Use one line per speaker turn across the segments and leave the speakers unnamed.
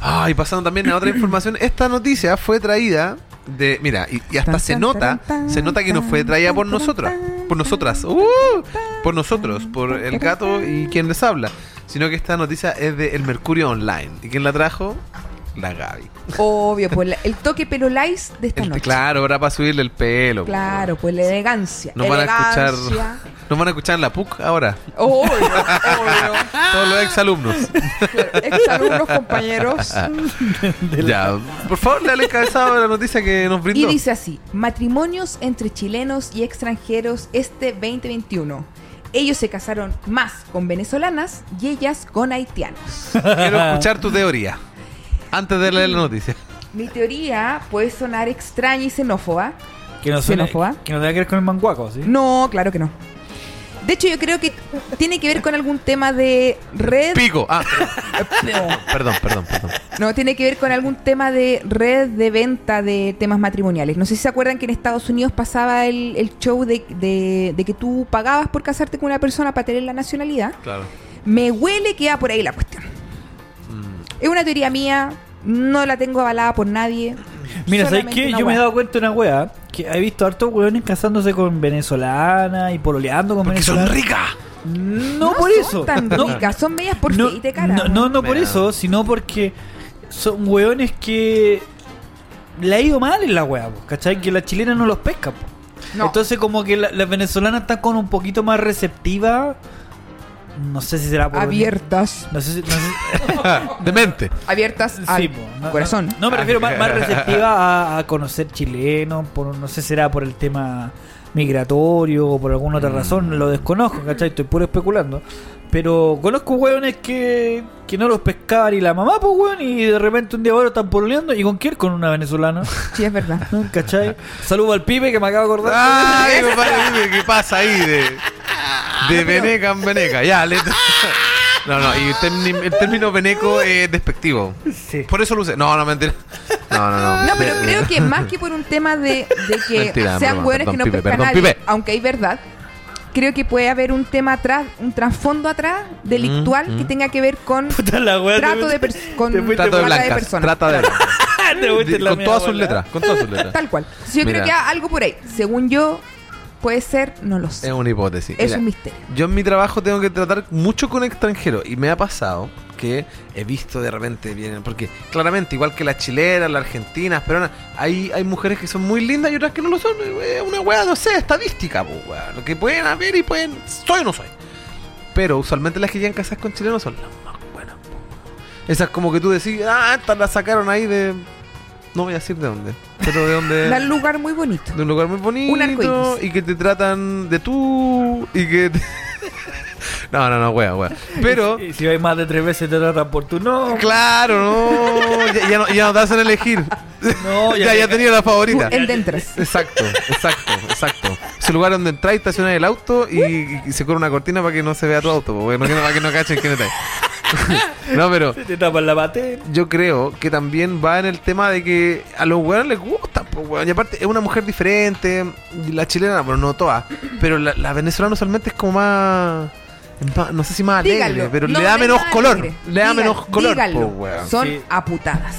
Ah, y pasando también a otra información, esta noticia fue traída de. Mira, y, y hasta
Tan,
se
tan,
nota,
tan,
se nota que no fue traída por nosotras. Por nosotras. ¡Uh! Por nosotros, por el gato y quien les habla. Sino que esta noticia es de El Mercurio Online. ¿Y quién la trajo? La Gaby.
Obvio, pues la- el toque pelo lice de esta
El-
noche.
claro, ahora para subirle el pelo.
Claro, pues la elegancia.
Nos van a escuchar.
elegancia.
Nos van a escuchar en la PUC ahora.
Obvio, obvio.
Todos los exalumnos.
Exalumnos, compañeros.
ya. Por favor, le el encabezado de la noticia que nos brindó.
Y dice así, matrimonios entre chilenos y extranjeros este 2021. Ellos se casaron más con venezolanas y ellas con haitianos.
Quiero escuchar tu teoría. Antes de leer la noticia.
Mi teoría puede sonar extraña y xenófoba.
Que no, suene-
¿Xenófoba?
que no tenga que ver con el manguaco, ¿sí?
No, claro que no. De hecho, yo creo que tiene que ver con algún tema de red.
Pico. Ah,
No.
perdón, perdón, perdón.
No, tiene que ver con algún tema de red de venta de temas matrimoniales. No sé si se acuerdan que en Estados Unidos pasaba el, el show de, de- de que tú pagabas por casarte con una persona para tener la nacionalidad.
Claro.
Me huele que va por ahí la cuestión.
Mm.
Es una teoría mía, no la tengo avalada por nadie.
Mira, ¿sabes
Solamente
qué?
una
Yo me he
hueá.
dado cuenta de una wea que he visto hartos weones casándose con venezolanas y pololeando con
Porque son
venezolanas.
ricas.
No, por
son
eso.
tan
No,
ricas, son medias por
no,
y te cara.
No, no, no por
Mira.
eso, sino porque son weones que le ha ido mal en la wea, po, ¿cachai? Que la chilena no los pesca, po.
No.
Entonces como que la- las venezolanas están con un poquito más receptiva. No sé si será por...
abiertas,
No sé si... No sé,
Demente.
abiertas
sí,
al
po, no-
corazón.
No, no, me refiero más, más receptiva a, a conocer chilenos, por, no sé será por el tema migratorio o por alguna otra razón, lo desconozco, ¿cachai? Estoy puro especulando. Pero conozco hueones que, que no los pescaba ni la mamá, pues hueón, y de repente un día ahora están pololeando y con quién, con una venezolana,
Sí, es verdad.
¿cachai? Saludo al pibe que me acabo de acordar.
Ay, compadre, dime qué pasa ahí de. De veneca en veneca. Ya, le. No, no, y el, termi- el término veneco es despectivo.
Sí.
Por eso lo usé. No, no, mentira. No, no, no.
No, pero
De-
creo que más que por un tema de, de que
Mentira,
sean
broma,
hueones
perdón,
que no
Pipe,
pescan
perdón,
nadie,
Pipe.
aunque hay verdad, creo que puede haber un tema atrás, un trasfondo atrás, delictual,
Mm,
que tenga que ver con
Puta la wea,
trato de,
te-
pers- con
te fuiste
Trata de
trata de
blancas.
personas.
Trata de blancas.
te fuiste la
Con
mea
todas sus
bola.
letras. Con todas sus letras.
Tal cual. Entonces, Yo
Mira.
creo que ha- algo por ahí. Según yo, puede ser, no lo sé.
Es una hipótesis.
Es
Mira,
un misterio.
Yo en mi trabajo tengo que tratar mucho con extranjeros y me ha pasado que he visto de repente vienen porque claramente igual que las chilenas, las argentinas, peruanas, hay hay mujeres que son muy lindas y otras que no lo son, eh, una weá no sé, estadística, po, weá, lo que pueden haber y pueden soy o no soy. Pero usualmente las que llegan casadas con chilenos son las más buenas. po. Esas como que tú decís, ah, estas las sacaron ahí de no voy a decir de dónde, pero de dónde
Da un lugar muy bonito.
de un lugar muy bonito
Un arcoíris.
y que te tratan de tú y que te- no no no wea wea pero
Y si vais más de tres veces te tratan por tu nombre.
claro no ya, ya no ya no te hacen elegir
No,
Oh, ya ya tenía la favorita
En dentras.
exacto exacto exacto es el lugar donde entras estacionas el auto y, y se corre una cortina para que no se vea tu auto bueno que no, para que no cachen quién está ahí. no pero
Te tapan la patente.
yo creo que también va en el tema de que a los weones les gusta, po, weón. Y aparte, es una mujer diferente. y La chilena, bueno, no todas. Pero la, la venezolana usualmente es como más. es más- No sé si más alegre,
Dígalo.
pero
No
le da
me
menos
nada
color.
alegre.
Le da
Dígalo,
menos color, po,
dígalo.
weón.
Son
Sí.
aputadas.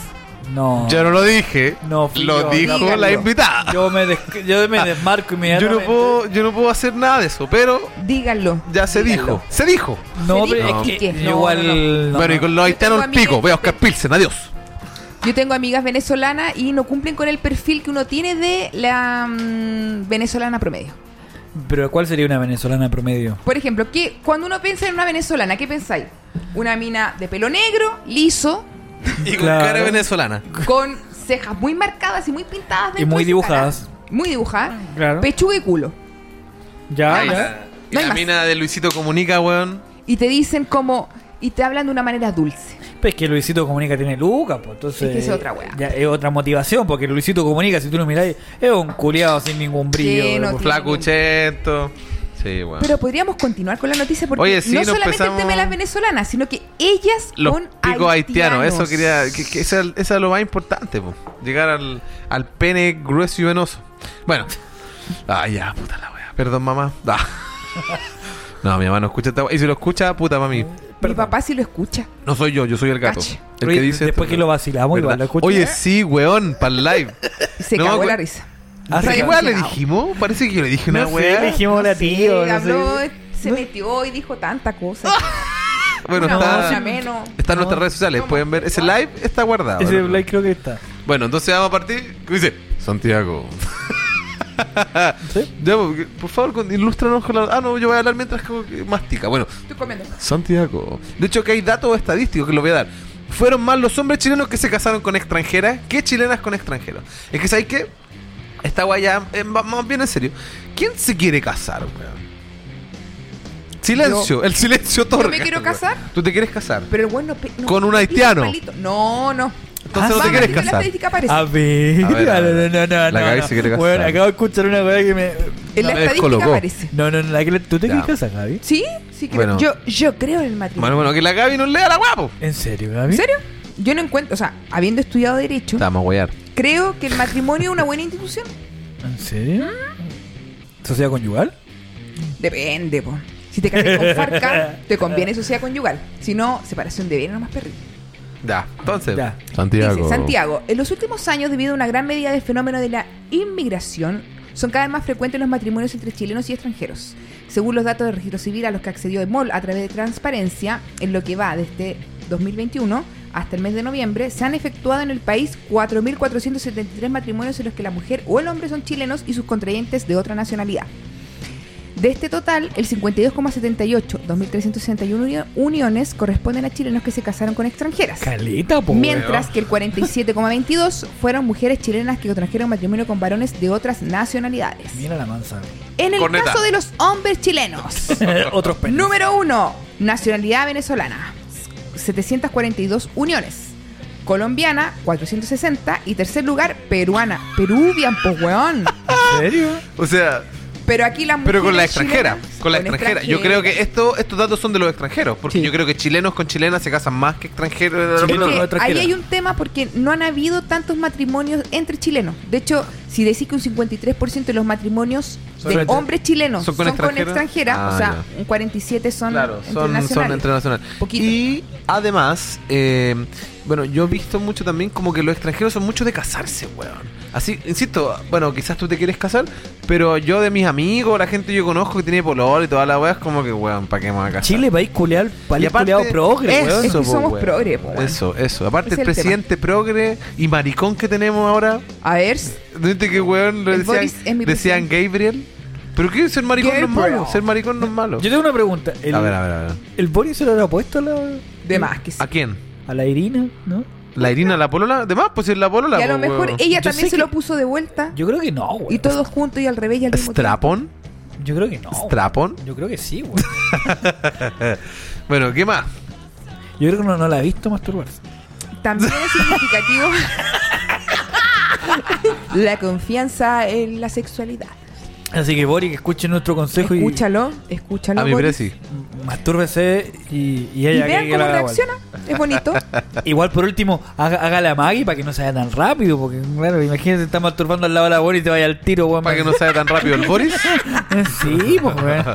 No.
Yo no lo dije.
No, fui
lo
yo.
dijo
Dígalo.
la invitada. Yo,
Yo me, des- yo me desmarco
no
inmediatamente.
puedo, yo no puedo hacer nada de eso, pero
Díganlo.
ya se
díganlo.
dijo. Se dijo.
No,
Se
pero
dijo
es
que
que
no, no,
igual. no,
bueno, y
no.
con los
Yo tengo
haitianos el
amigas
pico. Veo a Oscar Pilsen, adiós.
Yo tengo amigas venezolanas y no cumplen con el perfil que uno tiene de la mm, venezolana promedio.
Pero ¿cuál sería una venezolana promedio?
Por ejemplo, ¿qué, cuando uno piensa en una venezolana, ¿qué pensáis? Una mina de pelo negro, liso,
Y con
Claro.
cara venezolana.
con cejas muy marcadas y muy pintadas.
Y
dentro
muy
de su cara.
dibujadas.
Muy dibujadas.
Claro.
Pechuga y culo.
Ya,
Y
ya.
la- y
No hay
la
más.
mina de Luisito Comunica, weón.
Y te dicen como... Y te hablan de una manera dulce.
Pues que Luisito Comunica tiene Lucas, pues entonces.
Es que es otra weá.
ya es otra motivación, porque Luisito Comunica, si tú lo miráis, es un culiado sin ningún brillo.
Sí, no tiene-
pues.
Flacuchento. Sí, weón.
Pero podríamos continuar con la noticia porque
Oye, sí,
no
nos
solamente el
empezamos-
tema de las venezolanas, sino que ellas
Los
con
picos haitianos,
haitianos.
eso quería. Que, que esa, esa es lo más importante, po. Llegar al, al pene grueso y venoso. Bueno. Ah, ya, puta la wea. Perdón, mamá. Ah. No, mi mamá no escucha esta wea. Y si lo escucha, puta mami.
Mi papá sí lo escucha.
No soy yo, yo soy el gato.
Cacha.
El que dice
Después que
esto,
lo vacilamos, igual
¿verdad?
lo escuché.
Oye, sí, weón, para el live.
Y se
No,
cagó
güey.
la risa.
Ah,
¿Qué
sí,
weá le
Revolucionado.
dijimos? Parece que yo le dije una
no sé,
weá.
dijimos la tío,
Sí,
no sé. este
habló, se metió y dijo tanta cosa.
Bueno,
una
está,
hora
está
menos.
en nuestras
No.
redes sociales.
No,
Pueden ver. Ese live está guardado.
Ese
¿no?
Blake creo que está.
Bueno, entonces vamos a partir. ¿Qué dice? Santiago.
¿Sí?
Ya, porque, por favor, con- ilústranos con la. Ah, no, yo voy a hablar mientras como que mastica. Bueno,
Estoy comiendo.
Santiago. De hecho, que hay datos estadísticos que lo voy a dar. Fueron más los hombres chilenos que se casaron con extranjeras que chilenas con extranjeros. Es que, ¿sabes qué? Esta guaya, eh, va- más bien en serio. ¿Quién se quiere casar, weón? Silencio, el silencio torre.
me quiero casar.
¿Tú te quieres casar?
Pero el güey no, pe- no
Con un
pisa
haitiano.
palito. No, no.
Entonces no
Ah, sí.
te quieres
Bájate, La
casar.
estadística aparece.
A ver,
A ver, a ver.
no, no,
La
no, no,
Gaby
no.
se quiere casar.
Bueno, acabo de escuchar una weá que me.
en la
me
estadística
descolocó.
aparece.
No, no, no, la que le- ¿Tú te
Ya.
quieres casar, Gaby?
Sí, sí creo.
Bueno.
Yo, yo creo en el
Bueno,
matrimonio.
bueno, que la Gaby nos lea la guapo.
¿En serio, Gaby?
¿En serio? Yo no encuentro, o sea, habiendo estudiado Derecho,
Estamos a guayar.
creo que el matrimonio es una buena institución.
¿En serio? ¿Sociedad conyugal?
Depende, po. Si te casas con Farca, te conviene sociedad conyugal. Si no, separación de bienes nomás perrito.
Ya, entonces.
Ya.
Dice Santiago, en los últimos años, debido a una gran medida del fenómeno de la inmigración, son cada vez más frecuentes los matrimonios entre chilenos y extranjeros. Según los datos del registro civil a los que accedió EMOL a través de Transparencia, en lo que va desde 2021 hasta el mes de noviembre, se han efectuado en el país 4.473 matrimonios en los que la mujer o el hombre son chilenos y sus contrayentes de otra nacionalidad. De este total, el 52,78, 2.361 uni- uniones corresponden a chilenos que se casaron con extranjeras.
Caleta, po.
Mientras que el 47,22 fueron mujeres chilenas que contrajeron matrimonio con varones de otras nacionalidades.
weón. Mira la manzana.
En el
Corneta.
caso de los hombres chilenos,
Otros penes.
número 1, nacionalidad venezolana, 742 uniones. Colombiana, 460. Y tercer lugar, peruana. Peruvian, pues, weón.
¿En serio?
O sea,
Pero aquí las
pero con la
mujeres
extranjera.
chilenas-
Con la extranjera. Yo creo que esto, estos datos son de los extranjeros. Porque
Sí.
yo creo que chilenos con chilenas se casan más que extranjeros.
Sí,
Es
no,
que
no, extranjera.
ahí hay un tema porque no han habido tantos matrimonios entre chilenos. De hecho, si decís que un 53% de los matrimonios
Son
de
entre-
hombres chilenos
¿son
son
con
con
extranjeras?
extranjeras,
Ah,
o sea, un 47 son
claro, son, son
internacionales.
internacionales.
Poquito.
Y además, eh, bueno, yo he visto mucho también como que los extranjeros son mucho de casarse, weón. Así, insisto, bueno, quizás tú te quieres casar, pero yo de mis amigos, la gente que yo conozco que tiene polor y toda la weá, es como que, weón, ¿para qué me voy a casar?
Chile, país culeado,
Y
país
aparte-
culeado progre,
eso,
weón.
Es que
po,
somos
weón.
progre, po, weón.
Eso, eso. Aparte,
Ese
el
es el tema.
presidente progre y maricón que tenemos ahora.
A ver,
¿Viste que weón le
El
decían,
Boris es mi
decían Gabriel? ¿Pero qué? Ser maricón no es
Gabriel.
malo. Ser maricón no es malo.
Yo tengo una pregunta. ¿El,
A ver, a ver, a ver.
¿el Boris se lo habrá puesto a la,
de más que sí.
¿A quién?
a la Irina? ¿No?
¿La Irina, la polola? De más, pues es la polola.
Y a lo
po,
mejor
weón.
ella
Yo sé
también se
que-
lo puso de vuelta
Yo creo que no, weón.
y todos juntos y al revés y al mismo tiempo.
¿Strapon?
Yo creo que no.
Oh.
weón.
¿Strapon?
Yo creo que sí, weón.
Bueno, ¿qué más?
Yo creo que no, no la he visto masturbarse.
También es significativo la confianza en la sexualidad.
Así que, Boris, que escuche nuestro consejo
Escúchalo, escúchalo.
A mi
Boris.
Bresi.
y mastúrbese y, y
Y
ella
vean
que- que
cómo
la haga, weón.
reacciona. Es bonito.
Igual por último, haga, haga la Maggie para que no se vaya tan rápido, porque claro, imagínate, está masturbando al lado de la Boris y te vaya al tiro, weón.
Para que no sea tan rápido el Boris.
Sí, pues, weón.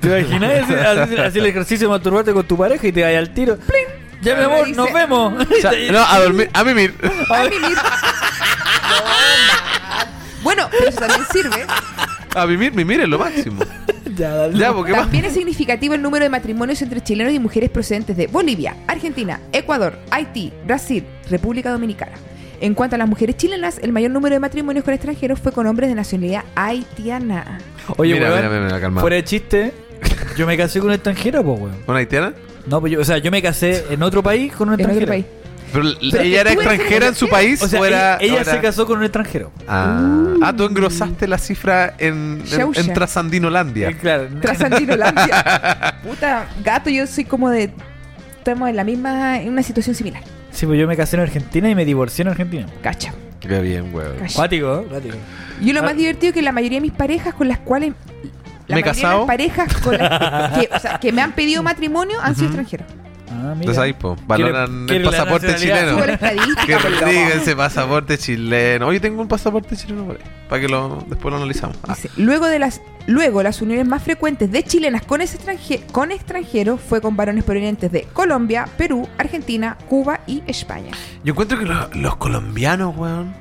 ¿Te imaginas ese- hacer, hacer el ejercicio de masturbarte con tu pareja y te vaya al tiro? Ya, mi
Ahora
amor,
dice-
nos vemos.
O sea, no, a dormir. A mimir.
Ay, mi mir- Bueno, pero eso también sirve.
A mimir, mimir es lo máximo.
Ya, dale.
Ya, porque más.
También es significativo el número de matrimonios entre chilenos y mujeres procedentes de Bolivia, Argentina, Ecuador, Haití, Brasil, República Dominicana. En cuanto a las mujeres chilenas, el mayor número de matrimonios con extranjeros fue con hombres de nacionalidad haitiana.
Oye,
mira,
weón,
mira, mira, mira, calma.
fuera de chiste, yo me casé con una extranjera, pues, weón.
¿Una haitiana?
No, pues yo, o sea, yo me casé en otro país con una
En
extranjera.
otro país.
¿Pero, l-
Pero
ella era
tú eres
extranjera en su
extranjera.
país?
O sea,
o era,
ella, ella
o era-
se casó con un extranjero.
Ah, Ah, tú engrosaste la cifra en, en,
Shawshank.
en Trasandinolandia.
Eh, Claro.
Trasandinolandia. Puta, gato, yo soy como de. Estamos en la misma. en una situación similar.
Sí, pues yo me casé en Argentina y me divorcié en Argentina.
Cacha.
Qué bien, weón.
cacha.
Cuático, ¿eh? Cuático.
Y lo más divertido es que la mayoría de mis parejas con las cuales. la
Ah. Me he
mayoría de
casado.
las parejas con las que, o sea, que me han pedido matrimonio han sido extranjeros.
Ah, Ah, mira.
Entonces ahí, po, valoran el
quiere la
pasaporte
nacionalidad.
chileno.
Súper estadística,
Que
por
diga
loco.
ese pasaporte chileno. Oye, tengo un pasaporte chileno por ahí. Para que lo, después lo analizamos. Ah,
Dice, luego de las luego las uniones más frecuentes de chilenas con extranjeros con extranjeros fue con varones provenientes de Colombia, Perú, Argentina, Cuba y España.
Yo encuentro que lo- los colombianos, weón,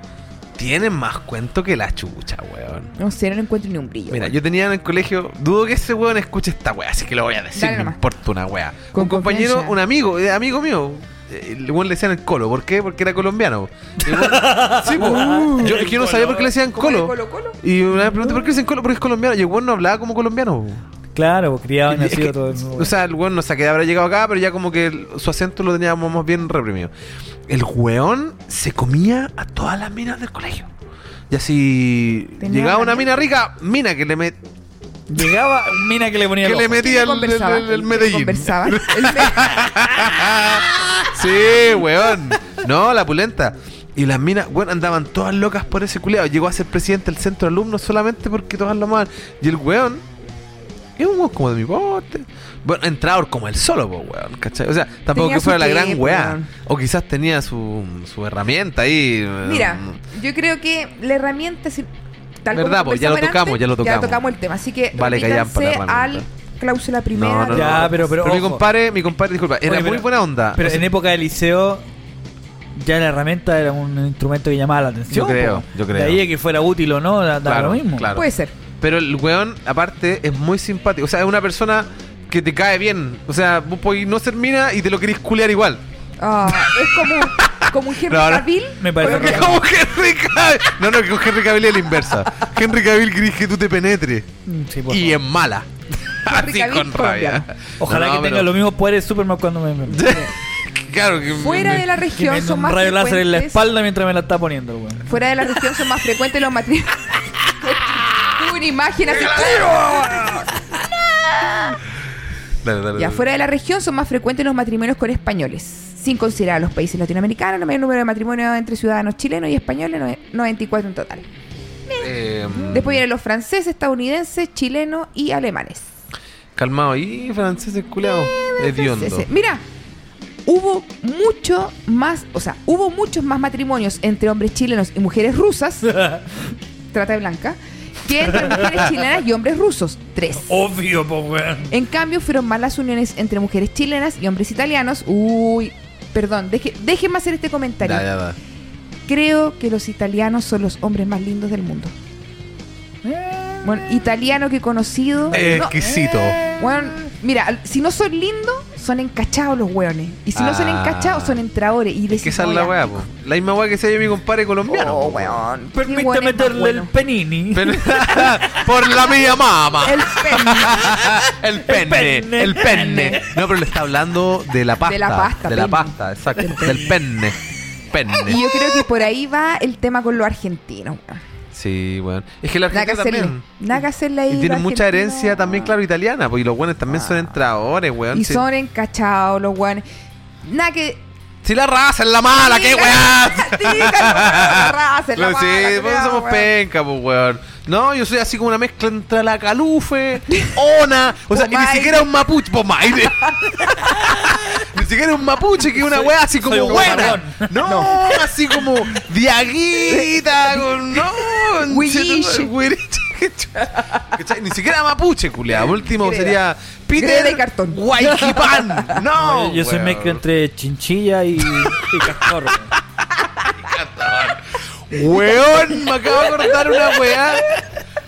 tienen más cuento que la chucha, weón.
No sé, no le encuentro ni un brillo.
Mira,
weón.
yo tenía en el colegio, dudo que ese weón escuche esta weá, así que lo voy a decir,
Dale
no
nomás.
importa una weá.
Con
un compañero,
confianza.
un amigo, eh, amigo mío, eh, el weón le decían el colo, ¿por qué? Porque era colombiano. Y el weón- sí, po. yo, es que yo no sabía por qué le decían
Uh. ¿Cómo
colo.
de Colo Colo?
Y una vez pregunté por qué le dicen colo, porque es colombiano. Y el weón no hablaba como colombiano. po.
Claro, pues, criado y
Es
nacido
que,
todo el mundo.
O sea, el weón no sé a qué habrá llegado acá, pero ya como que el- su acento lo teníamos más bien reprimido. El weón se comía a todas las minas del colegio. Y así
Tenía
llegaba una
ganas.
mina rica, mina que le, met-
Llegaba, mira que le ponía
que
el
le
ojo.
metía el, el,
Conversaban,
el- el Medellín.
Conversaban. El me-
sí, weón. No, la pulenta. Y las minas, weón, andaban todas locas por ese culeado. Llegó a ser presidente del centro de alumnos solamente porque todas lo amaban. Y el weón, es un weón como de mi porte. Bueno, entrador como el solo, po, weón, ¿cachai? O sea, tampoco
Tenía
que
su
fuera la
qué,
gran weá.
weón.
O quizás tenía su, su herramienta ahí. eh,
Mira, yo creo que la herramienta si- tal como
Verdad, pues, ya lo
conversaban
tocamos, ya lo tocamos.
el tema, así que
Vale, callan para la
remítanse al
herramienta.
cláusula primera.
No, no,
de-
Ya, pero, pero,
Pero mi
ojo.
compadre, mi compadre, disculpa, era
Oye, pero-
muy buena onda.
Pero
O sea,
en época de liceo, ya la herramienta era un instrumento que llamaba la atención.
Yo creo,
po.
yo creo.
De ahí a que fuera útil o no, da, da
Claro,
lo mismo.
claro.
Puede ser.
Pero el weón, aparte, es muy simpático. O sea, es una persona que te cae bien. O sea, vos podés no ser mina y te lo querés culear igual.
Ah, es como, como un Henry
No, no.
Cavill.
Me parece
pero que-
raro.
Como Henry Cavill. No, no, que con Henry Cavill es la inversa. Henry Cavill querés que tú te penetres.
Mm, sí, por
Y
favor.
es mala.
Henry
Así
Cavill
con rabia.
colombiano.
Ojalá
No,
que
no,
tenga
pero-
los mismos poderes Superman cuando me. me- que
Claro que.
Fuera de la
me
región
meta
son
un
más
rayo láser en la
frecuentes.
espalda mientras me la está poniendo, el weón.
Fuera de la región son más frecuentes los matrimonios. Tuve una imagen así. ¡Ah!
Dale, dale,
Ya,
dale.
fuera de la región son más frecuentes los matrimonios con españoles. Sin considerar a los países latinoamericanos, el mayor número de matrimonios entre ciudadanos chilenos y españoles, no- 94 en total.
Eh,
Después vienen los franceses, estadounidenses, chilenos y alemanes.
Calmado. Y franceses culeados.
Eh,
Hediondo.
Franceses. Mira, hubo mucho más, o sea, hubo muchos más matrimonios entre hombres chilenos y mujeres rusas, trata de blanca, que entre mujeres chilenas y hombres rusos, tres.
Oh. Obvio, po, weón.
En cambio, fueron más las uniones entre mujeres chilenas y hombres italianos. Uy, perdón, deje- déjenme hacer este comentario.
Ya, ya, ya.
Creo que los italianos son los hombres más lindos del mundo. Bueno, italiano que he conocido. No,
Exquisito.
Weón, mira, al- si no son lindos, son encachados los weones. Y si no son
Ah.
encachados, son entradores. Y
Es que esa es la weá, po. La misma weá que se mi compadre colombiano.
Oh,
po.
weón. Qué
Permítame
weón es más
meterle
bueno.
el penini.
Pero- Por la mía mamá.
El pene.
El penne,
El penne.
el penne. No, pero le está hablando de la pasta.
De la pasta,
de la
penne.
pasta, exacto. Del penne.
Y
Penne.
yo creo que por ahí va el tema con los argentinos, weón.
Sí, bueno. Es que la
Nada que
gente
hacerle.
también.
Nada que hacerle ahí.
Y tienen
los
mucha
argentinos.
herencia también, claro, italiana. Porque los buenos también son entradores, weón.
Y
Si,
son encachados los weones. Nada que.
si la raza es la mala, qué
Digan-
weón.
digan, la raza es la
No, sí,
mala,
pues
culiao,
somos
weón.
penca, pues, weón. No, yo soy así como una mezcla entre la calufe, ona, o sea, y ni
Pomaire.
siquiera un mapuche, pomaire. ni siquiera un mapuche que es una weá así
soy
como
un
buena.
guarrón.
No, así como diaguita, con, no,
Huilliche.
huilliche, qué chucha. ¿Cachai? Ni siquiera mapuche, culea. Por último sería Peter
Greda de cartón.
Guayquipán. No,
yo yo soy
weón.
mezcla entre chinchilla y, y castor. weón.
Weón, me acabo de acordar una weá.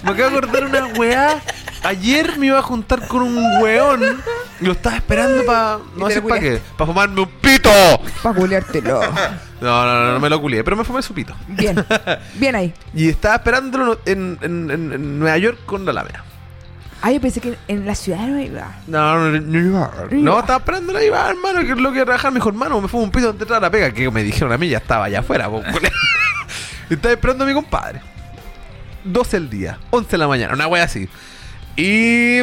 Me acabo de acordar una weá. Ayer me iba a juntar con un weón. Y lo estaba esperando para. No
te
sé
lo
para qué. Para fumarme un pito.
Pa' culiártelo.
No, no, no, no me lo culié. Pero me fumé su pito.
Bien. Bien ahí.
Y estaba esperándolo en, en- en- en Nueva York con la lámina.
Ah, yo pensé que en la ciudad no iba.
No, no, no, no, estaba esperándolo ahí, va, hermano, que es lo que rajar mejor hermano, me fumo un pito antes de entrar a la pega, que me dijeron a mí, ya estaba allá afuera, po, culé. Estaba esperando a mi compadre. 12 el día, 11 de la mañana, una wea así. Y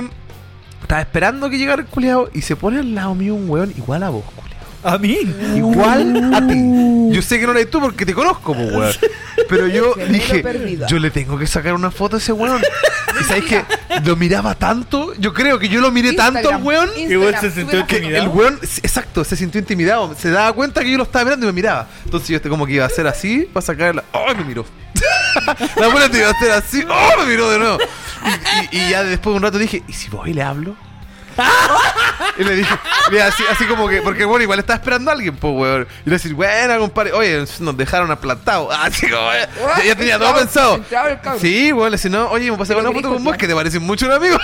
estaba esperando que llegara el culeado y se pone al lado mío un weón igual a vos, culeado.
A mí.
Uh.
Igual a ti. Yo sé que no eres tú porque te conozco, po, weón. Pero yo
Gemelo
dije,
perdido.
yo le tengo que sacar una foto a ese weón. Y ¿sabes que Lo miraba tanto, yo creo que yo lo miré tanto al
Instagram,
weón.
Instagram,
Igual se sintió
sube la
que
foto.
intimidado.
el weón, s- exacto, se sintió intimidado. Se daba cuenta que yo lo estaba mirando y me miraba. Entonces yo este como que iba a hacer así para sacarla. ¡Oh, me miró! la buena te iba a hacer así. ¡Oh, me miró de nuevo! Y, y- y ya después de un rato dije, ¿y si voy y le hablo? Y le dije, mira, así, así como que, porque bueno, igual estaba esperando a alguien, pues, weón. Y le decir, bueno, compadre, oye, nos dejaron aplastados. Así como, eh, ya, ya tenía todo
Entraba-
pensado.
entraba el cabrón.
Sí, weón, le decía, no, oye, me pasé
Pero
con una
gris,
foto con vos
ya.
que te parecen mucho un amigo.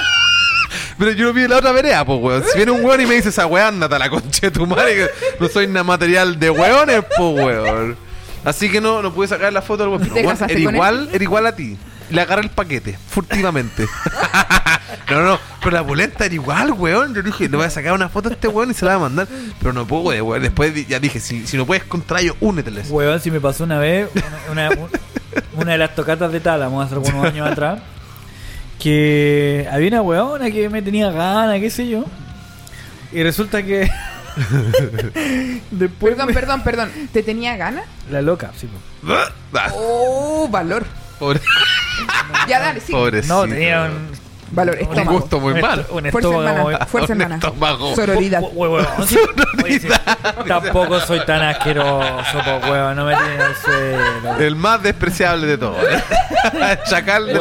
Pero yo lo vi en la otra vereda, pues, weón. Si viene un weón y me dice esa weá, andate a la concha de tu madre, que no soy nada material de weones, pues, weón. Así que no, no pude sacar la foto del weón. Pero,
¿Te
weón,
casaste
era
con él?
igual, era igual a ti. Le agarré el paquete, furtivamente. no, no, pero la pulenta era igual, weón. Yo dije, le voy a sacar una foto a este weón y se la voy a mandar. Pero no puedo, weón. Después di- ya dije, si, si no puedes contra ellos, úneteles.
Weón, si me pasó una vez, una, una- un- una de las tocatas de Tálamo hace algunos años atrás, que había una weona que me tenía ganas, qué sé yo, y resulta que después
Perdón,
me-
perdón, perdón. ¿Te tenía ganas?
la loca, sí, po.
Ah,
Oh, valor.
Pobre,
Ya dale, sí.
pobrecito.
no, tenía un,
Valor,
un
Un
estómago.
gusto muy
un
malo.
esto- un
Fuerza
estómago muy-
hermana. Fuerza
Un
hermana.
estómago.
Sororidad.
Hue- huevón, sí. Oye, sí. Tampoco soy tan asqueroso, po, weón, no me tienen al suelo.
El más despreciable de todos. ¿eh? Chacal de la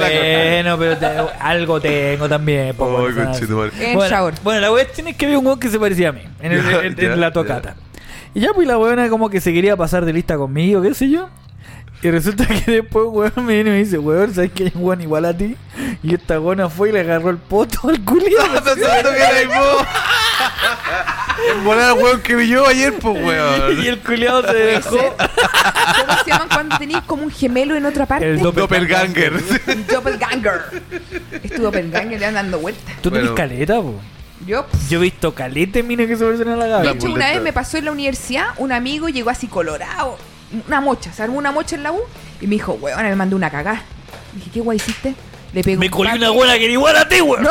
Bueno, pero te- algo tengo también, po,
Ay,
weón, ¿sabes?
conchetumare.
En
bueno,
shower.
bueno, la cuestión es que había un weón que se parecía a mí en, el-
Ya,
en- en
ya,
la tocata. Y ya, pues la weona como que se quería pasar de lista conmigo, qué sé yo. Y resulta que después un weón me viene y me dice, weón, ¿sabes que hay un weón igual a ti? Y esta weona fue y le agarró el poto al culiado.
Estás pensando que erais vos. El volar al weón que vi yo ayer, pues
y
weón.
el culiado se dejó.
¿Cómo se llaman cuando tenéis como un gemelo en otra parte?
El do-
Doppelganger.
Un doppelganger. Estuvo doppelganger ya dando vueltas.
Tú tenés
Bueno.
caleta, po.
Yo, pff,
Yo he visto caleta, mira que se parecen a la
de
La
gaga.
hecho,
muleta.
una vez me pasó en la universidad, un amigo llegó así colorado, una mocha, se armó una mocha en la U y me dijo, weón, me mandó una cagá. Dije, ¿qué guay hiciste? Le pegó
Me
un
colé
papi-
una weona que era igual a ti, weón.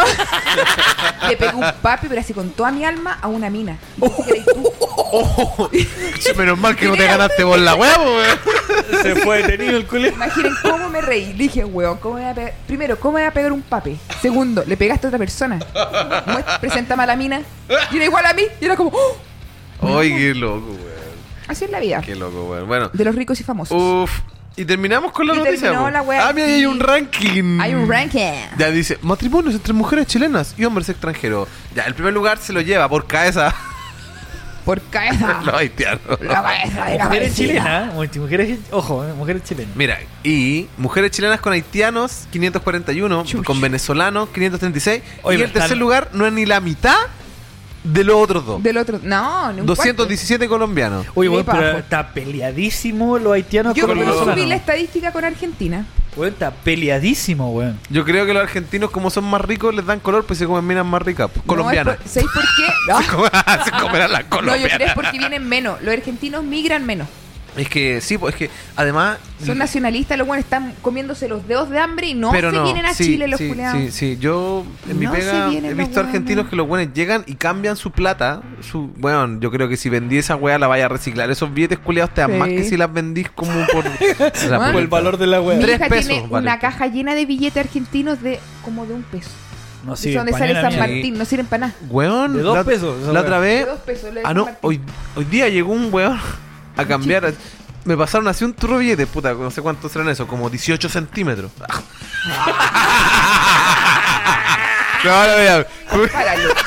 Le pegó un papi, pero así con toda mi alma, a una mina. Y pensé que eres tú.
Oh.
Menos mal que no te ganaste vos la weá, po, weón.
Se fue detenido el culiado.
Imaginen cómo me reí. Le dije, weón, ¿cómo me voy a pegar? Primero, ¿cómo me voy a pegar un papi? Segundo, le pegaste a otra persona. Muestra- Preséntame a la mina. Y era igual a mí. Y era como, ¡oh!
Ay, qué loco, weón.
así es la vida.
Qué Uh, loco, weón. Bueno,
De los ricos y famosos.
uff. Y terminamos con la
Y
noticia.
terminó
po.
la weá,
ah, mira, ahí hay
sí.
un ranking.
Hay un ranking.
mm. Ya dice, matrimonios entre mujeres chilenas y hombres extranjeros. Ya, el primer lugar se lo lleva por cabeza
Por cabeza.
los haitianos.
La cabeza de la
Mujeres
vecina.
chilenas, mu- mujeres, ojo, eh, mujeres chilenas.
Mira, y mujeres chilenas con haitianos, 541,
Chuch.
con venezolanos, 536.
Oye,
y el
pero
tercer
están-
lugar no es ni la mitad de los otros dos.
Del otro. No, no
217 colombianos.
Oye,
Ni
weón,
pa'
pero
abajo.
está peleadísimo los haitianos
Yo
con los
colombianos.
subí la
venezolanos.
estadística con Argentina.
Weón, está peleadísimo, weón.
Yo creo que los argentinos, como son más ricos, les dan color, pues se comen minas más ricas. pues, Colombianas.
No, es por- ¿Sabéis por qué? No.
se comerán las
No, yo creo que es
colombianas.
porque vienen menos. Los argentinos migran menos.
es que, sí, pues es que además.
Son nacionalistas, los buenos están comiéndose los dedos de hambre y no
pero
se
no,
vienen a
sí,
Chile los
sí,
culeados.
Sí, sí, yo en mi
No se
pega
vienen
he
los
visto
hueones.
argentinos que los buenos llegan y cambian su plata. Su, bueno, yo creo que si vendí esa weá la vaya a reciclar. Esos billetes culiados te dan
Sí.
más que si las vendís como por la
Por el
pulenta.
de la
Mi
Tres
hija
pesos,
tiene
vale.
una caja llena de billetes argentinos de como de un peso.
No
Y
sí,
son de sale San
mierda.
Martín, no sirven para nada.
Weón,
De dos
la-
pesos, esa
La
weá.
otra vez.
De dos pesos, la de
Ah,
San
no,
Martín.
hoy, hoy día llegó un weón a cambiar. Me pasaron así un turro de billetes, puta, no sé cuántos eran eso, como 18 centímetros. no, no, mira.
Páralo.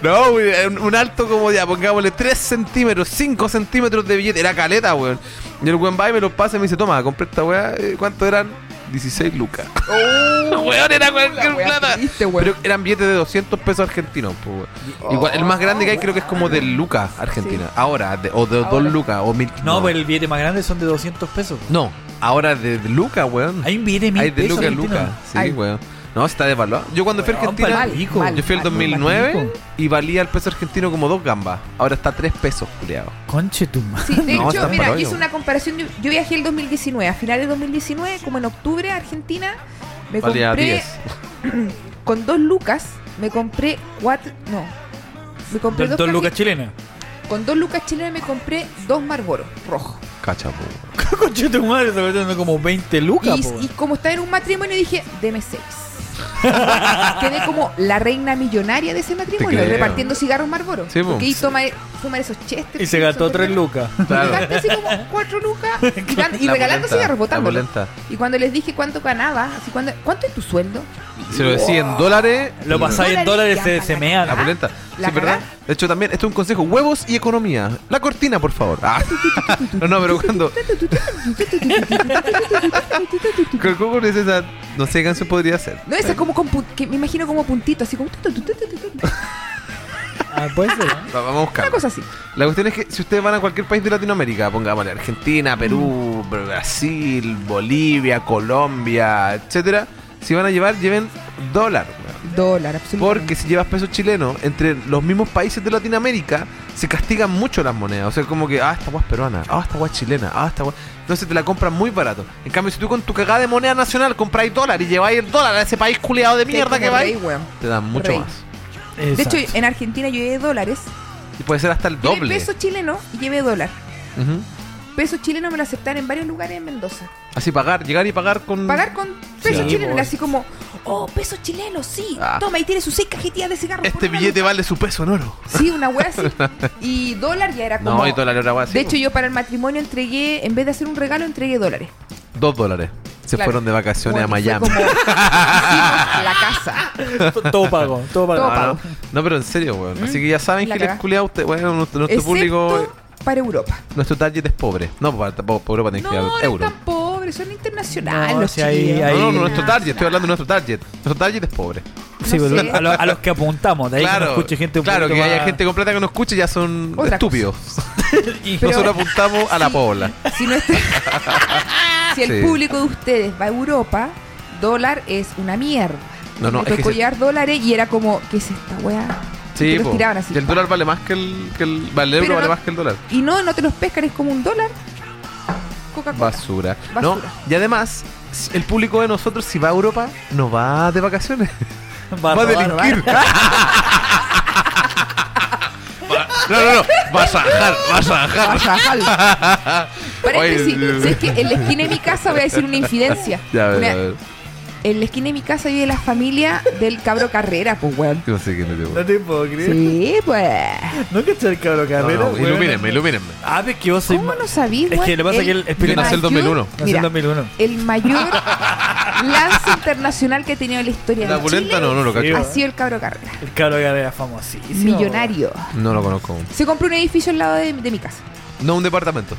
No, güey, un, un alto como ya, pongámosle 3 centímetros, 5 centímetros de billete. Era caleta, weón. Y el weón va y me lo pasa y me dice, toma, compré esta weá. eh, ¿Cuánto eran? 16 lucas. weón, era cualquier
Oh, la weá
plata.
triste, weón.
Pero eran billetes de 200 pesos argentinos, pues, weón. Igual, el más grande que hay creo que es como de lucas argentina. Ahora, de- o de 2
Ahora.
lucas, o mil.
No, pues el billete más grande son de 200 pesos.
No, ahora de lucas, weón.
Hay un billete de mil
Hay de
pesos
lucas,
argentino.
lucas. Sí,
Ay.
weón. No, está desvaluado. Yo cuando fui a
Weón,
Argentina.
pa'l pico.
mal.
Yo fui el
Al- al
2009
Matico.
y valía el peso argentino como dos gambas. Ahora está a tres pesos, culiado.
Conche tu madre.
Sí, de
No,
hecho,
están
mira,
pa'l hoyo.
hice una comparación. Yo, yo viajé el 2019, a finales de 2019, como en octubre a Argentina, me
Valía
compré
10.
con dos lucas, me compré cuatro, no, me compré
Dos,
dos,
dos lucas
cajitas-
chilenas.
con dos lucas chilenas me compré dos Marlboro rojos.
Cacha, po.
Conche tu madre, está metiendo como 20 lucas, po,
Y, y como estaba en un matrimonio, dije, deme seis. Quedé como la reina millonaria de ese matrimonio,
creo.
repartiendo cigarros Marlboro.
Sí, po.
porque ahí toma, eh, fuma esos chestes.
Y se gastó 3 lucas.
Y
Claro.
gasté así como 4 lucas y, dan- y
La
regalando
polenta,
cigarros,
La
botándolo.
polenta.
Y cuando les dije cuánto ganaba, así cuando, ¿cuánto es tu sueldo?
Se lo decía en dólares.
Lo pasáis en dólares, se, se mean.
La polenta.
¿La
sí, ¿verdad?
cagá?
De hecho, también, esto es un consejo: huevos y economía. La cortina, por favor. Ah. No, no, pero cuando. ¿Cómo es esa? No sé qué canción podría ser.
No, esa es como con pu- que me imagino como puntito, así como tu, tu, tu, tu, tu, tu.
Ah, puede ser, ¿eh?
Va- Vamos a buscar.
una cosa así.
La cuestión es que si ustedes van a cualquier país de Latinoamérica, pongámosle Argentina, Perú, Brasil, Bolivia, Colombia, etcétera, si van a llevar, lleven dólar. weón.
Dólar, absolutamente.
Porque si llevas pesos chilenos, entre los mismos países de Latinoamérica se castigan mucho las monedas. O sea, como que, ah, esta guay es peruana, ah, esta guay es chilena, ah, esta guay. Entonces te la compran muy barato. En cambio, si tú con tu cagada de moneda nacional compráis dólar y lleváis el dólar a ese país culiado de
Sí,
mierda
como
que va,
rey, weón.
te dan mucho
Rey.
más.
De
Exacto.
hecho, en Argentina yo llevé dólares.
Y puede ser hasta el
Llevé
doble.
peso chileno y llevé dólar.
Ujú.
Peso chileno me lo aceptaron en varios lugares en Mendoza.
Así pagar, llegar y pagar con.
Pagar con peso
Sí,
chileno,
vos.
así como, oh, peso chileno, sí.
Ah.
Toma, y tiene sus seis cajetillas de cigarros.
Este billete vale su peso en oro.
Sí, una wea así. Y dólar ya era como.
No, y dólar ahora va así,
De hecho,
po.
yo para el matrimonio entregué, en vez de hacer un regalo, entregué dólares.
Dos dólares. Se
Claro.
fueron de vacaciones
Bueno,
a
y fue
Miami.
como, hicimos la casa.
todo pago, todo pago.
Todo
No,
pago. Mm.
no. No, pero en serio, weón. Así que ya saben,
La
Giles
cagá.
culiao, usted, bueno, nuestro, nuestro
Excepto
público,
para Europa.
nuestro target es pobre. No, para, tampoco para Europa tiene que
No,
dar
no
euro.
tan pobres, son internacionales.
No,
los
si hay-
chilenos.
No,
hay-
no,
ahí-
no, nuestro target, estoy hablando de nuestro target. Nuestro target es pobre.
Sí,
No
pero
sé.
a, lo- a los que apuntamos, de ahí que nos
Claro,
escuche gente un
claro que
poquito
haya
más-
gente con plata que nos escuche ya son
Otra
estúpidos.
Y-
Pero-
Nosotros apuntamos a la
Sí.
pobla.
Si, nuestro- si el
Sí.
público de ustedes va a Europa, dólar es una mierda.
No, no,
Me
es que
tocó
se-
llevar dólares y era como, ¿qué es esta weá? Y
Sí,
te los
po.
tiraban así.
Y el dólar vale más que el. Que el vale, el euro
Pero
vale
no-
más que el dólar.
Y no, no te los pescan, es como un dólar. Coca-Cola.
Basura.
Basura.
No, y además, si- el público de nosotros, si va a Europa, no va de vacaciones.
va a
va a
robar,
delinquir. Va- No, no, no. Vas a bajar, vas a bajar.
Paréntesis,
Oye,
si es que en la esquina de mi casa voy a decir una infidencia.
Ya, a ver,
Una-
a ver.
En la esquina de mi casa vive la familia del cabro Carrera, pues weón.
Yo sé este que no te
No
voy.
te puedo creer.
Sí, pues.
No cachai el cabro
No,
carrera.
no,
weón.
ilumínenme, ilumínenme.
Ah, pero es que vos sois.
¿Cómo
ma-
no sabí,
Es
weón?
que lo que pasa es que él- es
Yo nací el
mayor-
2001.
Nací en
mira,
2001.
El mayor lance internacional que ha tenido la historia
La
de Chile
pulenta no, no lo
Sí,
cacho.
ha sido el cabro Carrera.
El cabro carrera famosísimo.
Millonario.
No lo conozco aún.
Se compró un edificio al lado de, de mi casa.
No un departamento.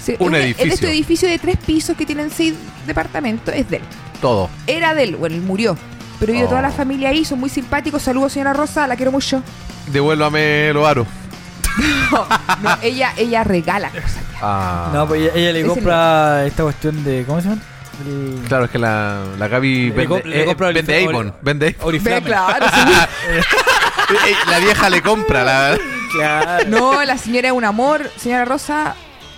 Se-
Un edificio.
Este edificio de tres pisos que tienen seis departamentos es de él.
Todo.
Era de él, bueno, él murió. Pero vive
Oh.
toda la familia ahí, son muy simpáticos. Saludos, señora Rosa, la quiero mucho.
Devuélvame lo aro.
No, no, ella, ella regala cosas.
Ah.
No, pues ella, ella le
Ese
compra esta cuestión de. ¿Cómo se llama? El-
Claro, es que la, la Gaby
Le
vende,
co- le
eh,
compro el-
vende Avon. Vende Avon.
Ve,
Oriflame.
claro, sí.
Ey, La vieja le compra la.
Claro.
No, la señora es un amor. Señora Rosa,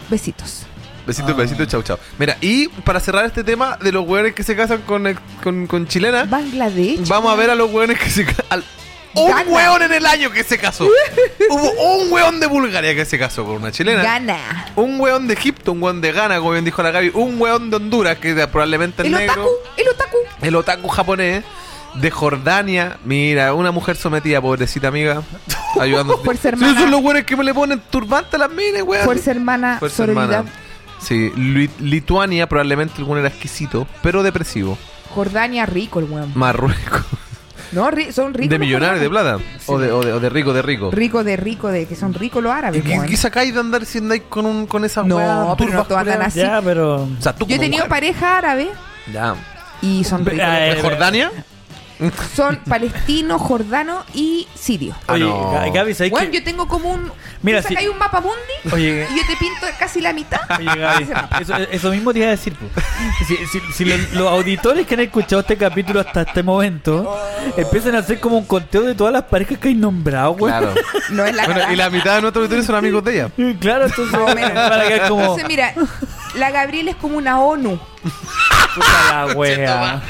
besitos.
Besito,
Ah.
besito, chau, chau. Mira, y para cerrar este tema de los hueones que se casan con, eh, con, con chilena,
Bangladesh.
vamos a ver a los hueones que se casan. Un
Gana.
hueón en el año que se casó. Hubo un hueón de Bulgaria que se casó con una chilena.
Gana.
Un hueón de Egipto, un hueón de Ghana, como bien dijo la Gaby. Un hueón de Honduras, que era probablemente el,
El
negro.
otaku, el otaku.
El otaku japonés. De Jordania, mira, una mujer sometida, pobrecita amiga, ayudando.
Fuerza
Sí,
hermana.
son los hueones que me le ponen turbante a las minas, hueón.
Fuerza hermana,
Fuerza
sororidad.
hermana. Sí, Lu- Lituania probablemente algún era exquisito, pero depresivo.
Jordania, rico el weón.
Marruecos.
No, ri- son ricos.
de
los
millonario, de
jordanos.
plata. O, de, o, de, o de rico, de rico.
Rico de rico, de que son ricos los
¿Y
árabes.
qué,
weón.
qué sacáis de andar si andáis con, un, con esa
No,
hueá
pero no
turba
todas andan
culiao?
así.
Ya, pero.
O sea, tú
Yo he
como mujer.
tenido
ah.
pareja árabe
Ya.
y son
Ve-
ricos.
ay,
¿De
Eh,
Jordania?
Son palestinos, jordanos y sirios.
Ah,
Oye,
no.
Ga- Gaby, ¿sabes
Bueno,
qué?
yo tengo como un.
Mira,
Mira, si...
si-
hay un mapa mundi
Oye,
y yo te pinto casi la mitad.
Oye, Gaby, eso, eso mismo te iba a decir. po. Si, si- si lo- los, auditores que han escuchado este capítulo hasta este momento empiezan a hacer como un conteo de todas las parejas que hay nombrado, güey. Claro.
Claro.
No es la
Bueno,
cagada.
y la mitad de nuestros auditores son amigos de ella.
entonces
Más o menos.
para que es como
Entonces, mira, la Gabriela es como una ONU.
puta la wea.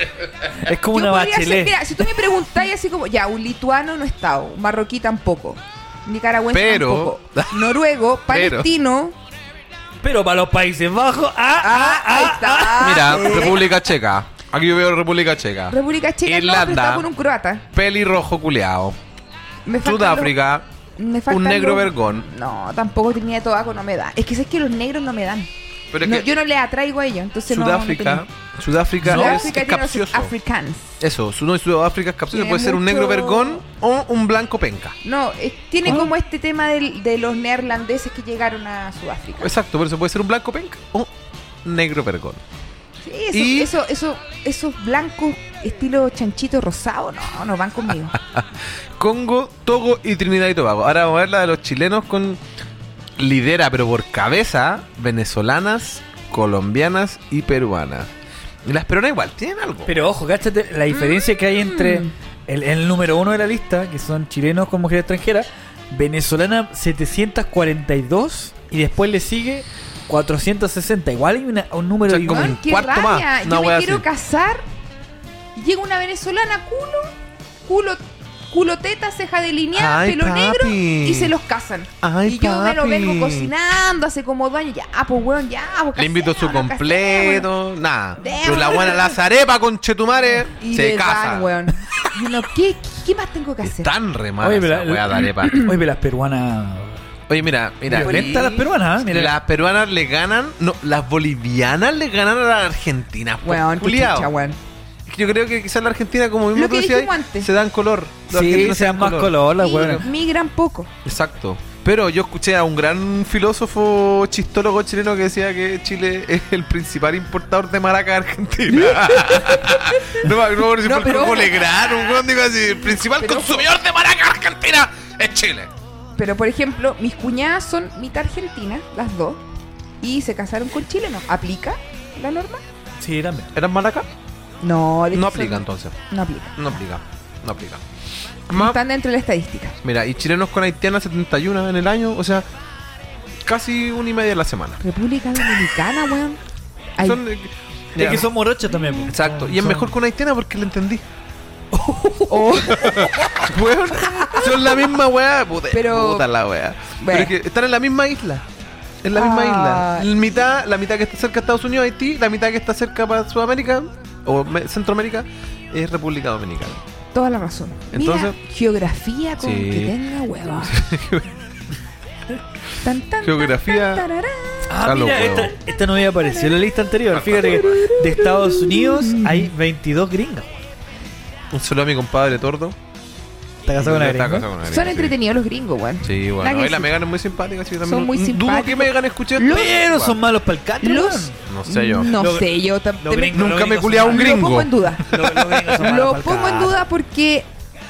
Es como
Yo
una
podría ser-
bachelet.
mira, si tú me preguntáis así como, ya, un lituano no he estado, un marroquí tampoco, nicaragüense
Pero-
tampoco, noruego,
Pero-
palestino,
Pero para los Países Bajos, ah, ah,
ahí está.
Mira,
Eh,
República Checa. Aquí yo veo República Checa.
República Checa no, pero
Irlanda.
está con un croata.
Pelirrojo culeado.
Me faltan
Sudáfrica.
los- me faltan
Un negro
los-
vergón.
No, tampoco Trinidad y Tobago no me da. Es que es que los negros no me dan.
Pero es
No,
que
yo no le atraigo a ellos, entonces no-
Sudáfrica.
no. tengo.
Sudáfrica es,
Sudáfrica
es
tiene los
capcioso.
africans.
Eso, su- no, Sudáfrica es capcioso.
Tiene
Puede ser un
mucho-
negro vergón o un blanco penca.
No, eh, tiene
Ah.
como este tema del- de los neerlandeses que llegaron a Sudáfrica.
Exacto, por eso puede ser un blanco penca o un negro vergón.
Sí, eso,
Y-
eso, eso- esos blancos estilo chanchito rosado, no, no van conmigo.
Ah, Congo, Togo y Trinidad y Tobago. Ahora vamos a ver la de los chilenos con lidera, pero por cabeza, venezolanas, colombianas y peruanas. Y las peruanas igual, tienen algo.
Pero ojo, cáchate la diferencia que hay entre
Mm.
el, el número uno de la lista, que son chilenos con mujeres extranjeras, venezolana 742, y después le sigue 460. Igual hay una- un número
O sea, como
igual.
Weón,
un
qué
cuarto
rabia.
más, una
Yo me
wea
quiero
así.
casar. Llega una venezolana culo, culo, culo teta, ceja delineada,
Ay,
pelo
papi.
negro y se los casan.
Ay,
y yo me lo
papi.
vengo cocinando hace como dos años. Ya, pues weón, ya. pues,
Le invito su
casémonos,
completo, nada.
Démosle.
Pero la buena las arepas con chetumare
casémonos. Y
se
le dan,
casa.
weón. Y uno, ¿qué, qué más tengo que hacer?
Tan re mala
Oye, pero
esa
la-
wea de arepa.
Oye, pero las peruanas.
Oye, mira, mira.
Violentas las peruanas, ¿eh? Mira.
Las peruanas le ganan, no, las bolivianas le ganan a las argentinas. por
Weón, qué
culiao.
chucha, weón.
Es que Yo creo que quizás la Argentina, como mismo
Lo
tú
que
decías,
dijimos antes.
se dan color. Los
Sí,
argentinos
se dan más color, las
Y
weonas.
migran poco.
Exacto. Pero yo escuché a un gran filósofo chistólogo chileno que decía que Chile es el principal importador de maraca de Argentina. no me acuerdo si fue
No,
el
pero-
Coco Legrand, un weón dijo así, el principal
Pero-
consumidor de maraca de Argentina es Chile.
Pero por ejemplo, mis cuñadas son mitad argentina, las dos, y se casaron con chilenos. ¿Aplica la norma?
Sí, también.
¿Eran maraca?
No, de hecho
No
son-
aplica entonces.
No aplica.
No aplica. No aplica.
No
Más,
Están dentro de la estadística.
mira, y chilenos con haitianas 71 en el año, o sea, casi una y media a la semana.
República Dominicana, weón. Ay,
Son, eh,
Es
ya.
que son morochos también. po.
Exacto.
Son-
Y es
son-
mejor que una haitiana porque la entendí.
Oh.
Weón, son la misma weá. Puta,
Pero-
puta la weá. Pero
Bueno.
es que están en la misma isla. En la misma
Ah.
isla. La mitad, la mitad que está cerca de Estados Unidos, Haití, la mitad que está cerca para Sudamérica o Me- Centroamérica es República Dominicana.
Toda la razón. Entonces,
Entonces-
geografía con
Sí.
que tenga huevón. Tan, tan, tan,
Geografía.
tan, tararán.
Ah,
A los
mira,
huevos.
esta, esta no había aparecido en la lista anterior. Fíjate que de Estados Unidos hay 22 gringas.
Un saludo a mi compadre Tordo.
Está casado con una
Está
gringa.
casado con una
Son
gringa, sí.
entretenidos los gringos, weón.
Sí, bueno.
La que
Ahí la
sí.
Megan es muy simpática. sí, yo también
Son muy
Dudo que
simpáticos.
Megan escuché.
Los-
Pero son malos para el catre,
Los.
No sé yo.
No
Los-
sé, yo tam-
los
te-
gringos-
Nunca me
son
culé a un
Lo
malos.
gringo.
pongo en duda. Lo pongo en duda porque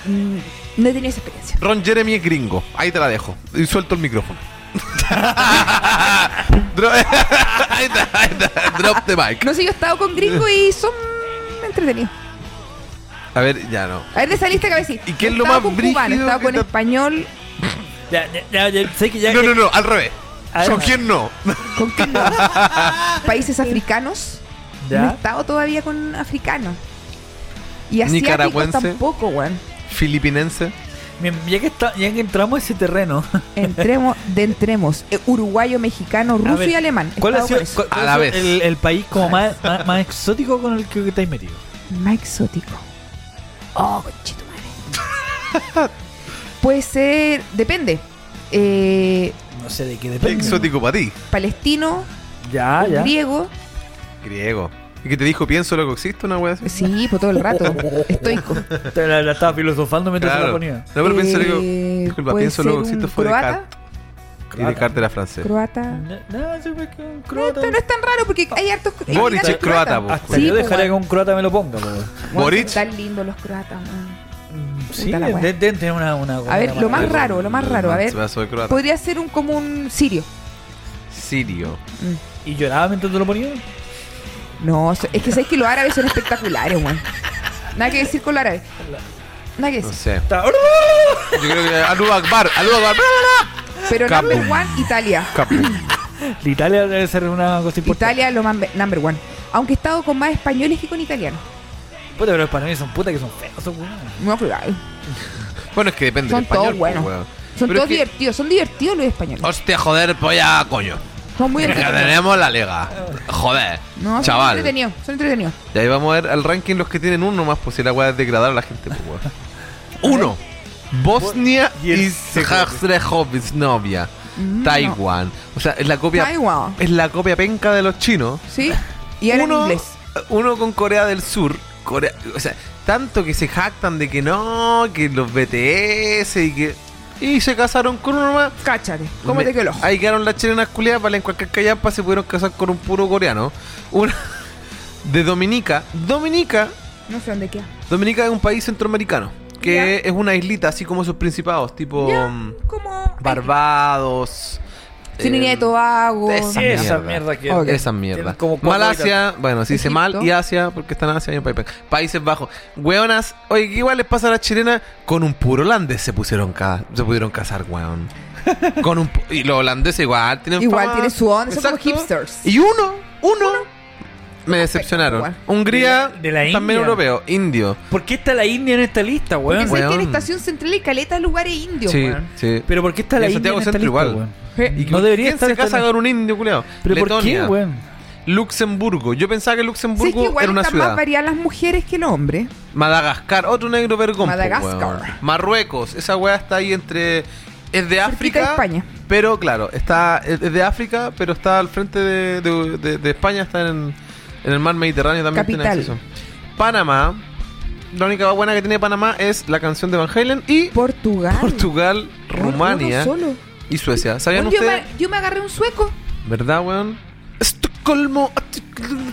mm, no he tenido esa experiencia.
Ron Jeremy es gringo. Ahí te la dejo. Y suelto el micrófono. Dro- ahí está, ahí está. Drop the mic.
No sé, yo he estado con gringos y son entretenidos.
A ver, ya no.
A ver, de esa lista que me decís.
¿Y qué es lo
He estado
más
con cubano, he
brígido
estado
que
con
te-
español.
Ya, ya, ya, ya, sé que ya-
No, no, no, al revés.
A ver.
¿Con quién no?
¿Con qué no? Países africanos.
Ya.
No he estado todavía con africanos. Y asiáticos
Nicaragüense.
tampoco, weón.
Filipinense.
Bien, Ya que, está, ya que entramos a ese terreno,
Entremos, de entremos. Eh, uruguayo, mexicano, ruso
ver,
y alemán. He
¿cuál ha
estado
sido,
con eso.
cuál- cuál
A la
ha
vez.
sido El, el país como más, más, más exótico con el que que estáis metido?
Más exótico. Oh, conchito madre. Puede ser. Depende. Eh,
No sé de qué depende.
Exótico para ti.
palestino,
Ah,
Ya, ya.
griego.
Griego. ¿Y que te dijo pienso lo que existe una wea así?
Pues Sí, por todo el rato. Estoico.
Te La, la estaba filosofando mientras te la
Claro. No,
ponía.
pero pienso lo que.
Eh,
Disculpa,
puede
pienso lo que
ser
existe
un
fue
croata.
Descartes. Y Descartes era francés.
Croata.
No, no, se ve que un
No,
croata.
esto no es tan raro porque hay hartos.
Boric
inmigrantes
es croata,
croatas.
po.
Hasta
Sí, pues,
yo
po,
dejaría que
weón.
un croata me lo ponga, po, weón.
Weón,
Boric.
Son tan lindos los croatas, weón.
Mm, Sí,
Puta la weá.
deben tener una, una- una
ver, lo
mala-
más raro, lo más raro, a ver.
Soy croata.
Podría ser un como un sirio. Mm.
Sirio.
¿Y lloraba mientras te lo ponía?
No, so- es que sabes que los árabes son espectaculares, weón. Nada que decir con los árabes. Nada que
No
decir.
sé.
Está-
Yo creo que. Alú Akbar. Alú Akbar.
Pero
Capum.
number one, Italia.
Capum.
La Italia debe ser una cosa importante.
Italia lo mambe- number one. Aunque he estado con más españoles que con italianos.
Puta, pero los españoles son putas que son feos, son weones.
No, pero, ay,
Bueno, es que depende
Son
del español.
todos buenos.
pues, weón.
Son
Pero
todos
es que- Oh,
divertidos, son divertidos los españoles.
Hostia, joder, polla, coño.
Son muy
Ya
entretenidos.
tenemos la liga. Joder,
No, son
chaval.
entretenidos, son entretenidos.
Y ahí vamos a ver al ranking los que tienen uno más, pues si la weá es degradar a la gente, pues weón. Uno. Bosnia
Y el
y
segundo.
Herzegovina.
Mm,
Taiwán. O sea, es la
no.
copia.
Taiwán,
Es la copia penca de los chinos.
¿sí? Y ahora en inglés.
uno con Corea del Sur. Corea, o sea, tanto que se jactan de que no, que los BTS y que. Y se casaron con uno más.
Cáchate, ¿cómo
Me-
te quedó el ojo?
Ahí quedaron las chilenas culiadas para en cualquier callampa se pudieron casar con un puro coreano. Una de Dominica. Dominica.
No sé dónde queda.
Dominica es un país centroamericano. Que
Ya.
es una islita, así como sus principados, tipo
Ya,
mm,
como...
Barbados.
Trinidad
eh,
y Tobago.
esa mierda.
Esa mierda que-
Ok.
Esa mierda.
Tienen como cuatro
Malasia, bueno, se dice
Egipto.
mal, y Asia, porque están en Asia y en Paipán. Países Bajos. Weonas, oye, ¿qué igual les pasa a las chilenas? Con un puro holandés se pusieron ca- se pudieron casar, weón. Con un pu- y los holandeses igual tienen
Igual
fama.
tienen su onda, son como
Exacto.
hipsters.
Y uno, uno, me decepcionaron.
igual.
Hungría,
De la- de la
también
India.
europeo, indio.
¿Por qué está la India en esta lista,
Porque
weón?
sé que en
weón.
Estación Central y caleta de lugares indios,
sí,
weón.
sí.
Pero ¿por qué está
Y
la
en
India
Santiago
en esta
Centro
lista,
igual.
weón?
Sí.
No debería
¿Quién
estar
se
esta
casa
lista?
con un indio, culiao?
¿Pero por qué,
Letonia,
weón?
Luxemburgo. Yo pensaba que
Sí, es que
Luxemburgo
igual
era una
están más
ciudad.
variadas las mujeres que el hombre.
Madagascar, otro negro vergón. po,
Madagascar.
weón. Marruecos, esa weá está ahí entre. Es de
Cerquita
África.
de España.
Pero claro, está es de África, pero está al frente de, de- de- de España, está en, en el mar Mediterráneo también. tiene
Capital.
acceso. Panamá. La única buena que tiene Panamá es la canción de Van Halen y
Portugal.
Portugal,
Uno
Rumania
solo.
y Suecia. ¿Sabían
Yo
ustedes?
me, yo me agarré un sueco.
¿Verdad, weón? Estocolmo.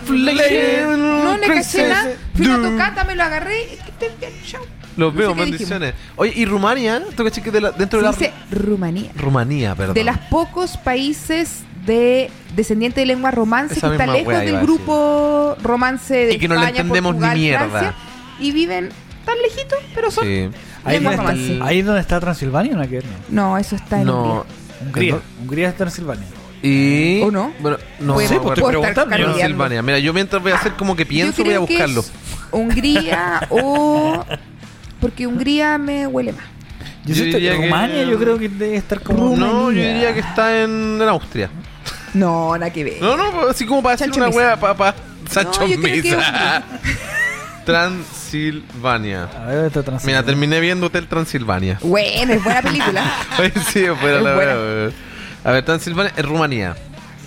No le caché
Princess.
nada. Fui a una
Dun.
tocata, me lo agarré. y que te- te- chao.
Los
No sé
veo,
qué
bendiciones. Oye, y Rumania, tú caché que de la- dentro
Se
de la.
dice Rumanía.
Rumanía, perdón.
De los pocos países de descendiente de lengua romance
Esa
que está
misma
lejos
wea iba
del
a decir.
grupo romance de
Y que no le
España,
entendemos ni
Portugal,
mierda.
Francia, y viven tan lejitos, pero son
Sí.
Ahí
lengua
es donde está-
romance.
ahí es donde está Transilvania, ¿no? ¿Qué?
No, eso está en
No.
Hungría.
Hungría.
¿No?
Hungría es Transilvania.
Y.
¿O no?
Bueno, no
Puede-
sé,
pues,
porque-
estoy
puedo estar
preguntando.
carreando.
Transilvania. Mira, yo mientras voy a hacer como que pienso,
Yo
voy a
creo que
buscarlo.
es Hungría o. Porque Hungría me huele más.
Yo
Yo, sé que
diría que-
Rumania yo creo que debe estar como...
Rum-
No, yo
Rumanía.
diría que está en, en Austria.
No, nada que ver.
No, no, pues, así como para hacer
Eh, Sancho
una
Misa.
hueá, papá. Sancho
yo creo que
Misa. Transilvania.
A ver, ¿dónde está Transilvania?
Mira, terminé viendo Hotel Transilvania.
Bueno, es buena película.
Oye, sí, fuera
Es
la
buena.
hueá, weón. A ver, Transilvania es Rumanía.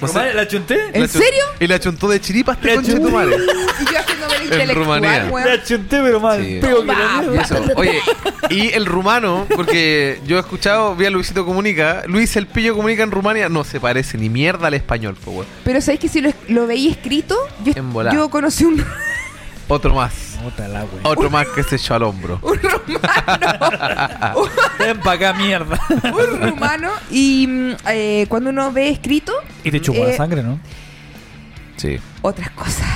O sea,
¿Rumania? ¿La chunté?
¿En
la chu-
serio?
Y la chuntó de chiripas,
La
te concha de tu
chuntó.
madre.
y yo haciéndome el intelectual,
Rumanía.
weón.
La chunté, pero más
Sí.
pego que la
Va,
mierda.
Y eso, Oye, y el rumano, porque yo he escuchado, vi a Luisito Comunica, Luis el Pillo Comunica en Rumania, no se parece ni mierda al español, po, weón.
Pero sabéis que si lo, lo veía escrito, yo,
En volá.
yo conocí un,
Otro más.
Puta la wea.
Otro más que se echó al hombro.
un romano.
Ven pa' acá, mierda.
un rumano. Y mm, eh, cuando uno ve escrito,
Y te chupó
Eh,
la sangre, ¿no?
Sí.
otras cosas.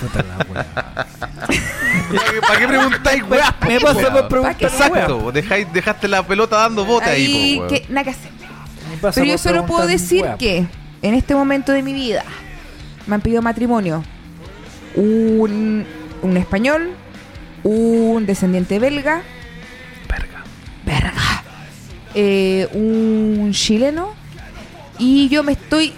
Puta la wea.
¿Para qué, para qué preguntáis, weá?
Me pasa
preguntar,
por preguntar.
Exacto, dejáis- dejaste la pelota dando bote ahí,
Ahí,
po, weón.
que, nada que hacer. Pero yo solo puedo decir que en este momento de mi vida me han pedido matrimonio un, un español, un descendiente belga,
Verga.
verga, eh, un chileno y yo me estoy...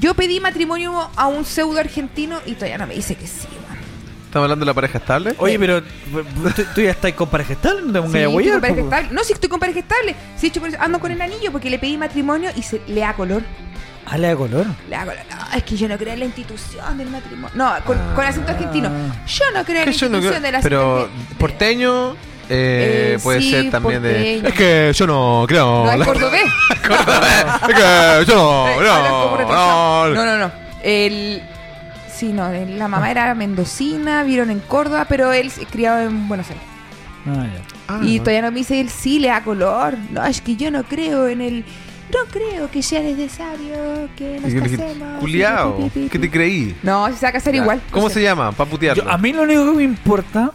Yo pedí matrimonio a un pseudo argentino y todavía no me dice que sí. weón.
¿Estamos hablando de la pareja estable?
Oye, pero tú, tú ya estás con parejestal, no
Sí,
te pongas a
estoy con
huear.
pareja
po.
estable. no, si estoy con pareja estable. Sí, de hecho, por eso ando con el anillo porque le pedí matrimonio y se, le da color.
Ah, le da color.
Le hago la- no, es que yo no creo en la institución del matrimonio. No, con, con acento argentino. Yo no creo en la
Ah. que yo no
institución
creo-
del acento
Pero
argentino.
porteño eh,
Eh,
puede
sí,
ser también
porteño.
de. Es que yo no creo.
No,
la-
es cordobés.
es que yo no.
Eh, hablan como
No,
retrasado.
no,
no, no, no. El, sí, no, eh, la mamá era mendocina, vieron en Córdoba, pero él es criado en Buenos Aires.
Ah, ya.
Ah,
y
no.
todavía no me dice él sí, le da color. No, es que yo no creo en el... No creo que sea necesario que
Y
nos
yo le dije,
casemos.
Culiao,
Pi, pi, pi,
¿qué te
pi".
creí?
No, se va a casar igual.
¿Cómo se llama? Para putearlo.
Yo- a mí lo único que me importa.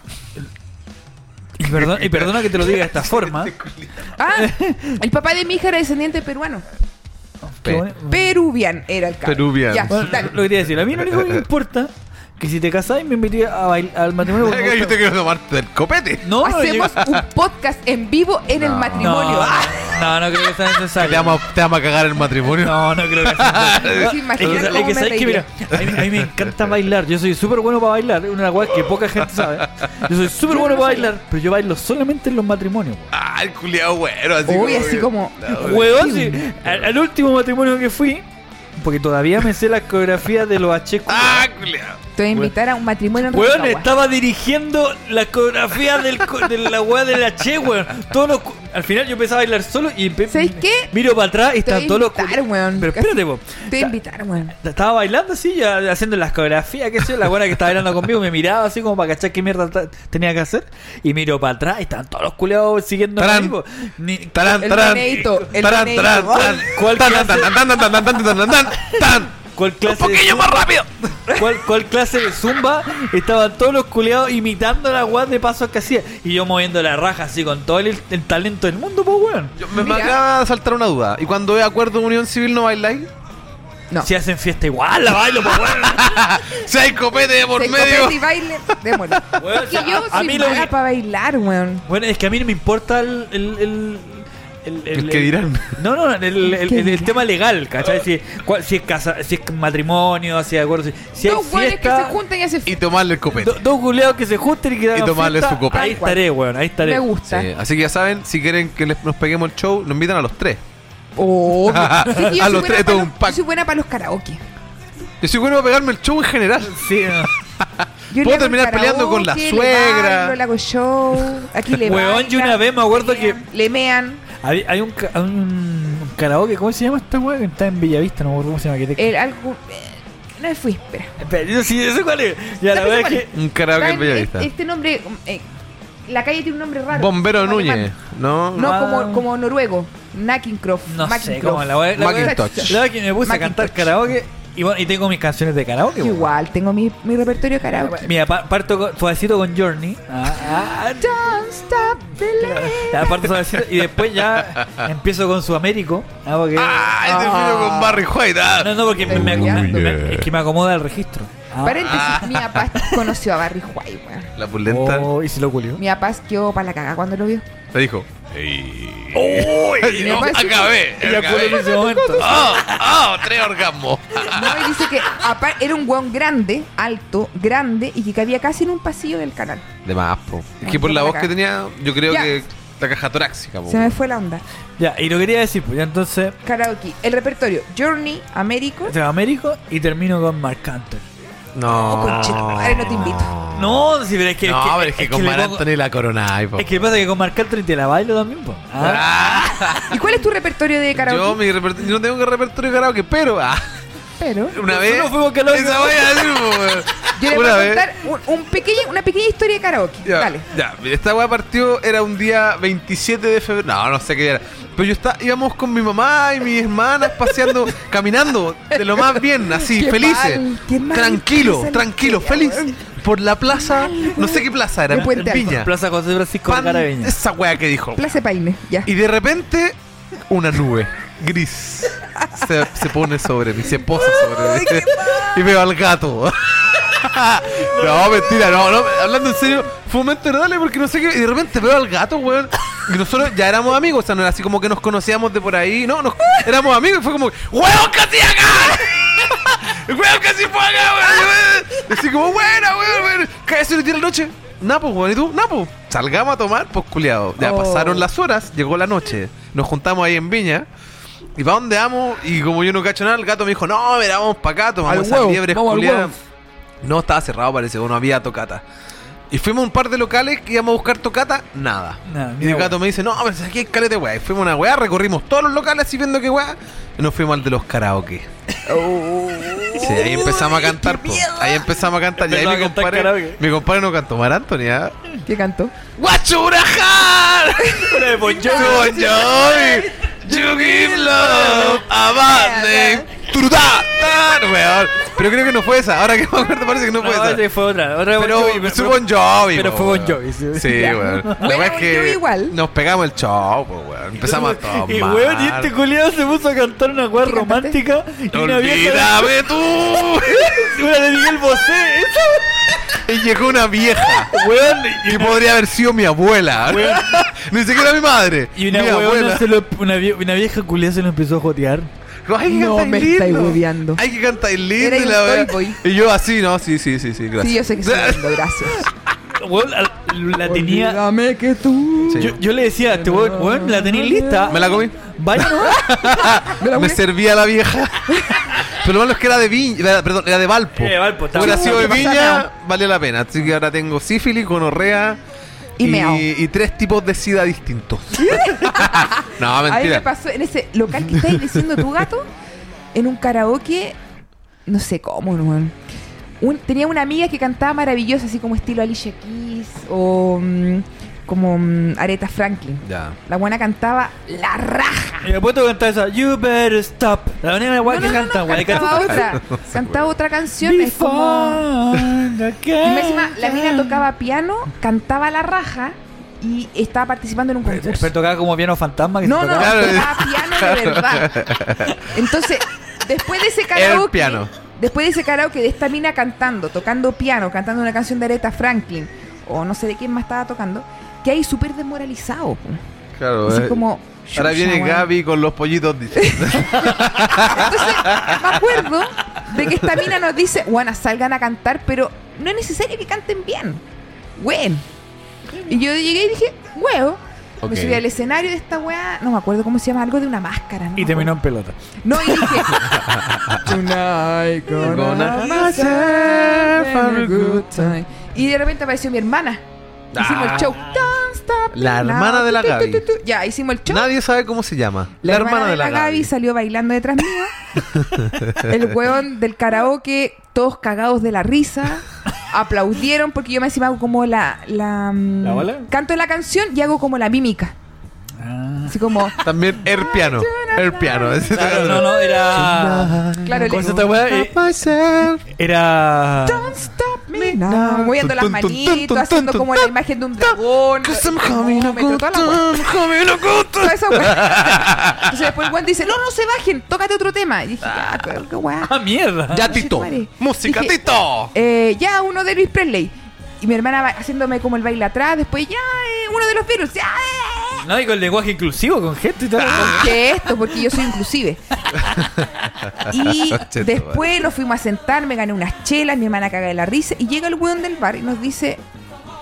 Y, perdón- y perdona que te lo diga de esta forma.
Ah, el papá de mi hija era descendiente peruano.
Qué bueno.
Peruvian era el cabrón.
Peruvian.
Ya,
Bueno,
dale.
lo que quería decir, a mí lo único que me importa que si te casás me invité a bail- al matrimonio. porque me
Yo
gusta-
te quiero tomarte del copete.
No,
Hacemos
yo-
un podcast en vivo en el
No.
matrimonio.
No.
Ah,
No, no creo que sea
Ah, Te
necesario.
vamos, a- te vamos a cagar el matrimonio.
No, no creo que sea
Eh,
necesario.
Sí,
Es
imagínate
que, es
cómo me
que sabes que, mira,
reiría.
a mí, a mí me encanta bailar. Yo soy súper bueno para bailar. Es una weá que poca gente sabe. Yo soy súper bueno para bailar, pero yo bailo solamente en los matrimonios. weón.
Ah, el culiado bueno. Así
Uy,
como
así
que-
como-
No,
Weón, sí, al, al último matrimonio que fui, porque todavía me sé las coreografías de los H.
Ah, culiado.
Te voy a invitar a un matrimonio en
Weón,
Rancagua.
estaba dirigiendo la coreografía del co- de la weá de la Che, weón. Todos los cu- al final yo empecé a bailar solo y empe-
¿Sabes qué?
Miro para atrás y
Te voy
están
a
todos los. cu-
invitar, weón.
Pero espérate, weón.
Te voy a invitar, weón.
Estaba bailando así, ya haciendo las coreografías, qué sé yo, la buena que estaba bailando conmigo me miraba así como para cachar qué mierda ta- tenía que hacer. Y miro para atrás, y estaban todos los culeados siguiendo
Tarán. Tarán,
El
tarán.
Benedito, el
Tarán,
Benedito.
tarán, tarán.
¿Cuál
Tan,
clase?
tan, tan, tan, tan, tan, tan, tan, tan, tan, tan.
¿Cuál
Un
clase,
poquillo más rápido.
cuál, cuál clase de zumba? Estaban todos los culeados imitando la guas de pasos que hacía. Y yo moviendo la raja así con todo el, el talento del mundo, pues weón.
Yo- me, me
Mira.
acaba de saltar una duda. ¿Y cuando es acuerdo de unión civil no bailáis?
No.
Si hacen fiesta igual, la bailo, pues weón.
Si hay copete de por
Se
medio.
copete y baile, démosle.
Weón,
Porque
o sea,
yo
a- a mí
soy
lo
mala
vi-
para bailar, weón.
Bueno, es que a mí no me importa el. el, el el,
El que dirán.
No, no, el, el, el-
que
el
dirán.
tema legal, ¿cachai? Si, cuál- si es casa, si es matrimonio, si es acuerdo, si, si hay
Dos weones que se
fiesta.
juntan y hacen
Y
fiesta.
tomarle el copete.
do- dos culeados que se junten y que hagan
tomarle
fiesta,
su copa.
Ahí
Tal cual.
estaré, weón, ahí estaré.
Me gusta.
Sí, Eh, Así que ya saben, si quieren que les- nos peguemos el show, nos invitan a los tres.
Oh, sí, yo soy
A los
buena
tres,
pa'
todo
los-
un pack.
Yo soy buena para los karaoke.
Yo soy bueno a pegarme el show en general.
Sí, no.
Yo
Puedo
le hago
terminar
el
peleando con la
karaoke,
suegra.
Le bailo, le hago show. Aquí le
Weón, yo
bailan,
una vez me acuerdo que-
mean, Le mean.
hay, hay un, ca- un karaoke, ¿cómo se llama esta weón? Que está en Bellavista, no me acuerdo cómo se llama. Que te...
El, algo, eh, no me fui, espera.
Espera, yo sí, ¿eso cuál es? Ya,
¿Sabes
la verdad es
cuál
que.
Un karaoke en
Tan-
Bellavista.
es- Este nombre. eh, la calle tiene un nombre raro.
Bombero
Como alemán.
Núñez, ¿no?
No,
Ah.
como, como noruego. Nakincroft.
No sé
Mackincroft.
cómo la weá. La weá-
Macintosh.
la weá que me puse a cantar
Macintosh.
karaoke y, bueno, y tengo mis canciones de karaoke,
Yo
weón.
Igual, tengo mi, mi repertorio de karaoke.
Mira, pa- parto con- suavecito con Journey. Ah, ah,
Don't stop believing.
Ya, parto suavecito y después ya empiezo con Sudamérico. Ah, porque-
¡Ah! Te
Ah.
con Barry White. ah.
no, no, porque me, me
Uy, eh.
acomoda-
yeah.
me- es que me acomoda el registro. Ah,
Paréntesis, mi papá conoció a Barry White, weón.
La pulenta
oh, y si lo culió.
Mi papá quedó para la cagada cuando lo vio.
le dijo.
Y
¡Uy! No,
después-
acabé.
Ella culió en
acabé.
ese momento.
¡Ah! ¡Ah! Tres orgasmos.
No, y dice que apar- era un weón grande, alto, grande, y que cabía casi en un pasillo del canal.
De más, po. Es que por la voz que tenía, yo creo
Ya.
que la caja torácica, po.
Se me fue la onda.
Ya, y lo quería decir, pues ya entonces
Karaoke. El repertorio. Journey, Américo.
Sudamérico y termino con Mark Anthony.
No.
Oh, conchetumare, no te invito.
No, sí, pero es que.
no,
es que,
pero es que con
le
Mar
pongo-
Anthony la coronai, po.
Es que pasa que con Marc Anthony te la bailo también, pues. Ah,
¿Y cuál es tu repertorio de karaoke?
Yo, mi repertorio, yo no tengo que repertorio de karaoke, pero ah,
Pero
una vez.
Nosotros fuimos karaoke.
Esa vaya a decir, po, weón.
yo le voy
Una
a
vez.
contar un, un pequeño- una pequeña historia de karaoke.
Ya,
Dale.
ya, mira, esta weá partió, era un día 27 de febrero. No, no sé qué día era. Pero yo estaba, íbamos con mi mamá y mis hermanas paseando, caminando, de lo más bien, así,
Qué
felices.
mal, qué mal
tranquilo,
empieza la
tranquilo,
historia,
feliz.
weón.
Por la plaza, no sé qué plaza era,
De Puente
en
Alto.
Piña.
Plaza José Francisco
Pan-
de Carabeña.
esa weá que dijo.
Place Paine, ya.
Y de repente, una nube gris se, se pone sobre mí, se posa sobre mí. Y veo al gato. No, mentira, no, no, hablando en serio, fue un momento agradable porque no sé qué, y de repente veo al gato, weón, y nosotros ya éramos amigos, o sea, no era así como que nos conocíamos de por ahí, no, nos, éramos amigos, y fue como, weón, casi acá, weón, casi fue acá, weón, y así como, buena, weón, weón, cállate le tira la noche, napo, weón, y tú, napo, salgamos a tomar, pues, culiado, ya
Oh.
pasaron las horas, llegó la noche, nos juntamos ahí en Viña, ¿Y para dónde vamos? Y como yo no cacho nada, el gato me dijo, no, mira, vamos para acá,
Al
tomamos esas
huevo,
liebres
vamos al
culiadas".
huevo.
No, estaba cerrado parece, o no había tocata. Y fuimos a un par de locales que íbamos a buscar tocata, nada.
Nada,
y
ni
el
una
gato me dice, no, pero si aquí hay caleta de weá. Y fuimos a una weá, recorrimos todos los locales así viendo qué weá. Y nos fuimos al de los karaoke.
Oh.
Sí, ahí empezamos a cantar, po. Ahí empezamos a cantar. Y ahí
Empezamos
mi
a cantar
compadre,
karaoke.
mi compadre no cantó Mar Anthony, ¿ah?
¿Qué cantó?
¡Guachurajar!
Una de Bon Jovi.
Bon Jovi. You give love a bad name. Turutá, tan, weón. Pero creo que no fue esa. Ahora que me acuerdo parece que no
No,
fue
ese
esa.
fue otra. otra de Bon
Pero
Jovi,
fue Bon Jovi.
pero
po,
fue Bon
weón.
Jovi, sí.
Sí, weón. La
Bueno,
verdad es
Bon
que
Jovi igual.
nos pegamos el show, po, weón. Empezamos a tomar.
Y weón, y este culiado se puso a cantar una weá
¿Qué cantaste?
romántica. Y una vieja.
Olvídame tú.
Una de Miguel Bosé. Esa
Y llegó una vieja. que podría haber sido mi abuela. Ni siquiera mi madre.
Y una,
mi
huevona
abuela.
se lo- una, vie- una vieja culia se lo empezó a jotear.
Ay, que
No,
cantáis
me estáis
lindo.
hueveando.
Ay, que cantáis lindo.
Era
y
un
la
Toy
verdad-
Boy.
Y yo así, ¿no? Sí, sí, sí, sí. Gracias.
Sí, yo sé que soy lindo, gracias.
Weón, la- la tenía.
Dame que tú.
Sí.
Yo, yo le decía a este weón, weón, la tenía lista.
Me la comí.
Vaya, no.
Me la
Me
voy a-
servía la vieja. Pero lo malo es que era de Viña. era- Perdón, era de Valpo.
Eh, Valpo, está
Hubiera
bien.
sido de
No pasa
Viña,
nada.
valió la pena. Así que ahora tengo sífilis, gonorrea.
Y meao.
y tres tipos de sida distintos. no,
A mí me
mentira.
pasó en ese local que estáis diciendo tu gato, en un karaoke, no sé cómo, weón. Un- tenía una amiga que cantaba maravillosa, así como estilo Alicia Keys o mm, como mm, Aretha Franklin.
Ya.
La buena cantaba la raja.
Y después te cantaba esa, You better stop. La manera guay que canta, guay.
cantaba otra. Cantaba otra canción. es como- Y más encima, la mina tocaba piano, cantaba la raja y estaba participando en un concurso.
Pero tocaba como piano fantasma. Que
No,
se
no, no,
tocaba.
Claro.
tocaba piano de verdad. Entonces, después de ese karaoke.
El piano.
Después de ese karaoke de esta mina cantando, tocando piano, cantando una canción de Aretha Franklin, o no sé de quién más estaba tocando, que hay súper desmoralizado. po.
Claro,
Así
eh.
como.
Ahora
chucha,
viene
weón.
Gaby con los pollitos. dice.
Entonces, me acuerdo de que esta mina nos dice, bueno, salgan a cantar, pero no es necesario que canten bien. Weón. Y yo llegué y dije, huevo.
Ok.
Me subí al escenario de esta weá, no me acuerdo cómo se llama, algo de una máscara. ¿no?
Y terminó en pelota.
No, y dije. Tonight
Gonna have
myself
a good
time. Y de repente apareció mi hermana. Hicimos
Ah.
el show. Don't stop
La
me now.
hermana de la
Tu, tu,
Gaby.
tu, tu. Ya, hicimos el show.
Nadie sabe cómo se llama. La, hermana, de la, Gaby.
salió bailando detrás mío. el hueón del karaoke, todos cagados de la risa. Aplaudieron porque yo me encima hago como la. ¿La, mm,
¿La ola?
Canto la canción y hago como la mímica. Así como.
También el piano. El piano.
Ah,
Claro, no, no, era.
Claro,
¿Cómo
le-
se esta weá? Eh, Era.
Don't stop me now. Moviendo las
Tun, tun, tun, tun,
manitos, haciendo
tun,
como
tun.
la imagen de un dragón. No, me tocó toda la wea. Toda esa wea. Entonces después el weón dice, no, no se bajen, tócate otro tema. Y dije, ya, pero qué weá.
¡Ah, mierda!
Ya, Tito. Música,
Dije-
Tito.
Eh, ya, uno de Luis Presley. Y mi hermana va- haciéndome como el baile atrás, después ya, eh, uno de los virus. Ya, eh.
No, y con lenguaje inclusivo, con gente y tal.
¿Qué esto? Porque yo soy inclusive. Y
Cheto,
después nos fuimos a sentar, me gané unas chelas, mi hermana caga de la risa. Y llega el weón del bar y nos dice,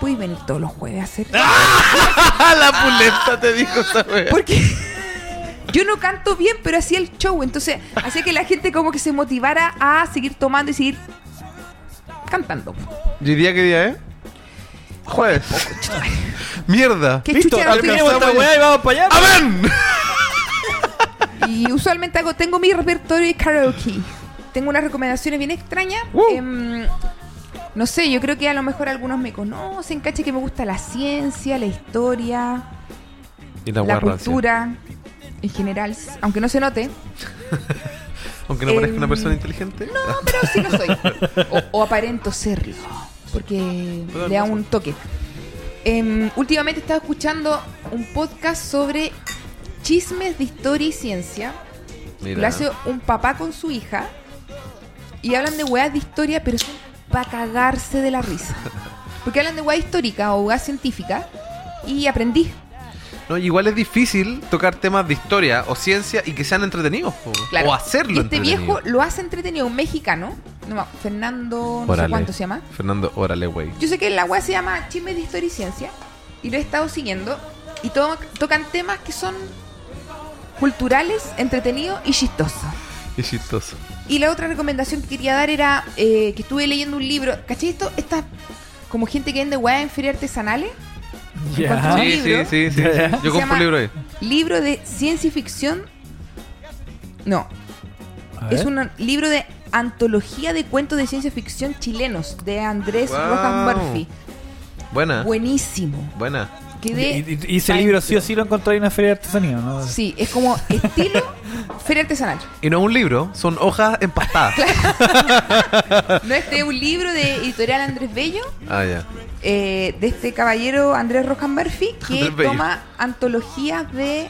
puedes venir todos los jueves a hacer...
Ah, la puleta te dijo esa wea.
Porque yo no canto bien, pero hacía el show. Entonces, hacía que la gente como que se motivara a seguir tomando y seguir cantando.
¿Y día qué día, eh? Jueves. Mierda.
¿Qué
Listo,
chucha no estoy
alcanzamos esta
ya.
weá y vamos para allá.
¡Amén!
Y usualmente hago, tengo mi repertorio de karaoke. Tengo unas recomendaciones bien extrañas. Em, no sé, yo creo que a lo mejor algunos me conocen, caché que me gusta la ciencia, la historia,
Y
la cultura en general, aunque no se note,
Aunque no parezca
Eh,
una persona inteligente. Ah,
No, pero sí lo soy. O, o aparento serlo. Porque le da un toque. Em, últimamente estaba escuchando un podcast sobre chismes de historia y ciencia.
Mira.
Lo hace un papá con su hija. Y hablan de weas de historia, pero son para cagarse de la risa. Porque hablan de weas histórica o weas científica. Y aprendí.
No, igual es difícil tocar temas de historia o ciencia y que sean entretenidos. po.
Claro.
O
Y
hacerlo
este
entretenido.
viejo lo hace entretenido, un mexicano. No, me acu- Fernando, no sé
Órale.
cuánto se llama.
Fernando, órale, güey.
Yo sé que la web se llama Chismes de Historia y Ciencia y lo he estado siguiendo y to- tocan temas que son culturales, entretenidos y chistosos.
Es chistoso.
Y la otra recomendación que quería dar era eh, que estuve leyendo un libro. ¿Cachai esto? Esta como gente que vende weas en ferias artesanales. Ah,
Ya.
¿Un
Sí, sí,
libro?
sí, sí, sí. Yo
Ya.
Se
compro
llama-
un libro ahí.
Libro de ciencia y ficción. No,
A ver.
es un libro de antología de cuentos de ciencia ficción chilenos de Andrés
Guau.
Rojas Murphy.
Buena.
Buenísimo.
Buena.
Quedé
Ah. Y, y- y ese libro sí o sí lo encontré en una feria de artesanía, ¿no?
Sí, es como estilo feria artesanal.
Y no es un libro, son hojas empastadas.
No este es un libro de editorial Andrés Bello,
Ah, ya.
eh, de este caballero Andrés Rohan Murphy, que
Andrés Bello.
toma antologías de.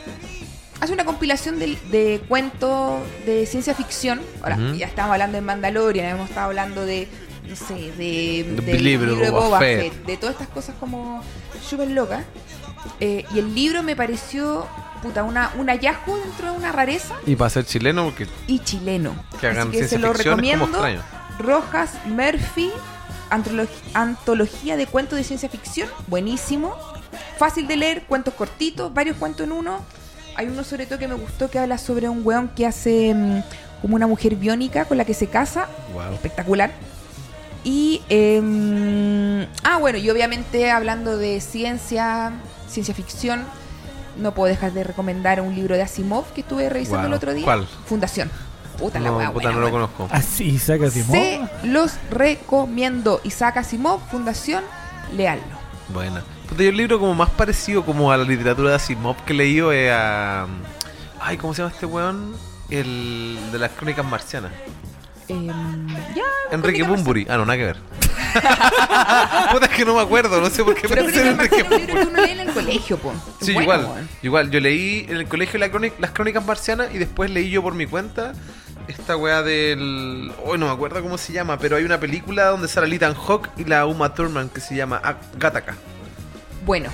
Hace una compilación de, de cuentos de ciencia ficción. Ahora,
Ujú.
ya estamos hablando de Mandalorian, hemos estado hablando de no sé, de,
Del
del
libro de Boba Fett.
de todas estas cosas como súper locas. Eh, y el libro me pareció, puta, una, un hallazgo dentro de una rareza
Y para ser chileno, porque
y chileno.
que hagan
Así que se
ciencia
lo
ficción es como extraño.
recomiendo. Rojas Murphy, antrolo- antología de cuentos de ciencia ficción, buenísimo. Fácil de leer, cuentos cortitos, varios cuentos en uno. Hay uno sobre todo que me gustó que habla sobre un weón que hace mm, como una mujer biónica con la que se casa
Wow.
espectacular. Y, eh, ah, bueno, y obviamente hablando de ciencia, ciencia ficción, no puedo dejar de recomendar un libro de Asimov que estuve revisando
Guau,
el otro día.
¿cuál?
Fundación. Puta la
No,
weá,
puta,
buena,
no lo
weón.
conozco.
Así, Isaac Asimov.
Se los recomiendo. Isaac Asimov, Fundación, leanlo.
Buena. Puta, yo el libro como más parecido como a la literatura de Asimov que he leído es a... Ay, ¿cómo se llama este weón? El de las crónicas marcianas.
Em, ya,
Enrique
Crónicas
Bumburi. Ah, no, nada que ver. Puta, es que no me acuerdo, no sé por qué
pero
pensé en
creo
Enrique
que es un
Bumburi.
libro que uno lee en el colegio, po. Es
Sí,
bueno,
igual,
weón.
igual. Yo leí en el colegio la crónica- las crónicas marcianas y después leí yo por mi cuenta esta weá del... Hoy no me acuerdo cómo se llama, pero hay una película donde sale el Ethan Hawk y la Uma Thurman que se llama Gattaca.
Bueno,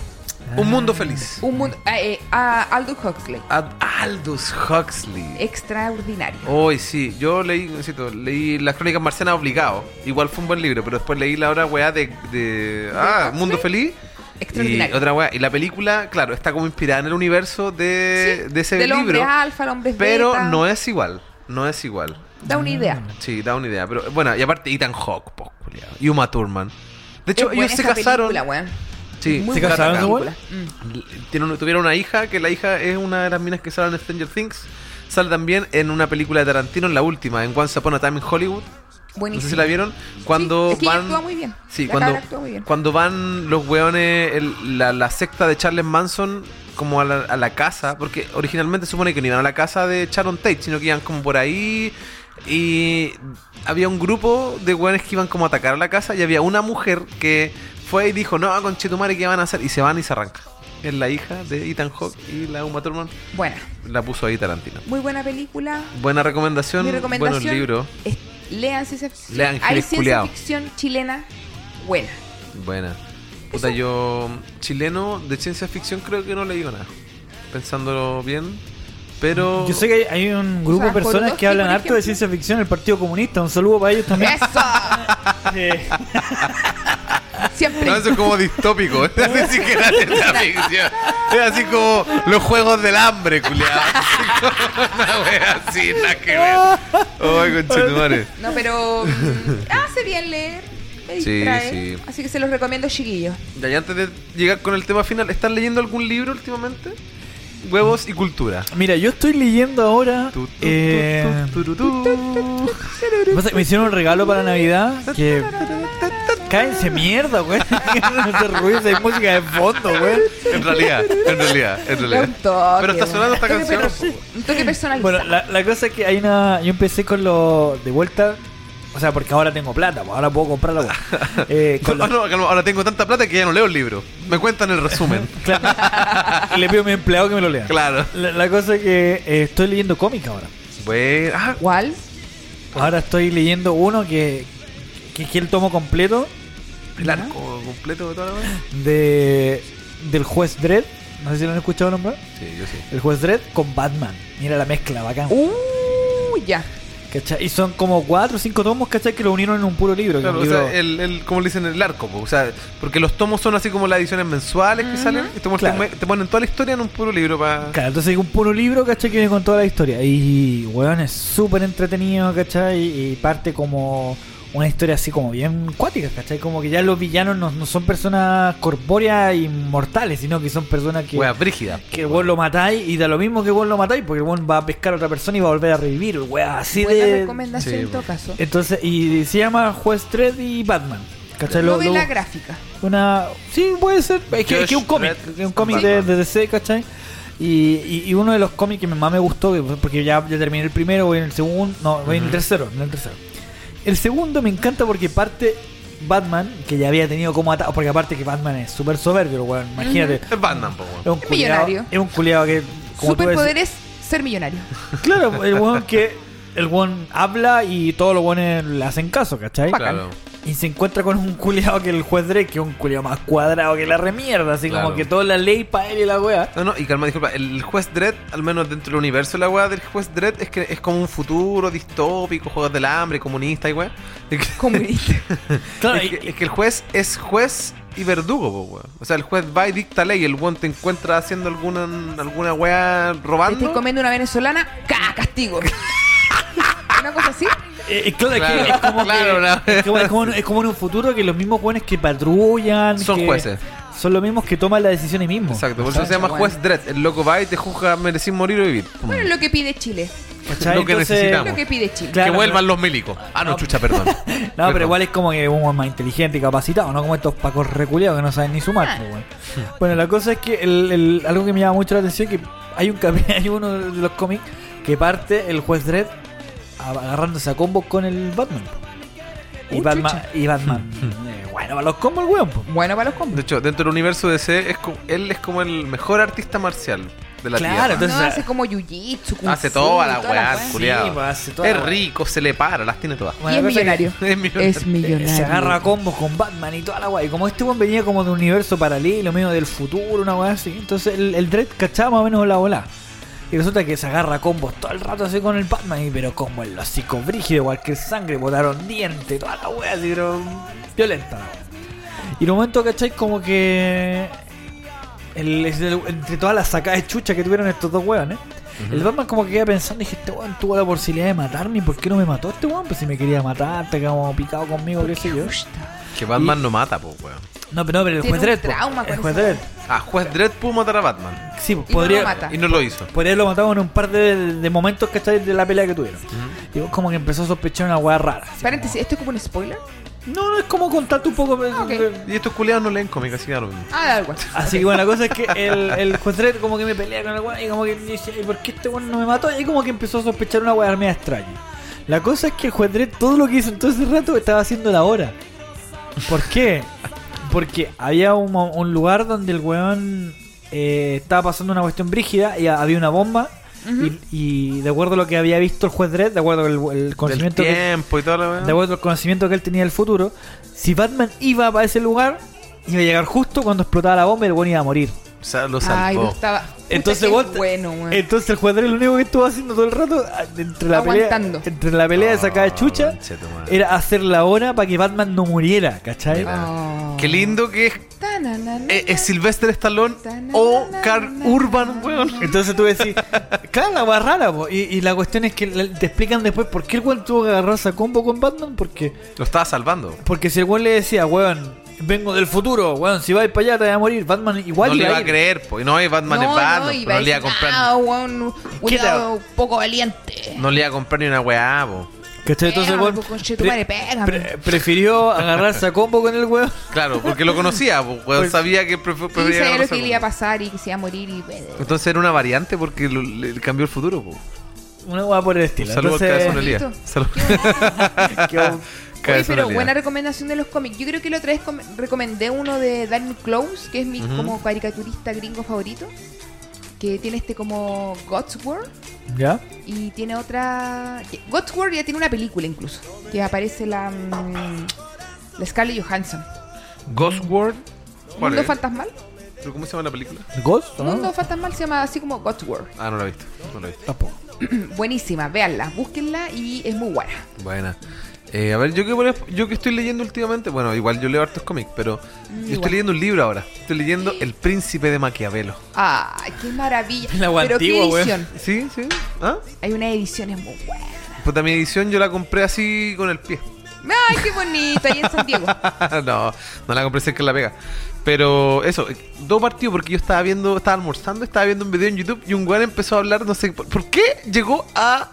Ah.
Un mundo feliz.
un mundo. ah, eh, a Aldous Huxley.
Ad- Aldous Huxley.
Extraordinario.
Hoy sí, yo leí, necesito, leí las crónicas marcianas obligado. Igual fue un buen libro, pero después leí la otra weá de, de- ah,
Huxley?
Mundo Feliz. Y
Extraordinario.
otra weá. Y la película, claro, está como inspirada en el universo de,
Sí,
de ese
del hombre
libro.
alfa, el hombre
Pero
beta.
no es Mm. igual. No es igual.
Da una idea.
Sí, da una idea. Pero bueno, y aparte Ethan Hawke, po, culiao, Y Uma Thurman. De hecho,
Es buena
ellos se
esa
casaron.
película, weón.
sí,
Muy
¿Se
buena
casaron,
película.
weón?
Mm.
Tienen- tuvieron una hija, que la hija es una de las minas que salen en Stranger Things. Sale también en una película de Tarantino, en la última, en Once Upon a Time in Hollywood. No sé
Buenísimo.
si la vieron. Cuando
Sí, es que ella
van.
actúa muy bien.
Sí,
La
cuando,
cabra actúa muy bien.
cuando van los weones, el- la, la secta de Charles Manson, como a la, a la casa, porque originalmente se supone que no iban a la casa de Sharon Tate, sino que iban como por ahí. Y había un grupo de weones que iban como a atacar a la casa y había una mujer que fue y dijo, no, con Chetumare, ¿qué van a hacer? Y se van y se arranca. Es la hija de Ethan Hawke y la Uma Thurman
Buena.
la puso ahí Tarantino.
Muy buena película.
Buena recomendación,
Mi recomendación.
buenos libros.
es- lean ciencia ficción.
Lean
Hay
Giles
ciencia
Culeado.
ficción chilena buena.
Buena. Puta, yo chileno de ciencia ficción creo que no le digo nada. Pensándolo bien. Pero...
Yo sé que hay, hay un grupo
sea,
de personas
Jodorowsky,
que hablan
por
harto de
ejemplo.
ciencia ficción, el Partido Comunista. Un saludo para ellos también.
¡Eso!
Eh,
Siempre.
No, eso es como distópico. Es así que la ciencia ficción. Es así como los juegos del hambre, culiado. Una wea así, nada que ver. Ay, conchetumare.
No, pero mm, hace bien leer. Me
Sí,
distrae.
sí.
Así que se los recomiendo, chiquillos.
Ya, y antes de llegar con el tema final, ¿están leyendo algún libro últimamente? Huevos y cultura.
Mira, yo estoy leyendo ahora.
Tu, tu, tu,
eh,
tu, tu, tu, tu.
pasa que Pues, me hicieron un regalo para Navidad que. Cállense mierda, güey. Ese ruido, esa música de fondo, güey.
En realidad, en realidad, en realidad.
Un toque,
Pero está sonando esta
un toque
canción.
perso- Un toque personalizado.
Bueno, la, la cosa es que hay una. Yo empecé con los. De vuelta. O sea, porque ahora tengo plata, pues, ahora puedo comprar la weá. Eh, con
Ah,
los-
no, acá no, ahora tengo tanta plata que ya no leo el libro. Me cuentan el resumen.
claro. Le pido a mi empleado que me lo lea.
claro.
La, la cosa es que eh, estoy leyendo cómics ahora.
Bueno, ah,
¿Cuál?
Ahora estoy leyendo uno que. que es el tomo completo
el arco completo de toda la wea.
de. del juez Dredd. No sé si lo han escuchado nombrar.
Sí, yo sí.
El juez Dredd con Batman. Mira la mezcla,
Ah.
bacán.
Uh, ya.
¿Cachai? Y son como cuatro o cinco tomos, ¿cachai? Que lo unieron en un puro libro. que
Claro,
un
o
libro-
sea, el, el, como le dicen, el arco. po, O sea, porque los tomos son así como las ediciones mensuales que salen. Y te, muestran-
Claro.
te ponen toda la historia en un puro libro para.
Claro, entonces hay un puro libro, ¿cachai? Que viene con toda la historia. Y, weón, es súper entretenido, ¿cachai? Y parte como una historia así como bien cuática, ¿cachai? Como que ya los villanos no, no son personas corpóreas y mortales, sino que son personas que...
Wea, brígida.
Que vos lo matáis y da lo mismo que vos lo matáis, porque el weón va a pescar a otra persona y va a volver a revivir, weón, así
Buena
de...
recomendación
Sí,
en todo
bueno.
caso.
Entonces, y se llama Juez Dredd y Batman. ¿Cachai? Lo-
Novela
lo-
gráfica.
una. Sí, puede ser. Es que, es que un
Josh
cómic.
Dredd,
es un cómic de,
Batman.
de DC, ¿cachai? Y, y, y uno de los cómics que más me gustó, que- porque ya, ya terminé el primero, voy en el segundo. No, voy en el
Ujú.
tercero. En el tercero. El segundo me encanta porque parte Batman, que ya había tenido como atado. Porque aparte que Batman es súper soberbio, weón. Imagínate.
Es Batman, po, weón.
Es un
Es
culiao-
millonario.
Es un culiado que. como tú decías-
Superpoder es ser millonario.
Claro, el weón que. El weón habla y todos los weones le hacen caso, ¿cachai?
Claro.
Y se encuentra con un culiado que el juez Drake, que es un culiado más cuadrado que la remierda, así
Claro.
como que toda la ley para él y la weá.
No, no, y calma, disculpa. El juez Dredd, al menos dentro del universo de la weá del juez Dredd, es que es como un futuro distópico, juegos del hambre, comunista y weá. Es que,
Comunista.
Claro,
es
y-
que- es que el juez es juez y verdugo, po, weá. O sea, el juez va y dicta ley, el weón te encuentra haciendo alguna, alguna weá
Te estoy
robando.
comiendo una venezolana, ¡ca! Castigo. una cosa así.
Eh, eh, claro, es que
Claro,
es como que-
claro, no.
es como- es como en- es como en un futuro que los mismos jóvenes que patrullan
Son
que-
jueces.
son los mismos que toman las decisiones mismos.
Exacto, por eso se llama
Bueno.
juez Dredd. El loco va y te juzga, merecís morir o vivir. Pum.
Bueno, lo que pide Chile.
¿cachai?
lo que necesitamos.
Lo que pide Chile.
Claro,
que vuelvan
pero-
los milicos. Ah, no, chucha, perdón.
No, pero igual es como que uno es más inteligente y capacitado, no como estos pacos reculeados que no saben ni sumar.
Ah.
pues, weón. Bueno, la cosa es que el- el- algo que me llama mucho la atención es que hay un capi- hay uno de los cómics que parte el juez Dredd a- agarrándose a combos con el Batman. Y
Uh,
Batman,
chucha.
y Batman eh, bueno, para los combos el weón. pues.
Bueno para los
De
combos.
hecho, dentro del universo DC, es co- él es como el mejor artista marcial de la
Claro,
Tierra.
No,
entonces-
hace como jiu-jitsu, kung
Hace
fu,
toda la weá,
weá.
culiao. Culeado.
Sí, pues, hace toda la
Es
weá.
rico, se le para, las tiene todas.
y
Bueno,
es
la cosa que-
millonario.
Es millonario.
Es millonario.
Se agarra a combos con Batman y toda la weá. Y como este weón venía como de un universo paralelo, medio del futuro, una weá así. Entonces el, el Dredd cachaba más o menos la bola. Y resulta que se agarra a combos todo el rato así con el Batman. Y pero como el hocico brígido, cualquier sangre, botaron diente, toda la weá así, pero violenta la weá. Y en un momento, ¿cachai? Como que. el- el- entre todas las sacadas de chucha que tuvieron estos dos weones, el Batman como que queda pensando, dije, este weón tuvo la posibilidad de matarme, ¿y por qué no me mató este weón? Pues si me quería matar, te quedamos picado conmigo, qué sé yo.
Que Batman no mata, pues, weón.
No, pero, no, pero el
Tiene
juez
un
Dredd. po.
trauma con
El juez
esa
Dredd.
Ah, juez Dredd pudo matar a Batman.
Sí, pues,
Y no lo
podría,
mata.
Y no lo hizo.
podría haberlo matado en un par de, de momentos, ¿cachai? De la pelea que tuvieron. Y vos como que empezó a sospechar una weá rara. así
Paréntesis, ¿esto es como un spoiler?
como- No, no, es como contarte un poco.
Ah, ok.
eh,
Y estos culiados no leen cómics, así que da lo mismo.
Ah, da igual.
Así que bueno, la cosa es que el, el juez Dredd como que me pelea con el weón y como que dice, "Ay, por qué este weón no me mató? Y como que empezó a sospechar una weá media extraña. La cosa es que el juez Dredd todo lo que hizo en todo ese rato estaba haciendo la hora. ¿Por qué? Porque había un, mo- un lugar donde el weón eh, estaba pasando una cuestión brígida y ha- había una bomba.
Ujú.
y, y de acuerdo a lo que había visto el juez Dredd, de acuerdo al el
Del
conocimiento que,
tiempo y todo lo
de acuerdo al conocimiento que él tenía del futuro, si Batman iba para ese lugar, iba a llegar justo cuando explotaba la bomba y el weón iba a morir.
O sea, lo
Ay, no
salvó.
estaba. Puta,
Entonces
qué
vos te- eh,
bueno, weón.
Entonces el jugador lo único que estuvo haciendo todo el rato ah, entre la
Aguantando.
pelea, entre la pelea de sacada de
Ah,
chucha
conche tu madre.
era hacer la hora para que Batman no muriera, ¿cachai?
Mira.
Oh.
Qué lindo que es, eh,
Tananana.
eh,
es, es Sylvester Stallone o Carl Urban, weón.
Entonces tú decís, claro, la weá rara, po. Y, y la cuestión es que la- te explican después por qué el weón tuvo que agarrarse a combo con Batman, porque,
Lo estaba salvando.
porque si el weón le decía, weón, vengo del futuro, weón, si vais para allá te vas a morir, Batman igual
no le
iba
iba
a
a
ir.
creer, pues. No, y Batman es Batman.
y
po, No,
va
le iba a
decir,
comprar.
"Ah, weón, un culiao
Quítalo.
poco valiente.
No le iba a comprar ni una weá, po.
¿Cachai? Entonces el
Pégame,
weón
po, conchetumare, pégame.
pre- prefirió agarrarse a combo con el weón.
Claro, porque lo conocía, po, weón.
Pues-
sabía que pref-
Y
prefería
sabía lo
conocerlo.
que le iba a pasar y que se iba a morir y. pues,
Entonces era una variante porque lo- le cambió el futuro, po.
Una weá por el estilo.
Saludos al
Entonces,
cabezón Elías.
listo.
Saludos.
quedó-
Oye,
Cabezón
pero
Elías.
buena recomendación de los cómics. Yo creo que la otra vez com- recomendé uno de Danny Close, que es mi
Ujú.
como caricaturista gringo favorito, que tiene este como God's War
¿Ya?
y tiene otra... que- God's War ya tiene una película incluso, que aparece la, mm, la Scarlett Johansson.
Ghost World. ¿Cuál
¿Mundo
es? Ah.
Fantasmal?
¿Pero ¿Cómo se llama la película?
¿Ghost? Ah. ¿no?
Mundo Fantasmal se llama así como God's War.
Ah, no la he visto. No la he visto.
Tampoco.
Buenísima, véanla, búsquenla y es muy buena.
Buena. Eh, a ver, yo que, bueno, yo que estoy leyendo últimamente, bueno, igual yo leo hartos cómics, pero yo estoy
Mm, igual.
leyendo un libro ahora. Estoy leyendo El Príncipe de Maquiavelo.
¡Ay, qué maravilla!
La
Pero
antigua,
qué
weón.
edición.
¿Sí? ¿Sí? ¿Ah?
Hay una edición, es muy buena.
Pues mi edición yo la compré así con el pie.
¡Ay, qué bonito! Ahí en San Diego.
no, no la compré cerca de la pega. Pero eso, eh, dos partidos porque yo estaba viendo, estaba almorzando, estaba viendo un video en YouTube y un weón empezó a hablar, no sé por, ¿por qué llegó a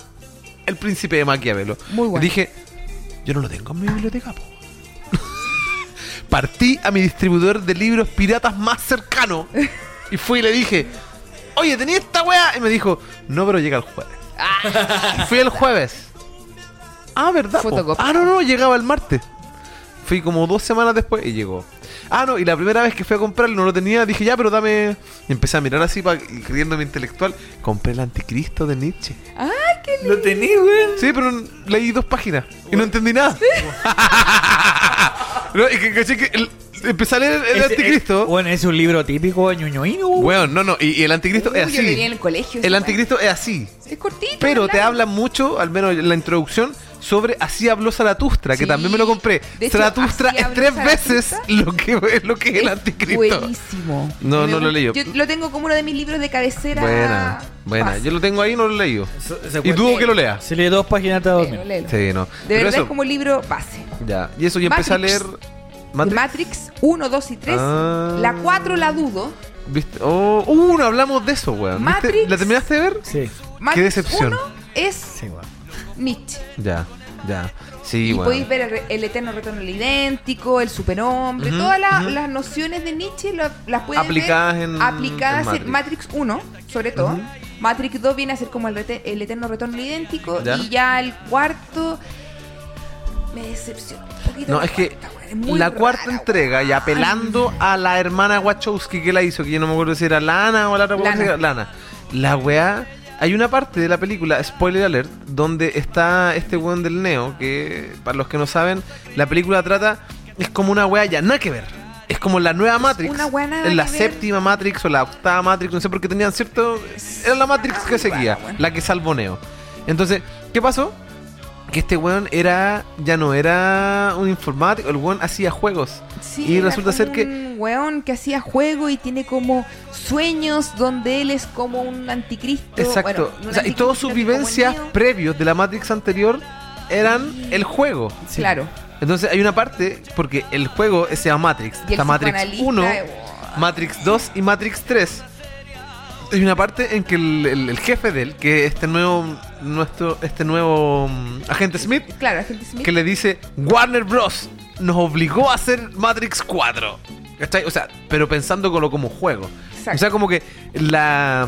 El Príncipe de Maquiavelo.
Muy bueno.
Y dije, yo no lo tengo en mi biblioteca, po". Partí a mi distribuidor de libros piratas más cercano y fui y le dije, oye, tenía esta weá. Y me dijo, no, pero llega el jueves.
Ah,
Fui el jueves. Ah, ¿verdad? po?
Fotocopia.
Ah, no, no, llegaba el martes. Fui como dos semanas después y llegó. Ah, no, y la primera vez que fui a comprarlo no lo tenía, dije ya, pero dame. Y empecé a mirar así, pa- riéndome intelectual. Compré el anticristo de Nietzsche.
¡Ay, qué
Lo tenés, weón.
Sí, pero leí dos páginas y no entendí nada. no, es que caché que el- empecé a leer el
Ese-
anticristo.
eh, Bueno, es un libro típico ñoñoíno, weón.
Bueno, no, no, y, y el anticristo
Uy,
es
Yo leí en
así.
el colegio.
El
esa
anticristo es así.
weá. Es cortito.
Pero te
claro.
habla mucho, al menos en la introducción, sobre Así habló Zaratustra, que
Sí.
también me lo compré.
De hecho,
Zaratustra
Así
es
habló
tres
Zaratustra
veces lo que, es lo que es el anticristo.
Buenísimo.
No, no
Me
lo
gusta.
leí yo.
lo tengo como uno de mis libros de cabecera.
Buena, buena.
Fácil.
Yo lo tengo ahí y no lo he leído.
Se- se
Y
cuenta.
dudo que lo leas.
Se lee dos páginas antes de dormir.
Léelo, léelo.
Sí, no.
De
Pero
verdad
eso,
es como libro base.
ya. Y eso, yo empecé a leer.
Matrix.
Matrix.
Matrix, 1, 2 y 3.
Ah.
La 4 la dudo.
¿Viste? Oh, uh, no hablamos de eso, weón. ¿Viste?
Matrix.
¿La terminaste de ver?
Sí,
Matrix
decepción.
1 es
sí, weón.
Nietzsche.
Ya, ya.
Y,
Sí, weón.
podéis ver el, re- el eterno retorno del idéntico, el superhombre,
Ujú,
todas la-
ujú.
las nociones de Nietzsche lo- las puedes
Aplicadas
ver
en-
aplicadas
en
en Matrix 1, sobre todo.
Ujú.
Matrix 2 viene a ser como el, rete- el eterno retorno del idéntico
Ya.
y ya el cuarto me decepcionó. un poquito
No,
la
es que
cuarta, weón, es muy
la
rara,
cuarta
weón.
entrega, y apelando a la hermana Wachowski que la hizo, que yo no me acuerdo si era Lana o la otra
Lana.
¿cómo se llama? Lana. La weá. Hay una parte de la película, spoiler alert, donde está este weón del Neo, que para los que no saben, la película trata. Es como una weá ya, nada que ver. Es como la nueva Matrix.
una weá nada
es la
que ver.
séptima Matrix o la octava Matrix, no sé por qué tenían cierto. Era la Matrix
Ah,
que seguía,
Rara, weón.
la que salvó Neo. Entonces, ¿qué pasó? que este weón era ya no era un informático, el weón hacía juegos.
Sí,
y
era
resulta
como
ser que
Un weón que hacía juego y tiene como sueños donde él es como un anticristo.
exacto,
bueno, no un
o sea, y todas
anticristo,
sus
sino como el
vivencias
Neo.
previos de la Matrix anterior eran el juego.
Sí.
Claro.
Entonces hay una parte porque el juego se llama Matrix,
Y
está
el
Matrix
psicoanalista,
1,
eh,
Matrix 2 y Matrix 3. Hay una parte en que el, el- el jefe de él, que este nuevo nuestro este nuevo mm, agente Smith
Claro, agente Smith.
que le dice Warner Bros. nos obligó a hacer Matrix 4. ¿Cachai? O sea, pero pensándolo como juego.
Exacto.
O sea, como que la,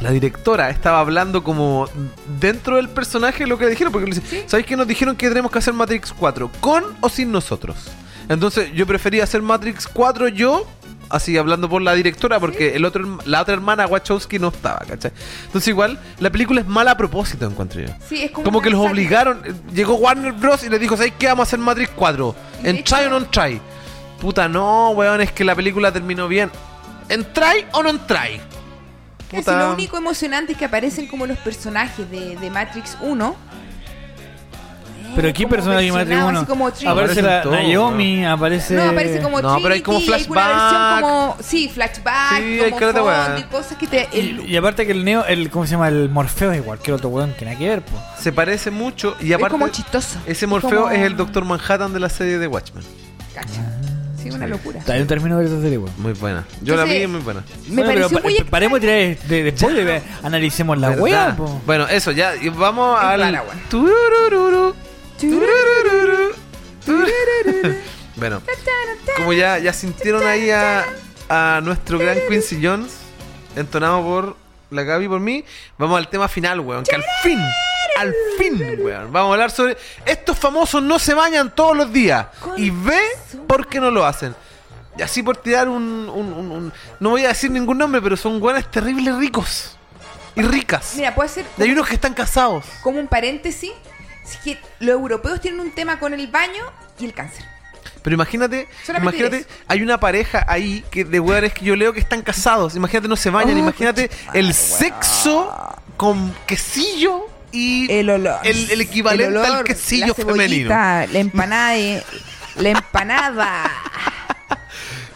la directora estaba hablando como dentro del personaje lo que le dijeron, porque le dice, ¿sabéis qué nos dijeron que tenemos que hacer Matrix 4? ¿Con o sin nosotros? Entonces yo prefería hacer Matrix 4 yo, así hablando por la directora, porque el otro, la otra hermana Wachowski no estaba, ¿cachai? Entonces igual, la película es mala a propósito, encuentro yo.
Sí, es como,
Como
una
que los
sátira.
obligaron. eh, Llegó Warner Bros. y les dijo, ¿sabes qué? Vamos a hacer Matrix 4.
Y de
¿En
hecho-
try o no en try? Puta, no, weón, es que la película terminó bien. ¿En try o no en try?
Que si lo único emocionante es que aparecen como los personajes de, de Matrix 1. Eh,
Pero aquí
como
personaje de Matrix
versionado,
1.
así como Trinity.
Aparece
Aparecen
la
todos,
Naomi, aparece.
No, aparece como
No, pero hay
Trinity,
como
y una
flashback.
versión como, sí, flashback,
Sí, hay
como
caleta
fondo
weá.
y cosas que te...
Y, y aparte que el Neo, el, ¿cómo se llama? El Morfeo es igual que el otro weón que nada que ver, po.
Se parece mucho y
es
aparte.
como chistoso.
ese Morfeo
como-
es el Doctor Manhattan de la serie de Watchmen.
Cacha. Sí, una locura.
Está bien, termino de ver esa serie, weón.
Muy buena. Yo la
Entonces,
vi y muy buena.
Me
Bueno, pero
pareció
pa-
muy
pa- Paremos de tirar de, de spoiler, ve, analicemos la
¿Verdad?
weá, po.
Bueno, eso ya. y Vamos
Es
al.
rara, weón.
Turururu, turururu, turururu. Bueno.
extraña.
Como ya, ya sintieron ahí a, a nuestro gran Quincy Jones, entonado por la Gaby y por mí, vamos al tema final, weón. Que al fin, al fin, weón. Vamos a hablar sobre estos famosos no se bañan todos los días. Y ve por qué no lo hacen. Y así por tirar un, un- un- un- No voy a decir ningún nombre, pero son weones terribles ricos. Y ricas.
Mira, puede ser
Y hay unos que están casados.
como un paréntesis. Es que los europeos tienen un tema con el baño y el cáncer.
Pero imagínate,
Solamente
imagínate,
eso.
hay una pareja ahí que de weones que yo leo que están casados. Imagínate, no se bañan.
Oh,
imagínate el sexo con quesillo y
el olor.
el- el equivalente
El olor,
al quesillo
la
femenino.
cebollita, La empanada de, la empanada.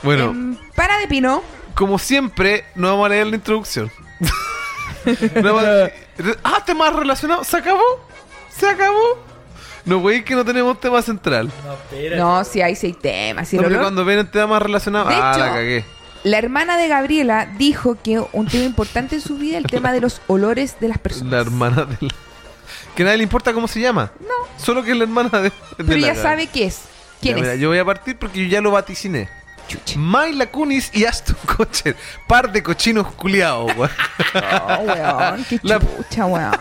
Bueno,
em, Para de pino.
como siempre, no vamos a leer la introducción. No vamos a leer- Ah, temas relacionados. ¿Se acabó? ¿Se acabó? No, güey, que no tenemos tema central.
No, si hay seis temas. si
No,
el
pero
olor-
cuando ven el tema relacionado.
De
Ah,
hecho-
la cagué.
La hermana de Gabriela dijo que un tema importante en su vida es el tema de los olores de las personas.
La hermana de la- Que a nadie le importa cómo se llama.
No,
Solo que es la hermana de. de
pero
la
ya
Gaby.
sabe qué es. ¿Quién
Ya, mira,
es?
yo voy a partir porque yo ya lo vaticiné.
Chucha.
Myla Kunis y Aston Kutcher. Par de cochinos culiados, weón.
Oh, weón, qué
La-
chucha, weón.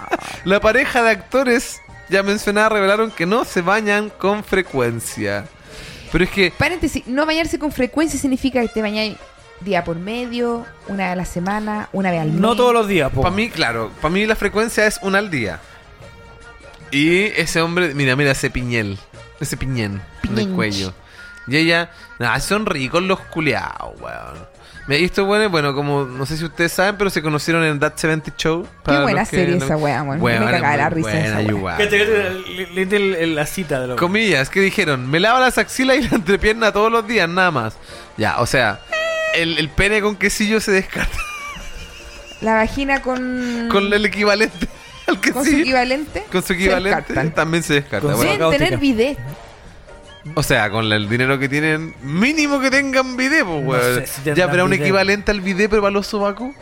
La pareja de actores ya mencionada revelaron que no se bañan con frecuencia. Pero es que...
Paréntesis, no bañarse con frecuencia significa que te bañáis día por medio, una vez a la semana, una vez al mes.
No todos los días, po.
Para mí, claro, para mí la frecuencia es una al día. Y ese hombre, mira, mira ese piñel. Ese piñén en el
Piñench.
cuello. Y ella, nada, son ricos los culiados, weón. Mira, y estos weones, bueno, como no sé si ustedes saben, pero se conocieron en That 70 Show.
Qué
para
buena
los que
serie
no-
esa weá, weón.
Weón,
Me
es
cagaba la
muy
risa esa
buena,
weá.
igual.
Cacha, cacha, le- le- le- la cita de lo
Comillas, que dijeron, me lava las axilas y la entrepierna todos los días, nada más. Ya, o sea, el, el pene con quesillo se descarta
La vagina con.
con el equivalente al
Mm. con su
quesillo.
equivalente.
Con su
se
equivalente
descartan.
también se descarta.
Con
bueno.
Deben tener
cáustica.
bidet.
O sea, con el dinero que tienen, mínimo que tengan bidet, pues,
No
weón.
sé si tendrán
ya, pero un
bidet.
equivalente al bidet, pero para los sobacos.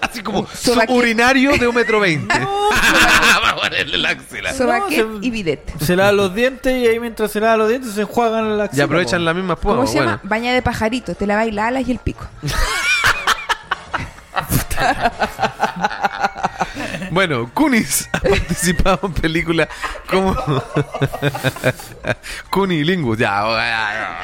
Así como su
Sobaque-
urinario de un metro veinte. Va a ponerle la axila.
Sobaquet
se-
y bidet.
Se lava los dientes y ahí mientras se lava los dientes se enjuagan la
Y
axila.
aprovechan
po.
la misma
¿Cómo
espuma,
se
bueno.
llama? Baña de pajarito. Te la la alas y el pico.
Bueno, Kunis ha participado en películas como Kunilingus. Ya, ya, ya.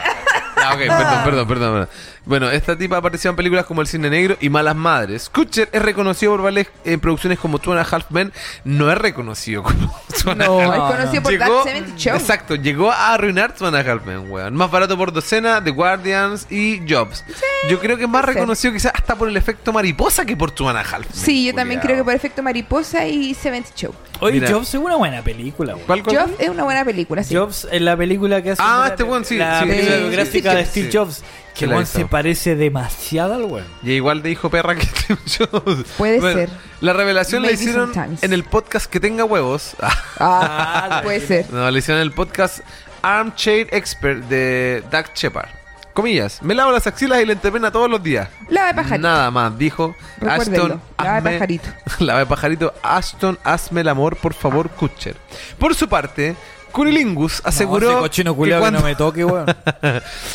Ya, ok, perdón, perdón, perdón, perdón. Bueno, esta tipa ha participado en películas como El Cine Negro y Malas Madres. Kutcher es reconocido por varias eh, producciones como Two and a Half Men. No es reconocido como Two and a
No,
Half
es
no.
conocido por That 70 Show.
Exacto, llegó a arruinar Two and a Half Men, weón. Más barato por docena, The Guardians y Jobs. Yo creo que más
puede ser.
reconocido quizás hasta por el efecto mariposa que por Two and a Half Men.
Sí, yo también creo que
culiao.
por efecto mariposa y 70 Show.
Oye,
Mira.
Jobs es una buena película, weón.
¿Cuál, cuál?
Jobs es una buena película, sí.
Jobs es la película que hace.
Ah,
la-
este weón, sí,
La
sí,
película
sí, sí,
biográfica
sí,
de
sí.
Steve
Sí.
Jobs.
Sí
Que
la he
weón
visto.
se parece demasiado al weón.
Y igual de hijo perra que Steve Jobs.
Puede ser.
La revelación la
Maybe
hicieron
sometimes.
en el podcast que tenga huevos.
Ah,
Ah,
puede
la-
ser.
no, la hicieron en el podcast Armchair Expert de Doug Shepard. Comillas, me lavo las axilas y la entrepena todos los días.
Lava de pajarito.
Nada más, dijo
Recuérdenlo.
Ashton.
Lava de
hazme-
pajarito.
Lava de pajarito. Ashton, hazme el amor, por favor, Kutcher. Por su parte, Cunilingus aseguró
ese cochino
que
culiao que,
cuando,
no me toque, weón.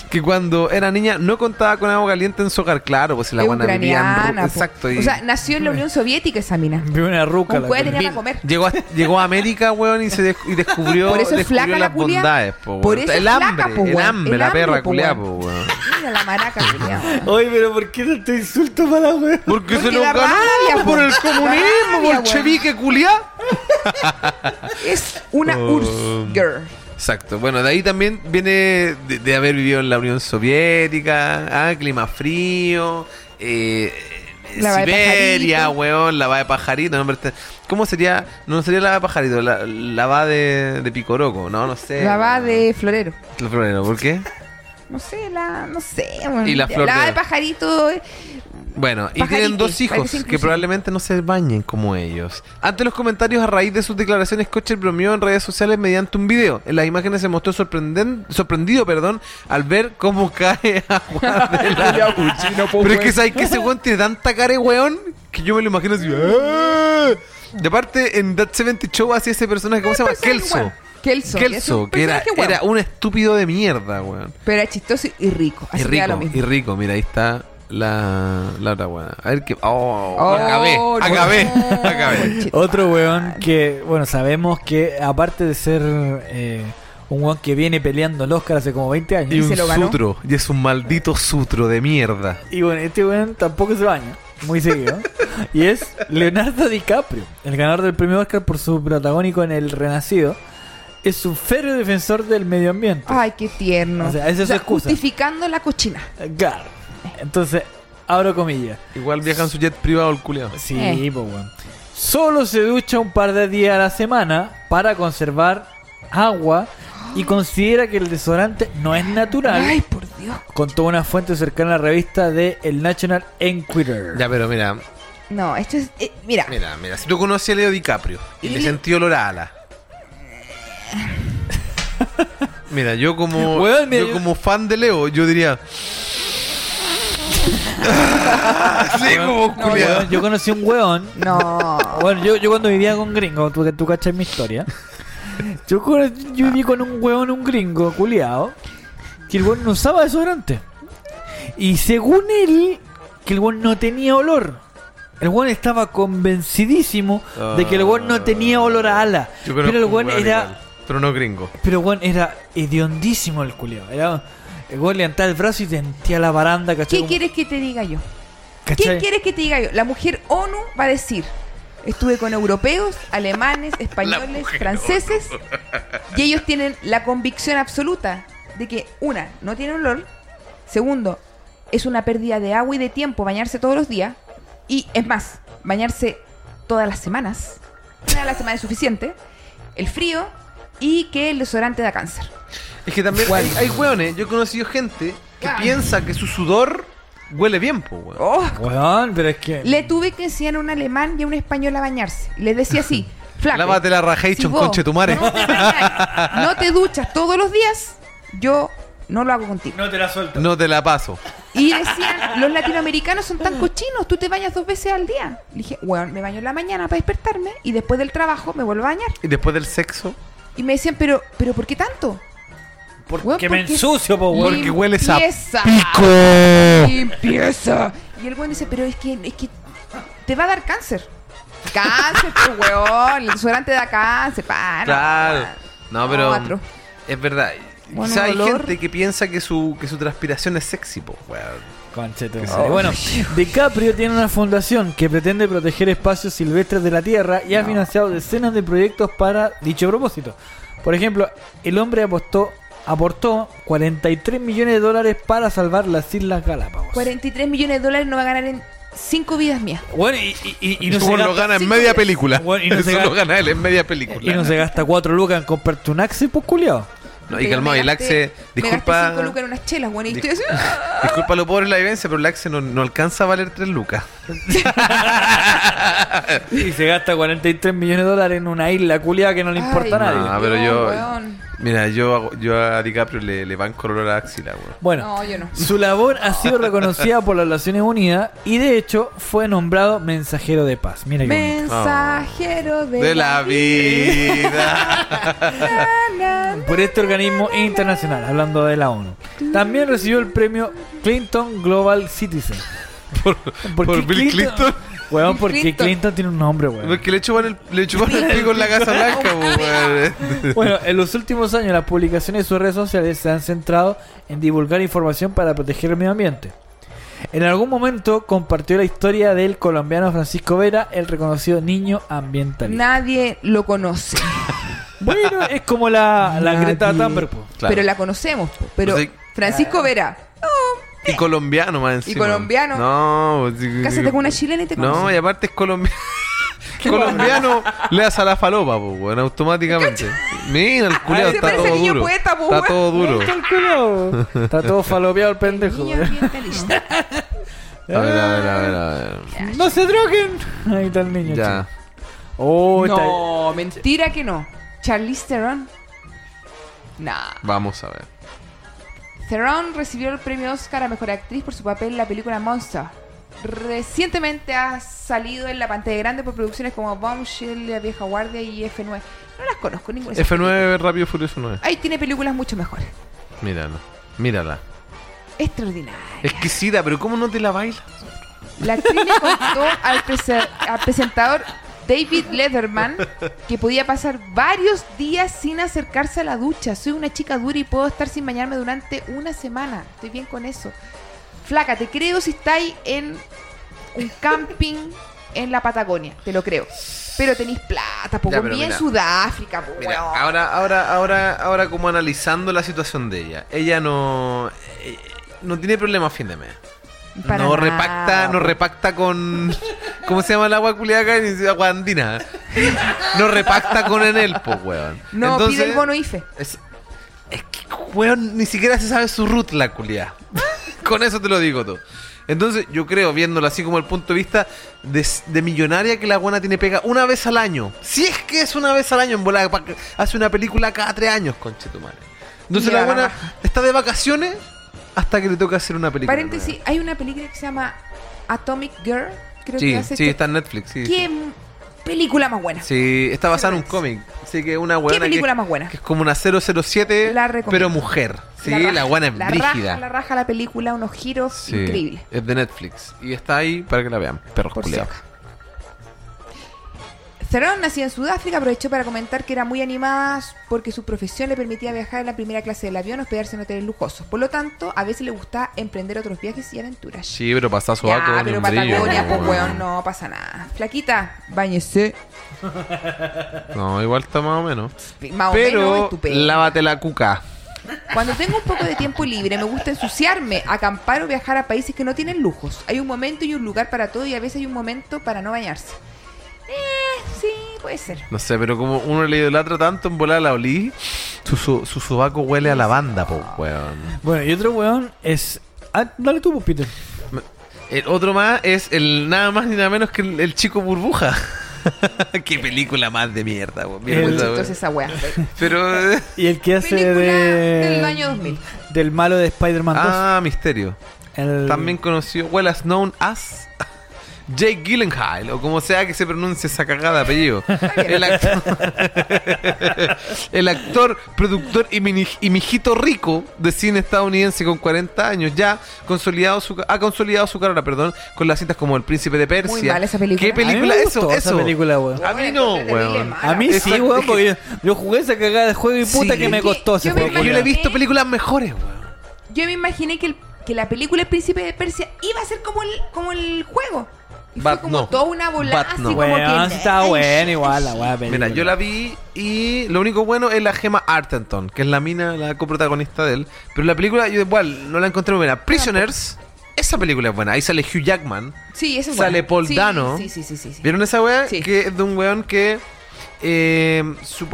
que cuando era niña no contaba con agua caliente en su hogar. Claro, pues si la
es
guana vivía en Ru-
ucraniana. po.
Exacto. y-
O sea, nació en la Unión Soviética esa mina.
Vi una ruca.
Con
la
cueva
culiao.
tenía para comer.
Llegó a, llegó a América, weón, y se des- y descubrió,
Por eso es
descubrió
flaca la
las
culia.
bondades, po, weón.
Por eso es
el
flaca,
hambre,
po,
el
weón.
hambre,
El
la
hambre,
perra
po,
culia,
weón.
po, weón.
Mira la maraca, culiao.
Oye, pero ¿por qué tanto insulto para la weón?
Porque, se
Porque
lo
da
ganó
rabia, po.
por el
Da
comunismo,
rabia,
bolchevique culia.
Es una
Oh.
URSS girl.
Exacto, bueno, de ahí también viene de, de haber vivido en la Unión Soviética, ah, clima frío, eh, eh,
Lava de
Siberia,
pajarito.
weón, lava de pajarito, no, hombre, este- ¿cómo sería? No sería lava de pajarito, la, lava de, de picoroco, no, no sé.
La va de florero.
Lo primero, ¿por qué?
No sé, la. No sé, weón.
Y la flor de-
de pajarito. eh.
Bueno, y
Pajarito,
tienen dos hijos
parece
que
inclusive.
probablemente no se bañen como ellos. Ante los comentarios a raíz de sus declaraciones, Kocher bromeó en redes sociales mediante un video. En las imágenes se mostró sorprenden- sorprendido perdón, al ver cómo cae agua de la Pero es que sabes que ese weón tiene tanta cara de weón que yo me lo imagino así. ¡ah! De parte, en That 70 Show hacía ese personaje, ¿cómo se llama?
Personaje
Kelso.
weón. Kelso.
Kelso, que era, era un estúpido de mierda, weón.
Pero era chistoso y rico.
Y
Así que da lo
rico, y
mismo.
rico, mira, ahí está la, la otra weá. A ver qué. Oh,
Oh,
acabé,
no.
acabé, acabé.
Conchito.
Otro weón que, bueno, sabemos que aparte de ser eh, un weón que viene peleando el Oscar hace como 20 años.
Y
Y,
un
se lo ganó?
sutro, y es un maldito sutro de mierda.
bueno, este weón tampoco se baña, muy seguido. y es Leonardo DiCaprio, el ganador del premio Oscar por su protagónico en El Renacido. Es un férreo defensor del medio ambiente.
Ay, qué tierno.
O sea, esa es su excusa.
Justificando la cochina.
Claro. Entonces, abro comillas.
Igual viaja en su jet privado el culiao.
Sí,
Eh.
po, weón. Solo se ducha un par de días a la semana para conservar agua y considera que el desodorante no es natural.
Ay, por Dios.
Contó una fuente cercana a la revista de El National Enquirer.
Ya, pero mira,
No, esto es. eh, mira,
mira, mira. Si tú conoces a Leo DiCaprio y le
Y-
sentí olor a ala. Mira, yo como
Weón, mira,
yo
yo-
como fan de Leo, yo diría. sí, como
no,
culiao.
Weón, yo conocí un weón.
no.
Bueno, yo, yo cuando vivía con gringo, tú, tú cachas mi historia. Yo, cono- yo viví con un weón, un gringo, culiao, que el weón no usaba desodorante. Y según él, que el weón no tenía olor. El weón estaba convencidísimo de que el weón no tenía olor a ala.
Yo
Pero
conozco
el
un
weón
weón
era...
igual, pero no gringo.
Pero weón, era hediondísimo el culiao. Era, el weón levantaba el brazo y tentía la baranda, ¿cachai?
¿Qué
Como-
quieres que te diga yo?
¿cachai?
¿Qué quieres que te diga yo? La mujer ONU va a decir. Estuve con europeos, alemanes,
La
españoles,
mujer,
franceses. Y ellos tienen la convicción absoluta de que, una, no tiene olor. Segundo, es una pérdida de agua y de tiempo bañarse todos los días. Y es más, bañarse todas las semanas. Una a la semana es suficiente. El frío y que el desodorante da cáncer.
Es que también
¿Cuál?
hay, hay hueones, yo he conocido gente que
Ah.
piensa que su sudor huele bien, po, weón.
¡Oh!
Weón, pero es que.
Le tuve que enseñar a un alemán y a un español a bañarse. Y Les decía así, flaco.
Lávate la rajeichon,
vos
conchetumare.
No te, bañas, no te duchas todos los días, yo no lo hago contigo.
No te la suelto.
No te la paso.
Y decían, los latinoamericanos son tan cochinos, tú te bañas dos veces al día. Le dije, bueno, me baño en la mañana para despertarme y después del trabajo me vuelvo a bañar.
Y después del sexo,
Y me decían, pero, pero ¿por qué tanto? Weón,
Que me
porque-
ensucio, po, weón.
Porque hueles a
Limpieza. Limpieza. Y el weón dice, pero es que, es que te va a dar cáncer. Cáncer, tu weón. El desodorante da cáncer. Para.
Claro. No, pero
cuatro.
es verdad.
Bueno,
Quizá hay
olor.
gente que piensa que su, que su transpiración es sexy, po, weón.
Conchete.
Que
madre.
se-
Bueno, DiCaprio tiene una fundación que pretende proteger espacios silvestres de la Tierra y ha financiado decenas de proyectos para dicho propósito. Por ejemplo, el hombre apostó, aportó 43 millones de dólares para salvar las Islas Galápagos.
43 millones de dólares no va a ganar en cinco vidas mías.
Bueno, y, y- y- y no
Eso
se
lo
gasta-
gana en
cinco
media
veces.
película.
Bueno, y no se
Eso lo
gasta-
gana él en media película.
y no se gasta 4 lucas en comprarte un Axi, pues culiao.
No, y calmado, y el Axe,
Me gasté cinco
disculpa,
lucas en unas chelas, weón. Y
Dis-
estoy así.
disculpa lo pobre la vivencia, pero el Axe no, no alcanza a valer tres lucas.
Y se gasta 43 millones de dólares en una isla culiao que no le importa a
Ay,
nadie.
No, Ah, pero yo-
weón.
Mira, yo, hago- yo a DiCaprio le, le banco el olor a axila, weón.
Bueno,
No, yo no.
Su labor ha sido reconocida por las Naciones Unidas y de hecho fue nombrado mensajero de paz. Mira qué bonito.
Mensajero de,
Ah. De la vida.
vida.
Por este organismo internacional, hablando de la ONU. También recibió el premio Clinton Global Citizen.
por, por Bill Clinton.
Weón,
Bill
porque
Clinton.
Clinton. tiene un nombre, weón.
Porque le chupan el, le chupan el pico en la Casa Blanca, po, weón.
Bueno, en los últimos años las publicaciones de sus redes sociales se han centrado en divulgar información para proteger el medio ambiente. En algún momento compartió la historia del colombiano Francisco Vera, el reconocido niño ambientalista.
Nadie lo conoce.
Bueno, es como la, la
Nadie.
Greta Thunberg, po.
Claro. Pues
Pero la conocemos. po. Pero
No sé.
Francisco Vera,
Y colombiano, más encima.
colombiano.
No. pues, sí,
cásate con una chilena y te conoces.
No, y aparte es colombiano. colombiano le das a la falopa, pues, weón, automáticamente. Mira, el culiado
Se
está
parece
todo
niño
duro.
poeta, po,
Está
weón.
todo duro.
Está el culo. Está todo falopeado el pendejo. eh.
Niño ambientalista.
A ver, a ver, a ver, a ver.
Ah,
¡No se droguen! Ahí está el niño.
Ya.
chico. Oh, está-
no, mentira que no. Charlize Theron. Nah.
Vamos a ver.
Theron recibió el premio Oscar a Mejor Actriz por su papel en la película Monster. Recientemente ha salido en la pantalla grande por producciones como Bombshell, La Vieja Guardia y F9. No las conozco ninguna. de esas películas.
F9, Rápido y Furioso 9.
Ahí tiene películas mucho mejores.
Mírala. Mírala.
Extraordinaria.
Exquisita, pero ¿cómo no te la bailas?
La actriz le contó al, prese- al presentador David Letterman que podía pasar varios días sin acercarse a la ducha. Soy una chica dura y puedo estar sin bañarme durante una semana. Estoy bien con eso. Flaca, te creo si estáis en un camping en la Patagonia. Te lo creo. Pero tenéis plata, po,
Ya,
weón.
pero
Viví en
mira.
Sudáfrica, po,
Mira, ah,
weón.
ahora, ahora, ahora, ahora como analizando la situación de ella. Ella no... eh, no tiene problema a fin de mes.
Para
no
nada,
repacta, no
po.
repacta con. ¿Cómo se llama el agua culiaca? Agua andina. No repacta con Enel, po, weón.
No
Entonces,
pide el bono IFE.
Es, es que, weón, ni siquiera se sabe su root la culiá. con eso te lo digo tú. Entonces, yo creo, viéndolo así como el punto de vista de, s- de millonaria, que la guana tiene pega una vez al año. Si es que es una vez al año en volada, pa- hace una película cada tres años, conchetumare. Entonces,
Ya,
la buena
baja.
está de vacaciones hasta que le toca hacer una película.
Paréntesis, hay una película que se llama Atomic Girl. Creo que
Sí,
hace este
sí,
que-
está en Netflix. Sí,
¿Qué
sí.
m- película más buena?
Sí, está basada en un cómic. Así que una
¿Qué
buena.
película
que,
más buena?
que es como una 007,
La recomiendo.
pero mujer. Sí,
raja,
la buena es
la
brígida.
Raja, la raja la película, unos giros
Sí,
increíbles.
Es de Netflix. Y está ahí para que la vean. Perros
Por si
culiados.
acaso. Sharon, nacida en Sudáfrica, aprovechó para comentar que era muy animada porque su profesión le permitía viajar en la primera clase del avión o hospedarse en hoteles lujosos. Por lo tanto, a veces le gusta emprender otros viajes y aventuras.
Sí, pero pasás su
Ya, pero Patagonia, pues,
no,
weón, no pasa nada. Flaquita, bañese.
No, igual está más o menos.
Más o menos
pero
estupendo.
lávate la cuca.
Cuando tengo un poco de tiempo libre, me gusta ensuciarme, acampar o viajar a países que no tienen lujos. Hay un momento y un lugar para todo y a veces hay un momento para no bañarse. Eh, sí, puede ser.
No sé, pero como uno le idolatra tanto en volar a la Oli, su, su, su sobaco huele a lavanda, po, weón.
Bueno, y otro weón es. Ah, dale tú, pues, Peter.
El otro más es el nada más ni nada menos que el, el chico burbuja. Qué película más de mierda, weón. Mira,
El-
puta, weón.
Entonces esa weá.
Pero. eh,
Y el que hace
Película
de.
del año 2000.
Del malo de Spider-Man 2.
ah, misterio.
El-
También conocido, well as known as Jake Gyllenhaal, o como sea que se pronuncie esa cagada de apellido. El actor, el actor, productor y, mini- y mijito rico de cine estadounidense con 40 años, ya consolidado su, ca- ha consolidado su carrera, perdón, con las citas como El Príncipe de Persia.
Muy mala esa película.
¿Qué película?
A mí me
eso,
gustó
eso.
Esa película, weón.
A mí no, weón.
A mí
Esa-
sí, weón,
es que-
porque yo, yo jugué esa cagada de juego y
Sí.
puta que
Es
me
que
costó ese
yo me
juego.
Yo le he
imagino-
culiao.
visto películas mejores, weón.
Yo me imaginé que, el- que la película El Príncipe de Persia iba a ser como el, como el juego. Y
But
fue como
no.
toda una volada
But
así
no.
como
Weón,
que...
está
Ay,
bueno igual la weá película.
Mira, yo la vi y lo único bueno es la gema Artenton, que es la mina, la coprotagonista de él. Pero la película, yo igual, no la encontré muy buena. Prisoners, esa película es buena. Ahí sale Hugh Jackman.
Sí, eso es
Sale
bueno.
Paul
Sí,
Dano.
Sí, sí, sí, sí. sí.
¿Vieron esa weá?
Sí.
Que es de un weón que eh,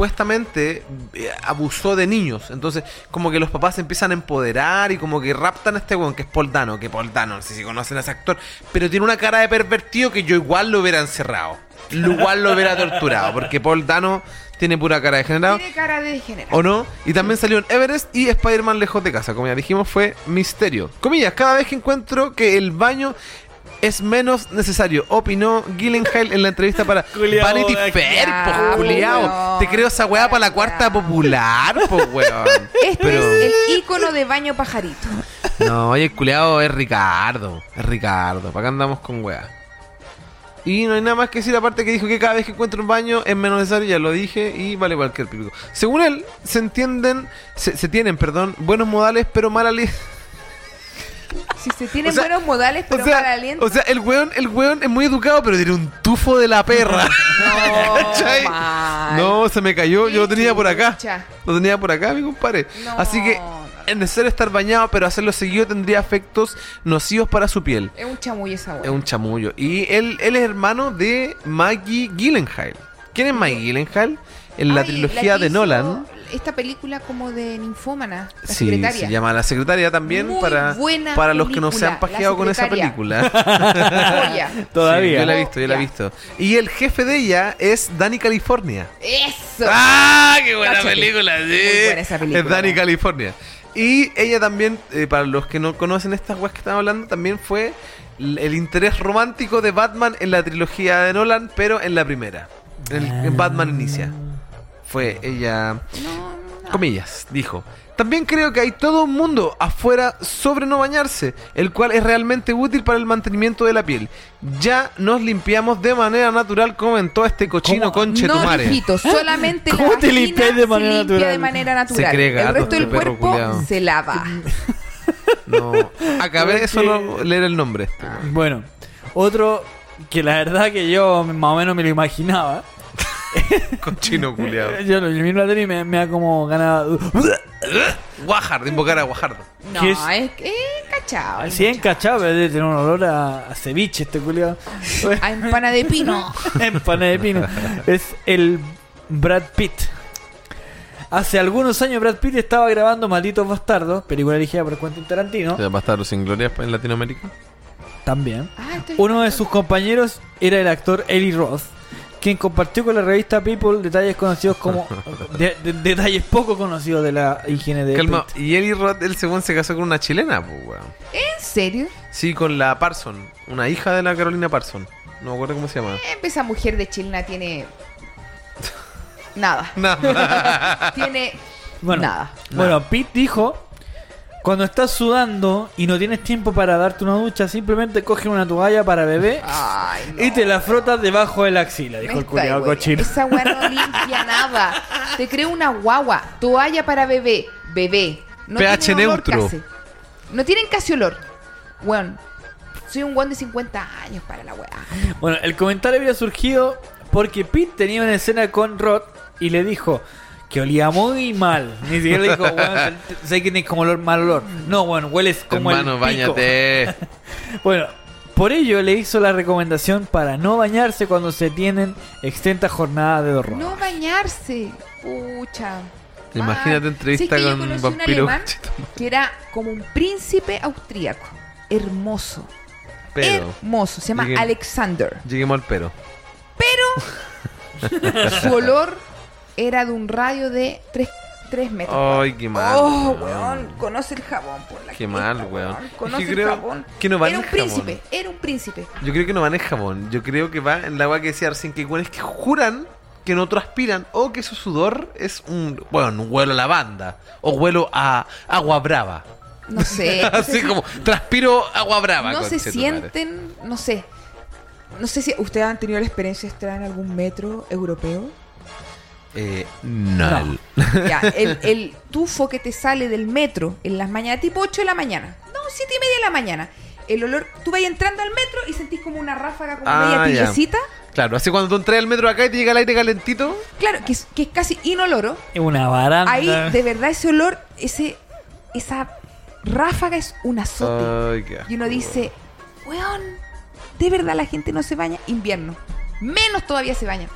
supuestamente eh, abusó de niños. Entonces, como que los papás se empiezan a empoderar y como que raptan a este weón, que es Paul Dano, que Paul Dano, no sé si conocen a ese actor, pero tiene una cara de pervertido que yo igual lo hubiera encerrado. Lo Igual lo hubiera torturado, porque Paul Dano tiene pura cara de generado.
Tiene cara de degenerado.
¿O no? Y también salió en Everest y Spider-Man lejos de casa. Como ya dijimos, fue misterio. Comillas, cada vez que encuentro que el baño es menos necesario, opinó Gyllenhaal en la entrevista para
Culeado,
Vanity
weón.
Fair,
Ya,
po, culeado.
weón.
Te creo esa weá para la cuarta popular, po, weón.
Este
Pero-
es el ícono de baño pajarito.
No, oye, el culeado es Ricardo. Es Ricardo. ¿Para qué andamos con weá? Y no hay nada más que decir, aparte que dijo que cada vez que encuentra un baño es menos necesario, ya lo dije, y vale cualquier pico. Según él, se entienden, se, se tienen, perdón, buenos modales, pero mal aliento.
Si se tienen
O sea,
buenos modales, pero
o sea,
mal aliento.
O sea, el weón, el weón es muy educado, pero tiene un tufo de la perra. ¿Cachai?
no, Este mal.
No, se me cayó, yo lo
Sí,
tenía por acá.
chucha.
Lo tenía por acá, mi compadre.
No,
Así que
no, no.
es necesario estar bañado, pero hacerlo seguido tendría efectos nocivos para su piel.
Es un chamuy esa
Es
weá.
un chamullo. Y él, él es hermano de Maggie Gyllenhaal. ¿Quién es Maggie Gyllenhaal? En la
Ay,
trilogía
que
de
hizo
Nolan.
Esta película como de ninfómana. La
Sí,
secretaria.
se llama La Secretaria también
Muy
para,
buena
para los que no se
película,
han pajeado
La
con esa
Secretaria.
película.
Joya.
Sí, yo la
Todavía.
he visto, yo la he
Ya.
visto. Y el jefe de ella es Danny California.
Eso.
¡Ah! ¡Qué buena
Cáchate.
película! sí.
Muy buena esa película,
Es Danny
weón.
California. Y ella también, eh, para los que no conocen estas weas que estamos hablando, también fue l- el interés romántico de Batman en la trilogía de Nolan, pero en la primera. En, el- en Batman Inicia. Fue ella.
No, no.
Comillas, dijo. También creo que hay todo un mundo afuera sobre no bañarse, el cual es realmente útil para el mantenimiento de la piel. Ya nos limpiamos de manera natural, comentó este cochino
¿Cómo?
conche tu
No,
madre.
hijito, solamente la
¿Cómo te
vagina
limpias de
se
manera
limpia
natural?
de manera natural.
cree gato
el resto
este
del
perro
cuerpo
culiao.
se lava.
No, Ah. acabé de
Porque-
solo leer el nombre.
Bueno, otro que la verdad que yo más o menos me lo imaginaba.
Cochino culiado.
Yo lo yo miro la tele y me, me da como ganado.
Guajardo, invocar a Guajardo.
No,
¿Qué es?
es, eh, es cachado.
Así encachado, pero debe tener un olor a, a ceviche este culiado.
A empana de pino.
Empana de pino. Es el Brad Pitt. Hace algunos años Brad Pitt estaba grabando Malditos Bastardos, película dirigida por Quentin Tarantino.
Bastardo sin gloria en Latinoamérica?
También.
Ah, estoy-
Uno de sus compañeros era el actor Eli Roth, quien compartió con la revista People detalles conocidos como de- de- detalles poco conocidos de la higiene de
Calma,
Pitt.
y Eli Roth, el segundo se casó con una chilena, pues, weón.
¿En serio?
Sí, con la Parson, una hija de la Carolina Parson. No me acuerdo cómo se llama.
Eh, Esa mujer de Chilna tiene. Nada.
Nada.
Tiene.
Bueno,
Nada.
bueno Pitt dijo Cuando estás sudando y no tienes tiempo para darte una ducha, simplemente coges una toalla para bebé
Ay, no.
y te la frotas debajo de la axila,
Me
dijo el
estáis
culiado
hueviando.
cochino.
Esa weá no limpia nada. Te creo una guagua. Toalla para bebé. Bebé. No
pH
tienen olor
neutro.
casi. No tienen casi olor. Weón. Soy un weón de 50 años para la weá.
Bueno, el comentario había surgido porque Pete tenía una escena con Rod y le dijo que olía muy mal. Ni siquiera le dijo, bueno, sé que tienes como olor, mal olor. No, bueno, hueles como
Hermano,
el pico.
bañate.
Bueno, por ello le hizo la recomendación para no bañarse cuando se tienen extensas jornadas de horror.
No bañarse. Pucha.
Imagínate
Mal.
entrevista
Si es que yo
con
conocí un
vampiro.
alemán Que era como un príncipe austríaco. Hermoso.
Pero.
Hermoso. Se llama
Llegué-
Alexander.
Lleguemos al pero.
Su olor era de un radio de 3, metros.
Ay, qué mal.
Oh, weón, conoce el jabón por la
Qué
cresta,
mal, weón.
Conoce
Yo
el
creo
jabón.
que no vale
era un
el jabón.
príncipe, era un príncipe.
Yo creo que no van en jabón. Yo creo que va en la agua que decía recién que hueones que juran que no transpiran o que su sudor es un, bueno, un huelo a lavanda o huelo a agua brava.
No sé. no sé
Así
si-
como transpiro agua brava.
No se
Ah, conchetumare.
sienten, no sé. No sé si ustedes han tenido la experiencia de estar en algún metro europeo.
Eh, no.
No.
Ya, el, el tufo que te sale del metro en las mañanas, tipo 8 de la mañana. No, 7 y media de la mañana. El olor, tú vas entrando al metro y sentís como una ráfaga, como
Ah,
media
ya.
tibiecita.
Claro, así cuando tú entras al metro acá y te llega el aire calentito.
Claro, que es- que es casi inoloro.
Es Una baranda.
Ahí, de verdad, ese olor, ese, esa ráfaga es un azote.
Ay, qué asco.
y uno dice, weón, de verdad la gente no se baña invierno. Menos todavía se baña.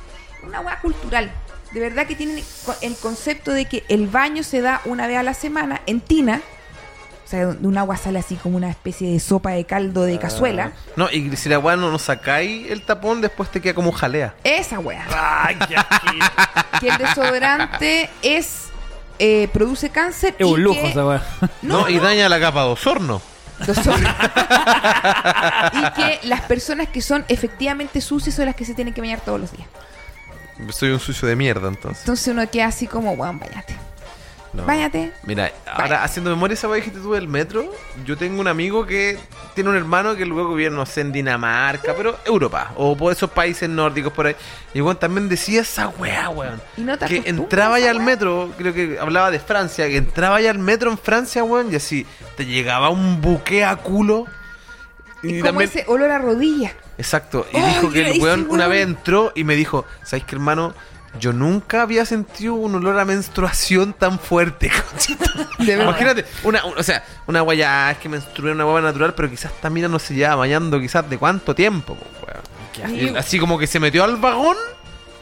Una weá cultural. De verdad que tienen co- el concepto de que el baño se da una vez a la semana en tina. O sea, donde un agua sale así como una especie de sopa de caldo de cazuela.
No, y si la agua no, no sacáis el tapón, después te queda como jalea.
Esa weá. Que el desodorante es... eh, produce cáncer.
Es un
y
lujo
que-
esa weá.
No, y daña la capa de osorno.
Los hombres. y que las personas que son efectivamente sucias son las que se tienen que bañar todos los días.
Soy un sucio de mierda entonces.
Entonces uno queda así como, weón, bañate.
No.
Báñate.
Mira, ahora haciendo memoria esa weá que dijiste tú del metro, yo tengo un amigo que tiene un hermano que luego vive, no sé, en Dinamarca, pero Europa, o por esos países nórdicos por ahí. Y weón también decía esa weá, weón.
Y no te
que
acostumbras
entraba
a
ya al
weá.
metro, creo que hablaba de Francia, que entraba ya al metro en Francia, weón, y así te llegaba un buque a culo.
Y como ese olor a rodilla.
Exacto. Y
Ay,
dijo que el
ese
weón una
weón.
vez entró y me dijo, ¿sabes qué, hermano? Yo nunca había sentido un olor a menstruación tan fuerte. conchito". Imagínate, una, un- o sea, una guaya es que menstrué una guava natural, pero quizás esta mina no se lleva bañando quizás de cuánto tiempo, po, weón. Y
Amigo.
así como que se metió al vagón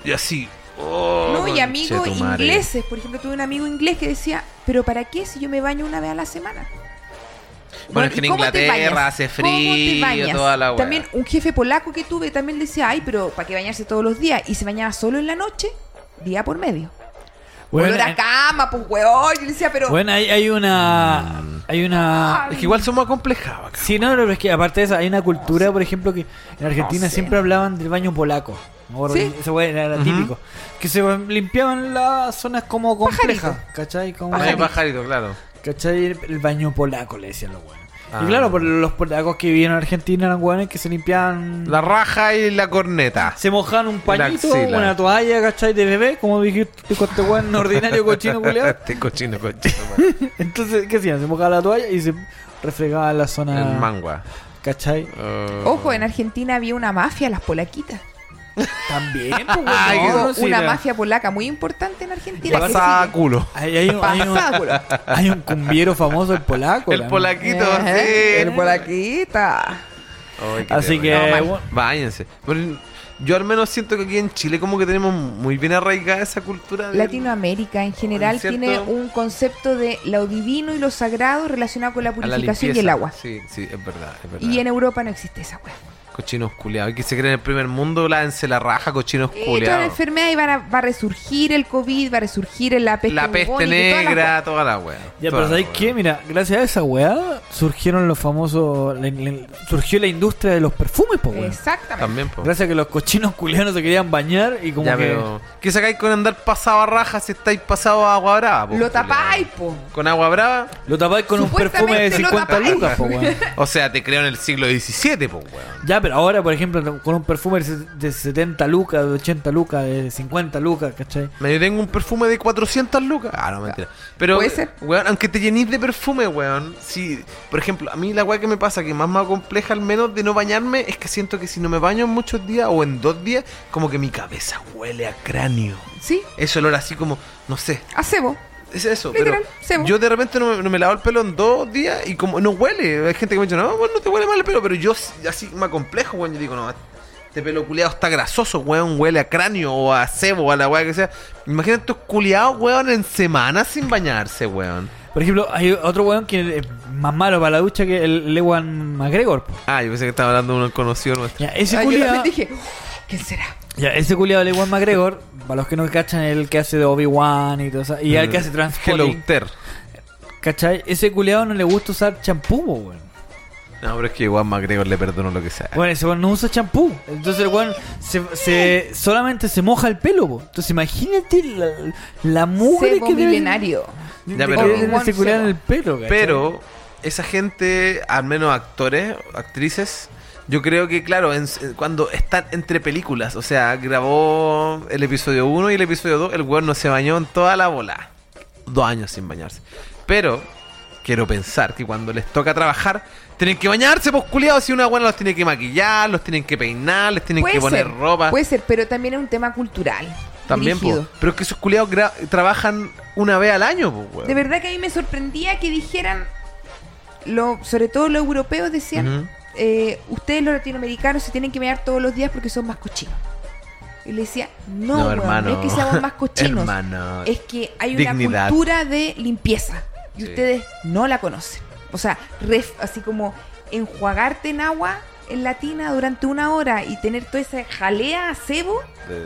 y así. oh,
No, y amigos
conchetumare.
ingleses. Por ejemplo, tuve un amigo inglés que decía, pero ¿para qué si yo me baño una vez a la semana?
Bueno, es que en
¿y cómo te
Inglaterra
bañas?
hace
¿Cómo te
frío,
bañas?
toda la weá.
También un jefe polaco que tuve también decía, ay, pero ¿para qué bañarse todos los días? Y se bañaba solo en la noche, día por medio. olor a
eh,
cama, pues, weón. Yo le decía, pero...
bueno, hay, hay una.
Mm.
Hay
Ah,
una.
Es que igual somos acomplejados acá.
Sí, no, no, pero es que aparte de eso, hay una cultura, por ejemplo, que en Argentina
No sé.
siempre hablaban del baño polaco. Me acuerdo
Sí.
que Eso era, era
Ujú.
típico. Que se limpiaban las zonas como complejas.
Pajarito.
¿Cachai? Como,
Ay, pajarito, claro.
¿Cachai? El, el baño polaco, le decían los buenos.
Ah.
Y claro, por los polacos que vivían en Argentina eran buenos que se limpiaban.
La raja y la corneta.
Se mojaban un pañito,
axila.
una toalla, ¿cachai? De bebé, como dijiste tú con este weón ordinario cochino culiado.
Este cochino, cochino.
Entonces, ¿qué hacían? Se mojaba la toalla y se refregaba la zona.
El mangua. Oh.
¿Cachai?
Ojo, en Argentina había una mafia, las polaquitas.
También, pues, weón,
Ay,
no,
que-
no,
Ojo,
sí,
una
era-
mafia polaca muy importante en Argentina. que
Pasaba
sigue.
culo.
Hay, hay un, hay un-
Pasada, culo.
hay un cumbiero famoso, el polaco.
El
la-
polaquito,
Eh, El
sí.
polaquita.
Ay, qué
Así que,
terrible.
bueno,
Váyanse. Pero yo al menos siento que aquí en Chile como que tenemos muy bien arraigada esa cultura de...
Latinoamérica en general
¿Cierto?
tiene un concepto de lo divino y lo sagrado relacionado con la
a la
purificación y
limpieza.
el agua.
Sí, sí, es verdad, es verdad.
Y en Europa no existe esa weá.
Cochinos culiados. Y que se creen en el primer mundo, lávense la raja, cochinos
Y toda la
culiados.
enfermedad y van a- va a resurgir el COVID, va a resurgir el- la peste
La peste
bubónica y todas las
negra, toda la wea.
Ya,
toda
pero
la
¿sabéis
wea.
qué? Mira, gracias a esa weá surgieron los famosos. la- la- surgió la industria de los perfumes, po,
cosas.
weón.
Exactamente.
También, po.
Gracias a que los cochinos culianos se querían bañar y como
Ya,
que.
pero. ¿Qué sacáis con andar pasado a raja si estáis pasado a agua brava? po,
Lo
culiao?
tapáis, po.
¿Con agua brava?
Lo tapáis con un perfume de
Supuestamente lo
50
tapáis.
lucas, po, weón.
O sea, te creo en el siglo XVII, po, weón.
Ya, pero ahora, por ejemplo, con un perfume de se- de 70 lucas, de 80 lucas, de 50 lucas, ¿cachai?
Me- Yo tengo un perfume de 400 lucas. Ah, no, mentira. Pero,
Puede ser.
weón, aunque te llenís de perfume, weón. Si, por ejemplo, a mí la weá que me pasa, que más me compleja al menos de no bañarme, es que siento que si no me baño en muchos días o en dos días, como que mi cabeza huele a cráneo.
Sí,
Ese olor así como, no sé,
acebo.
es eso.
Literal,
pero
sebo.
yo de repente no me, no me lavo el pelo en dos días y como no huele. Hay gente que me dice, no, bueno, no te huele mal el pelo, pero yo s- así me complejo, weón. Yo digo, no, este pelo culiado está grasoso, weón. Huele a cráneo o a cebo o a la weá que sea. Imagínate estos culiados, weón, en semanas sin bañarse, weón.
Por ejemplo, hay otro weón que es más malo para la ducha que el Lewan McGregor. po.
Ah, yo pensé que estaba hablando de uno conocido nuestro.
Ya, ese
Ah, yo
culiado.
también dije, ¿quién será?
Ya, ese culiado Lewan McGregor, para los que no cachan, es el que hace de Obi-Wan y todo eso. Y el que
Mm.
hace Transporting.
Helouter.
¿Cachai? Ese culiado no le gusta usar champú, po, weón.
No, pero es que Juan McGregor le perdono lo que sea.
Bueno, ese weón no usa champú. Entonces el weón se, se- solamente se moja el pelo, po. Entonces imagínate la, la mugre
Sebo
que debe-
milenario.
de-
Ya,
de
pero-
que debe ese culiao en el pelo, ¿cachai?
Pero esa gente, al menos actores, actrices, yo creo que, claro, en- cuando están entre películas, o sea, grabó el episodio 1 y el episodio 2, el weón no se bañó en toda la bola. Dos años sin bañarse. Pero quiero pensar que cuando les toca trabajar, tienen que bañarse, pues culiados, si una buena los tiene que maquillar, los tienen que peinar, les tienen que poner
ser,
ropa.
Puede ser, pero también es un tema cultural.
También, po.
dirigido.
pero es que esos culiados gra- trabajan una vez al año, pues, weón.
De verdad que a mí me sorprendía que dijeran, lo, sobre todo los europeos decían,
Ujú.
eh, ustedes los latinoamericanos se tienen que mirar todos los días porque son más cochinos. Y le decía, no, weón, no es que seamos más cochinos.
hermano.
Es que hay
Dignidad.
una cultura de limpieza y
Sí.
ustedes no la conocen. O sea, ref- así como enjuagarte en agua en la tina durante una hora y tener toda esa jalea a cebo,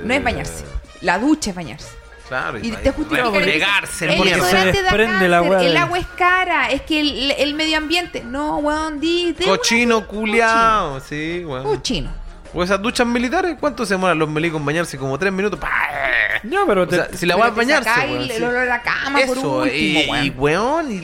no es bañarse.
Eh.
La ducha es bañarse.
Claro,
Y te justifican y dicen,
Regarse,
el
porque se
mierda.
desodorante da
desprende la
cáncer,
weá
el
del-
agua es cara, es que el, el medio ambiente. No, weón, di, de
Cochino culiao, sí, weón.
cochino.
O esas duchas militares, ¿cuánto se demoran los milicos en bañarse? Como tres minutos. ¡Pah!
No, pero
O
te-
sea, si la weá es bañarse, weón,
el,
sí.
el olor a la cama por
Eso,
último,
y,
weón.
y weón, y,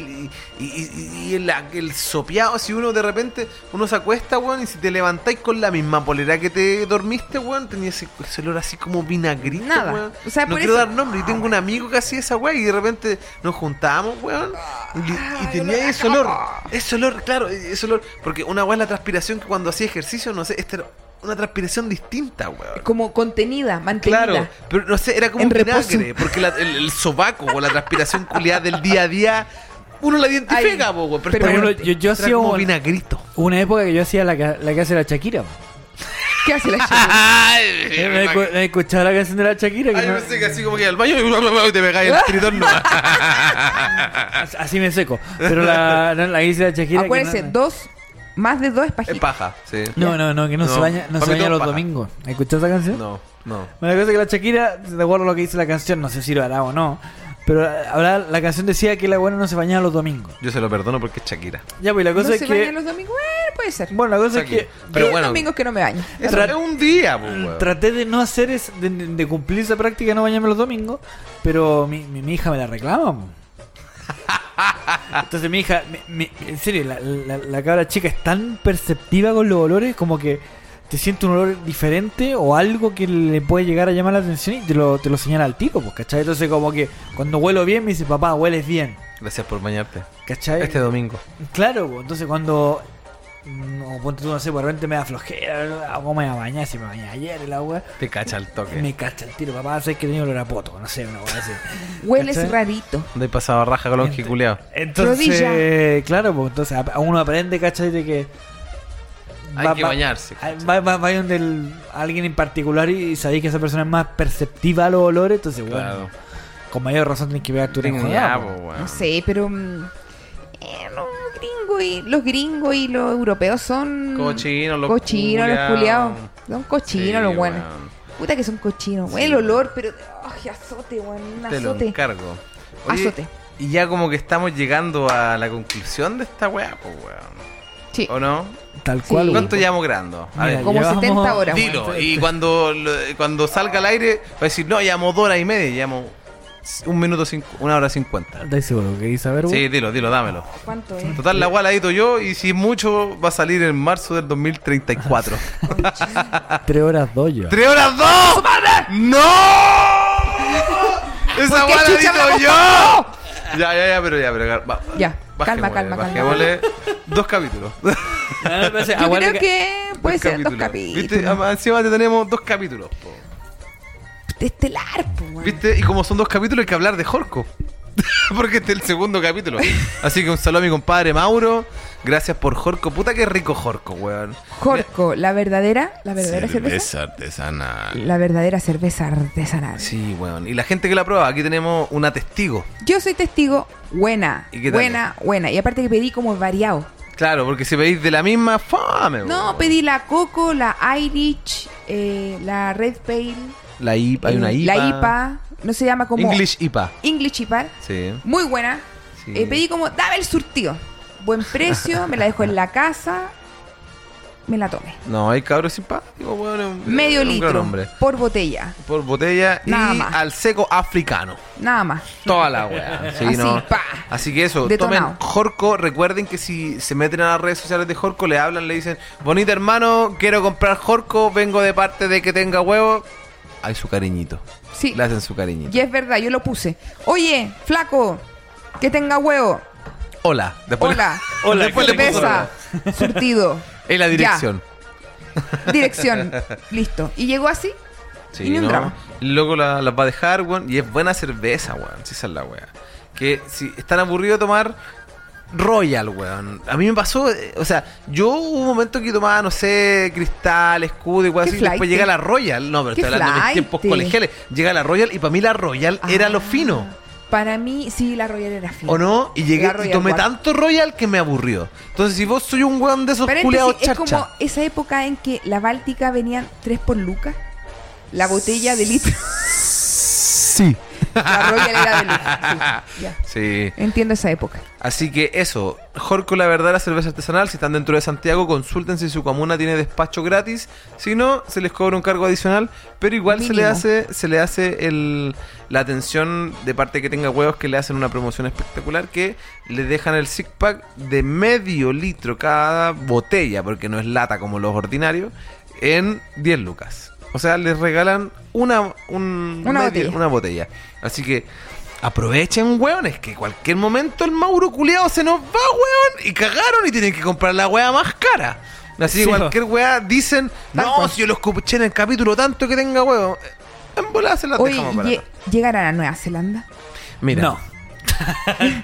y- y- y el, el sopeado, si uno de repente, uno se acuesta, weón, y si te levantáis con la misma polera que te dormiste, weón, tenía ese, ese olor así como vinagrito,
Nada.
weón.
O sea,
no
por
quiero
eso-
dar nombre, y tengo un amigo que hacía esa weá, y de repente nos juntábamos, weón, y, y
Ay, olor
tenía
a
ese olor,
cama.
ese olor, claro, e, ese olor, porque una weá es la transpiración que cuando hacía ejercicio, no sé, esta era una transpiración distinta, weón.
Como contenida, mantenida.
Claro, pero no sé, era como
En
un
reposo.
vinagre, porque la- el, el sobaco o la transpiración culiada del día a día, uno la identifica,
Ay,
po, weón,
pero
esta
bueno,
weá
yo- yo
era
hacía
como
un-
vinagrito.
Hubo una época que yo hacía la que, la que hace la Shakira. po.
¿Qué hace la chica?
Eh, ¿Me escu-
Ay,
me escuchaba la canción de la Shakira? Que no-
pensé que así como que iba al baño y te pegáis el tritón nomás.
as- Así me seco. Pero la, no, la que dice la Shakira. que
Acuérdense,
no,
dos, más de dos es
Es
pajita.
paja, sí.
no, ¿eh? no, no, que no,
No,
se baña, no
para
se
mí
baña
todo
los
paja.
domingos. ¿Escuchaste esa canción?
No, no.
Bueno, la cosa es que la Shakira, de acuerdo a lo que dice la canción, no sé si lo hará o no. Pero eh, habrá- la canción decía que la buena no se bañaba los domingos.
Yo se lo perdono porque es Shakira.
Ya, pues la
¿No
cosa
se
es que.
bañan los domingos? Eh, puede ser.
Bueno, la cosa es que.
Shakira. Pero
Yo
bueno,
domingos que no me baño.
es
Tra-
un día, po, Ah, weón.
Mm, Traté de no hacer es, de, de cumplir esa práctica de no bañarme los domingos, pero mi, mi, mi hija me la reclama. mo. Entonces mi hija, mi- mi- en serio, la, la, la cabra chica es tan perceptiva con los olores como que te siente un olor diferente o algo que le puede llegar a llamar la atención y te lo, te lo señala al tipo, pues, ¿cachai? Entonces como que cuando huelo bien me dice, papá, hueles bien,
Gracias por bañarte.
¿cachai?
Este domingo.
Claro, pues, entonces cuando. No, ponte tú, no sé, por repente me da flojera, Ah, ¿cómo me voy a bañar? Si me bañé ayer, y la weá.
Te cacha el toque.
Me cacha el tiro, papá, sé que tenía olor a poto, no sé, una cosa así.
Hueles
¿Cachai?
rarito.
De pasado a raja con los
Ent-
jiculeados.
Entonces,
Rodilla.
claro, pues entonces a- uno aprende, ¿cachai? De que.
Hay que bañarse, ¿cachai?
Va, va, va donde el- alguien en particular y, y sabéis que esa persona es más perceptiva a los olores, entonces,
Claro.
bueno, con mayor razón tienes que pegar tu
Ya,
enjuagada,
po,
pues.
weón.
No sé, pero. mm, eh, no, gringo, papi, los gringos y los europeos son.
Cochinos, los
Cochinos, Mm. los
culiaos.
culiados. Son cochinos
Sí,
los buenos.
weón.
Puta que son cochinos, weón. El olor, pero. ¡Ay, azote, weón! Un
Te lo
azote.
encargo.
Azote.
Y ya como que estamos llegando a la conclusión de esta weá, pues weón.
Sí.
¿O no?
Tal
Sí.
cual.
¿Cuánto
weón.
llevamos grabando? A
Mira,
ver.
Como
Llevamos-
70 horas. weón.
Dilo, y cuando, lo- cuando salga al aire va a decir, no, llevamos dos horas y media, llevamos un minuto, cincu- una hora cincuenta.
¿Estás seguro? ¿Queréis saber, weón?
Sí, dilo, dilo, dámelo.
¿Cuánto es?
Total, la guala edito yo y si mucho va a salir en marzo del 2034.
Tres horas dos ya.
¡Tres horas dos! ¡No! ¡Esa
¿Por qué
guala la
chucha
edito
hablamos
yo! Ya, ya, ya, pero ya, pero cal- va-
Ya, calma,
bajémosle,
calma, calma.
bajémosle. Dos capítulos.
Yo
Ah,
creo que puede ser dos capítulos.
¿Viste? Ah, Ama- Encima te tenemos dos capítulos. po.
De estelar, po, weón.
¿Viste? Y como son dos capítulos hay que hablar de Jorco. Porque este es el segundo capítulo. Así que un saludo a mi compadre Mauro. Gracias por Jorco. Puta que rico Jorco, weón.
Jorco, la verdadera, la verdadera cerveza.
artesanal.
La verdadera cerveza artesanal.
Sí, weón. Y la gente que la prueba, aquí tenemos una testigo.
Yo soy testigo buena,
¿Y qué tal?
buena, buena. Y aparte que pedí como variado.
Claro, porque si pedís de la misma, fame,
No,
weón.
pedí la Coco, la Irish, eh, la Red Pale,
La IPA, hay una
eh,
IPA.
la IPA, no se llama como
English IPA.
English IPA,
Sí.
muy buena.
Sí.
Eh, pedí como, dame el surtido, buen precio, me la dejo en la casa, me la tomé.
No, hay cabros simpáticos, weón. es un-
Medio
es un gran
litro
hombre.
por botella,
Por botella y
Nada más.
al seco africano.
nada más.
Toda la weá. Sí,
Así,
no.
pa.
Así que eso,
Detonado.
tomen Jorco. Recuerden que si se meten a las redes sociales de Jorco, le hablan, le dicen, bonita hermano, quiero comprar Jorco, vengo de parte de que tenga huevo. Hay su cariñito.
Sí.
Le hacen su cariñito.
Y es verdad, yo lo puse. Oye, flaco, que tenga huevo.
Hola. Después
Hola.
Hola,
Después le puso
cerveza, surtido.
En la dirección.
Ya, dirección. Listo. Y llegó así.
Sí,
Y ni un
¿no?
drama.
Luego la- las va a dejar, weón. Y es buena cerveza, weón. Si esa es la weá. Que si están aburridos de tomar Royal, weón. A mí me pasó, eh, o sea, yo hubo un momento que tomaba, no sé, cristal, escudo y weón
Qué
así. y Después
flaite.
llega la Royal. No, pero
Qué
estoy hablando de mis
flaite.
tiempos colegiales. Llega la Royal y para mí la Royal
Ah.
era lo fino.
Para mí, sí, la Royal era fina.
¿O no? Y llegué
La Royal
y tomé
Guard.
tanto Royal que me aburrió. Entonces, si vos soy un weón de esos
Paréntesis,
culeados
es
charcha.
como esa época en que la Báltica venían tres por lucas. La botella de litro.
Sí.
La Royal era de lucas. Sí, ya.
Sí.
Entiendo esa época.
Así que eso, Jorco la verdad la cerveza artesanal, si están dentro de Santiago, consulten si su comuna tiene despacho gratis, si no, se les cobra un cargo adicional, pero igual se le
Mínimo.
hace, se le hace el, la atención de parte que tenga huevos que le hacen una promoción espectacular que le dejan el six pack de medio litro cada botella, porque no es lata como los ordinarios, en 10 lucas. O sea, les regalan una, un- medio-
Una botella.
una botella. Así que Aprovechen, weones, que cualquier momento el Mauro culeado se nos va, weón, y cagaron y tienen que comprar la weá más cara. Así que
Sí,
cualquier weá dicen,
Tal
no,
cual.
si yo lo escuché en el capítulo tanto que tenga huevo. En volada se las
Oye,
dejamos
¿y
para
lle-
acá.
llegarán a Nueva Zelanda.
Mira,
No.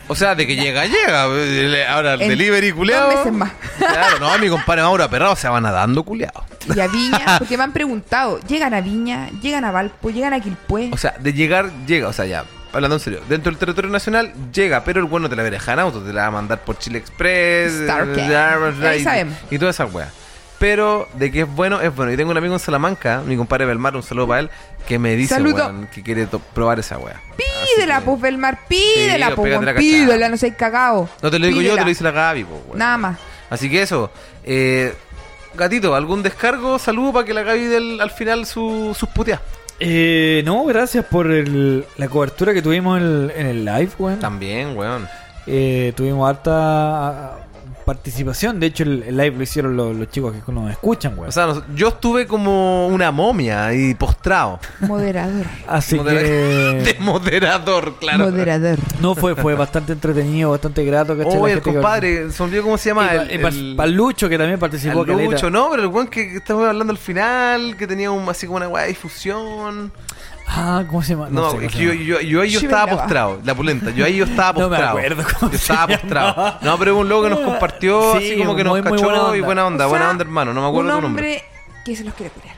o sea, de que llega, llega. eh, Le- Ahora el
En
delivery culeado.
dos meses más.
Claro, no, mi compadre Mauro aperrado se van nadando culeado.
Y a Viña, porque me han preguntado, llegan a Viña, llegan a Valpo, llegan a Quilpué.
O sea, de llegar, llega. O sea, ya, hablando en serio, dentro del territorio nacional llega, pero el bueno te la va a dejar en auto, te la va a mandar por Chile Express,
Starcat.
eh, bla, bla, bla,
Ahí
y,
sabemos.
y toda esa wea. Pero de que es bueno, es bueno. Y tengo un amigo en Salamanca, mi compadre Belmar, un saludo para él, que me dice
Saludo.
weón, que quiere to- probar esa wea.
pídela,
Así que-
pues, Belmar, pídela,
Sí,
pues,
pégate
weón,
la cachada.
pídela, no seas cagado.
No te lo digo yo,
Pídela.
te lo dice la Gaby, po, weón.
Nada más.
Así que eso, eh, gatito, ¿algún descargo? Saludo para que la Gaby del, al final su, sus puteas.
Eh, no, gracias por el- la cobertura que tuvimos en el, en el live, weón.
Mm.
También, weón.
Eh, tuvimos harta a- participación. De hecho, el, el live lo hicieron los, los chicos que nos escuchan, weón.
O sea, nos- yo estuve como una momia y postrado.
Moderador.
Así
modera- De
que.
moderador, claro.
Moderador.
No fue, fue bastante entretenido, bastante grato, ¿cachai? La
Oye, Oh, el
gente que- eh,
compadre, se olvidó cómo se
Y
llama.
pa-
El,
y pa-
el-
Palucho, que también participó.
Palucho,
caleta.
no, pero el weón que estaba hablando al final, que tenía un, así como una weá de difusión.
Ah, ¿cómo se llama?
No,
sé cómo
es
se
que yo,
llama.
yo, yo ahí yo estaba
Chivela.
postrado, la pulenta, yo ahí yo estaba
No me
postrado.
acuerdo cómo
Yo
se
estaba
llamaba.
postrado. No, pero es un loco que nos compartió,
Sí,
así como que nos
muy, muy
cachó
buena
y
onda.
buena onda,
O sea,
buena onda hermano, no me acuerdo
Un
tu nombre.
hombre que se los quiere curar.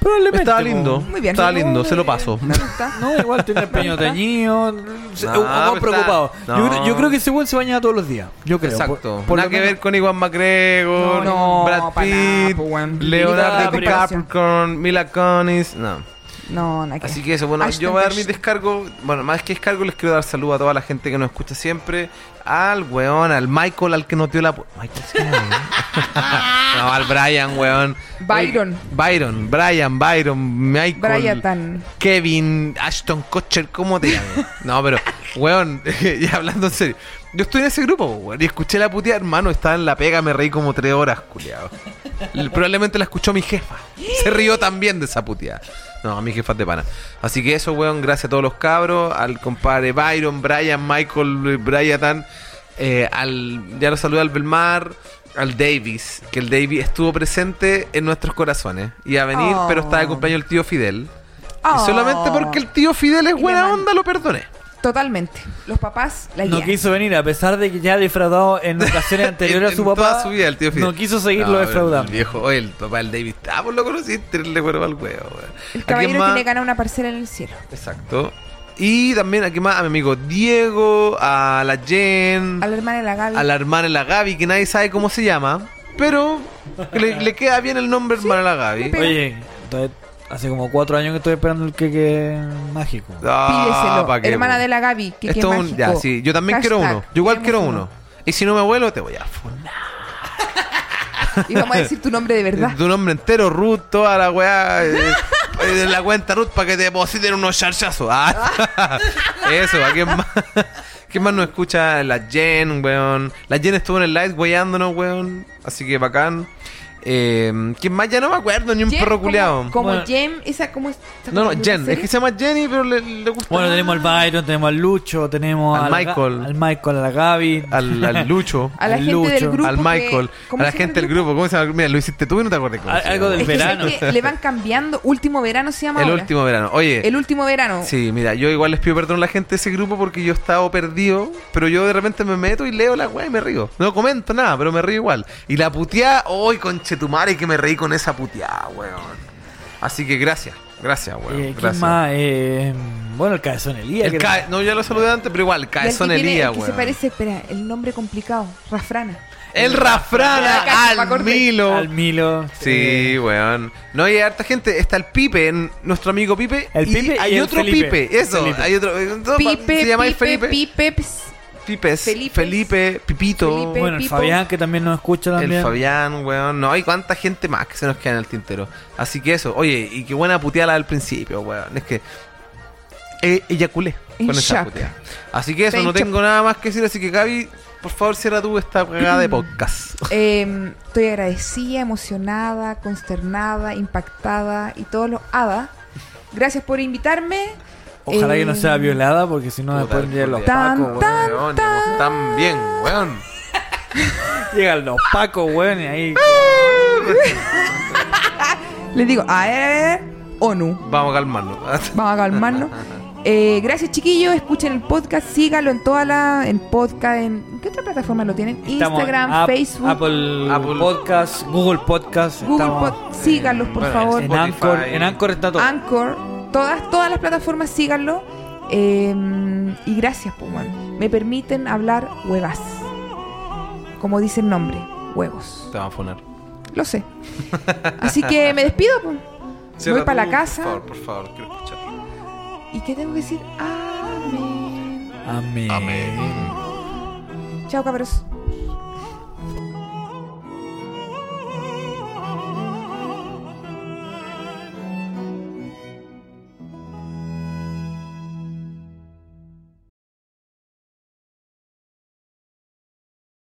Probablemente.
Estaba
po.
lindo.
Muy bien.
Estaba
Sí,
lindo,
me-
se lo paso.
Me gusta.
No, igual tiene el peño teñido. se-
No,
un poco
pero
preocupado.
está-
Yo,
no.
creo- yo creo que ese weón se baña todos los días. Yo creo.
Exacto.
Por- por
Nada
lo
que
menos-
ver con Iwan McGregor,
No, no,
Brad
pa' nada,
Pitt,
po, weón.
Leonardo
Ni
nada de
DiCaprio, Mila Kunis. No.
No, nada que
Así
ver.
que eso, bueno,
Ashton
yo voy a dar mi
Kutcher.
descargo. Bueno, más que descargo, les quiero dar salud a toda la gente que nos escucha siempre. Al weón, al Michael, al que nos dio la. pu- Michael se llama, ¿eh? No, al Brian, weón.
Byron.
Oye, Byron, Brian, Byron, Michael.
Brian Tan.
Kevin, Ashton Kutcher, ¿cómo te llamas? No, pero, weón, ya hablando en serio. Yo estoy en ese grupo, weón, y escuché la puteada, hermano, estaba en la pega, me reí como tres horas, culiado. Probablemente la escuchó mi jefa. Se rió también de esa puteada. No, mi jefa es de pana. Así que eso, weón, gracias a todos los cabros, al compadre Byron, Brian, Michael, Bryatan, eh, al, ya lo saludé al Belmar, al Davis, que el Davis estuvo presente en nuestros corazones. Iba a venir,
Oh.
pero estaba de cumpleaños el tío Fidel.
Oh.
Y solamente porque el tío Fidel es
Y
buena
le man-
onda lo perdoné.
Totalmente. Los papás la
No
guían.
quiso venir, a pesar de que ya disfraudado en ocasiones anteriores a su
En toda
papá.
su vida, el tío Fidel.
No quiso seguirlo
No,
defraudando.
El viejo, oye, el papá del David, ah, pues lo conociste, le cuervo al huevo. weón. ¿A quién
El caballero
más?
tiene gana una parcela en el cielo.
Exacto. Y también aquí más a mi amigo Diego, a la Jen,
A la hermana de la Gaby.
Mm. a la hermana la Gaby, que nadie sabe cómo se llama, pero le, le queda bien el nombre hermana la Gaby.
pero-
Oye, entonces, hace como cuatro años que estoy esperando el queque mágico.
Ah,
Pídeselo.
¿pa' qué,
hermana
po?
de la Gaby. Que
Esto
qué
es un- ya,
mágico.
sí, yo también quiero
Hashtag,
uno. Yo igual
queremos
quiero uno. Y si no me vuelo, te voy a funar.
Y vamos a decir tu nombre de verdad.
Tu nombre entero, Ruth, toda la weá. eh, eh, en la cuenta Ruth para que te depositen unos charchazos. Ah, eso, ¿a quién más? ¿Quién más nos escucha? La Jen, weón. La Jen estuvo en el live weyándonos, weón. Así que bacán. Eh, ¿Quién más? Ya no me acuerdo, ni un
Jen,
perro
como-
culeado.
Como
Bueno.
Jem, esa como es.
No, no, Jen. Es que se llama Jenny, pero le, le gusta.
Bueno, tenemos al Byron, tenemos al Lucho, tenemos
Al
la Ga-
Michael.
al Michael, a la Gaby. Eh,
al, al Lucho.
A la
al
gente del
Lucho,
grupo.
al Michael,
que-
a
¿cómo
la
se llama
gente del
el
grupo, ¿cómo se llama? Mira, lo hiciste tú y no te acordé cómo
Al-
se llama.
algo del
Es que,
verano.
¿sabes qué? le van cambiando. Último verano se llama.
El
ahora.
último verano. Oye,
El último verano.
Sí, mira, yo igual les pido perdón a la gente de ese grupo porque yo estaba perdido, pero yo de repente me meto y leo la weá y me río. No comento nada, pero me río igual. Y la puteada, hoy conchetumare que me reí con esa puteada, weón. Así que gracias, gracias,
Eh,
weón.
¿quién
gracias.
más? Eh, bueno, el Cabezón Elías.
El
que
ca- no, ya lo saludé antes, pero igual,
Y al que
Caezón
tiene-
Elías,
el que
weón.
se parece, espera, el nombre complicado, Rafrana.
El Rafrana
Ya, cacho, me
al
acordé.
Milo.
Al Milo. Eh,
Sí, weón. No hay harta gente. Está el Pipe, en- nuestro amigo Pipe.
El Pipe y
hay
el
otro
Felipe.
Pipe. Eso,
Felipe.
hay otro. entonces,
Pipe,
¿Se llamáis
Pipe,
Felipe?
Pipe, ps,
Pipes, Felipe,
Felipes.
Pipito,
Felipe.
Bueno, el
Pipo.
Fabián, que también nos escucha también.
el Fabián, weón. No, hay cuánta gente más que se nos queda en el tintero. Así que eso, oye, y qué buena puteada la del principio, weón. Es que eh, eyaculé
En
con esa
shock.
puteada. Así que eso,
Está
no
en shock.
tengo nada más que decir. Así que, Gaby, por favor, cierra tú esta cagada de podcast.
Eh, estoy agradecida, emocionada, consternada, impactada y todos los hada. Gracias por invitarme.
Ojalá que no
Eh,
sea violada, porque si no,
Puta,
después llegan los
puta,
Tan,
pacos, weón.
tan.
Weón, llegó tan bien, weón.
Llegan los pacos, weón, y ahí.
Les digo, a ver, a ver, ONU.
Vamos a calmarnos.
Vamos a calmarnos. Eh, gracias, chiquillos. Escuchen el podcast, síganlo en toda la. En podcast, en. ¿en ¿Qué otra plataforma lo tienen?
Estamos en
Instagram,
App-
Facebook,
Apple,
Apple.
Podcast, Google Podcast.
Google
estamos
Pod- Síganlos, por
Bueno,
favor.
En
Spotify.
Anchor, en Anchor está todo.
Anchor, todas, todas las plataformas, síganlo. Eh, y gracias, Puman. Me permiten hablar huevas. Como dice el nombre, huevos.
Te van a funar.
Lo sé. Así que me despido. pues. po.
Cierra
Voy para
tú,
la casa.
Por favor, por favor, quiero escuchar.
¿Y qué tengo que decir? Amén.
Amén.
Amén.
Chao, cabros.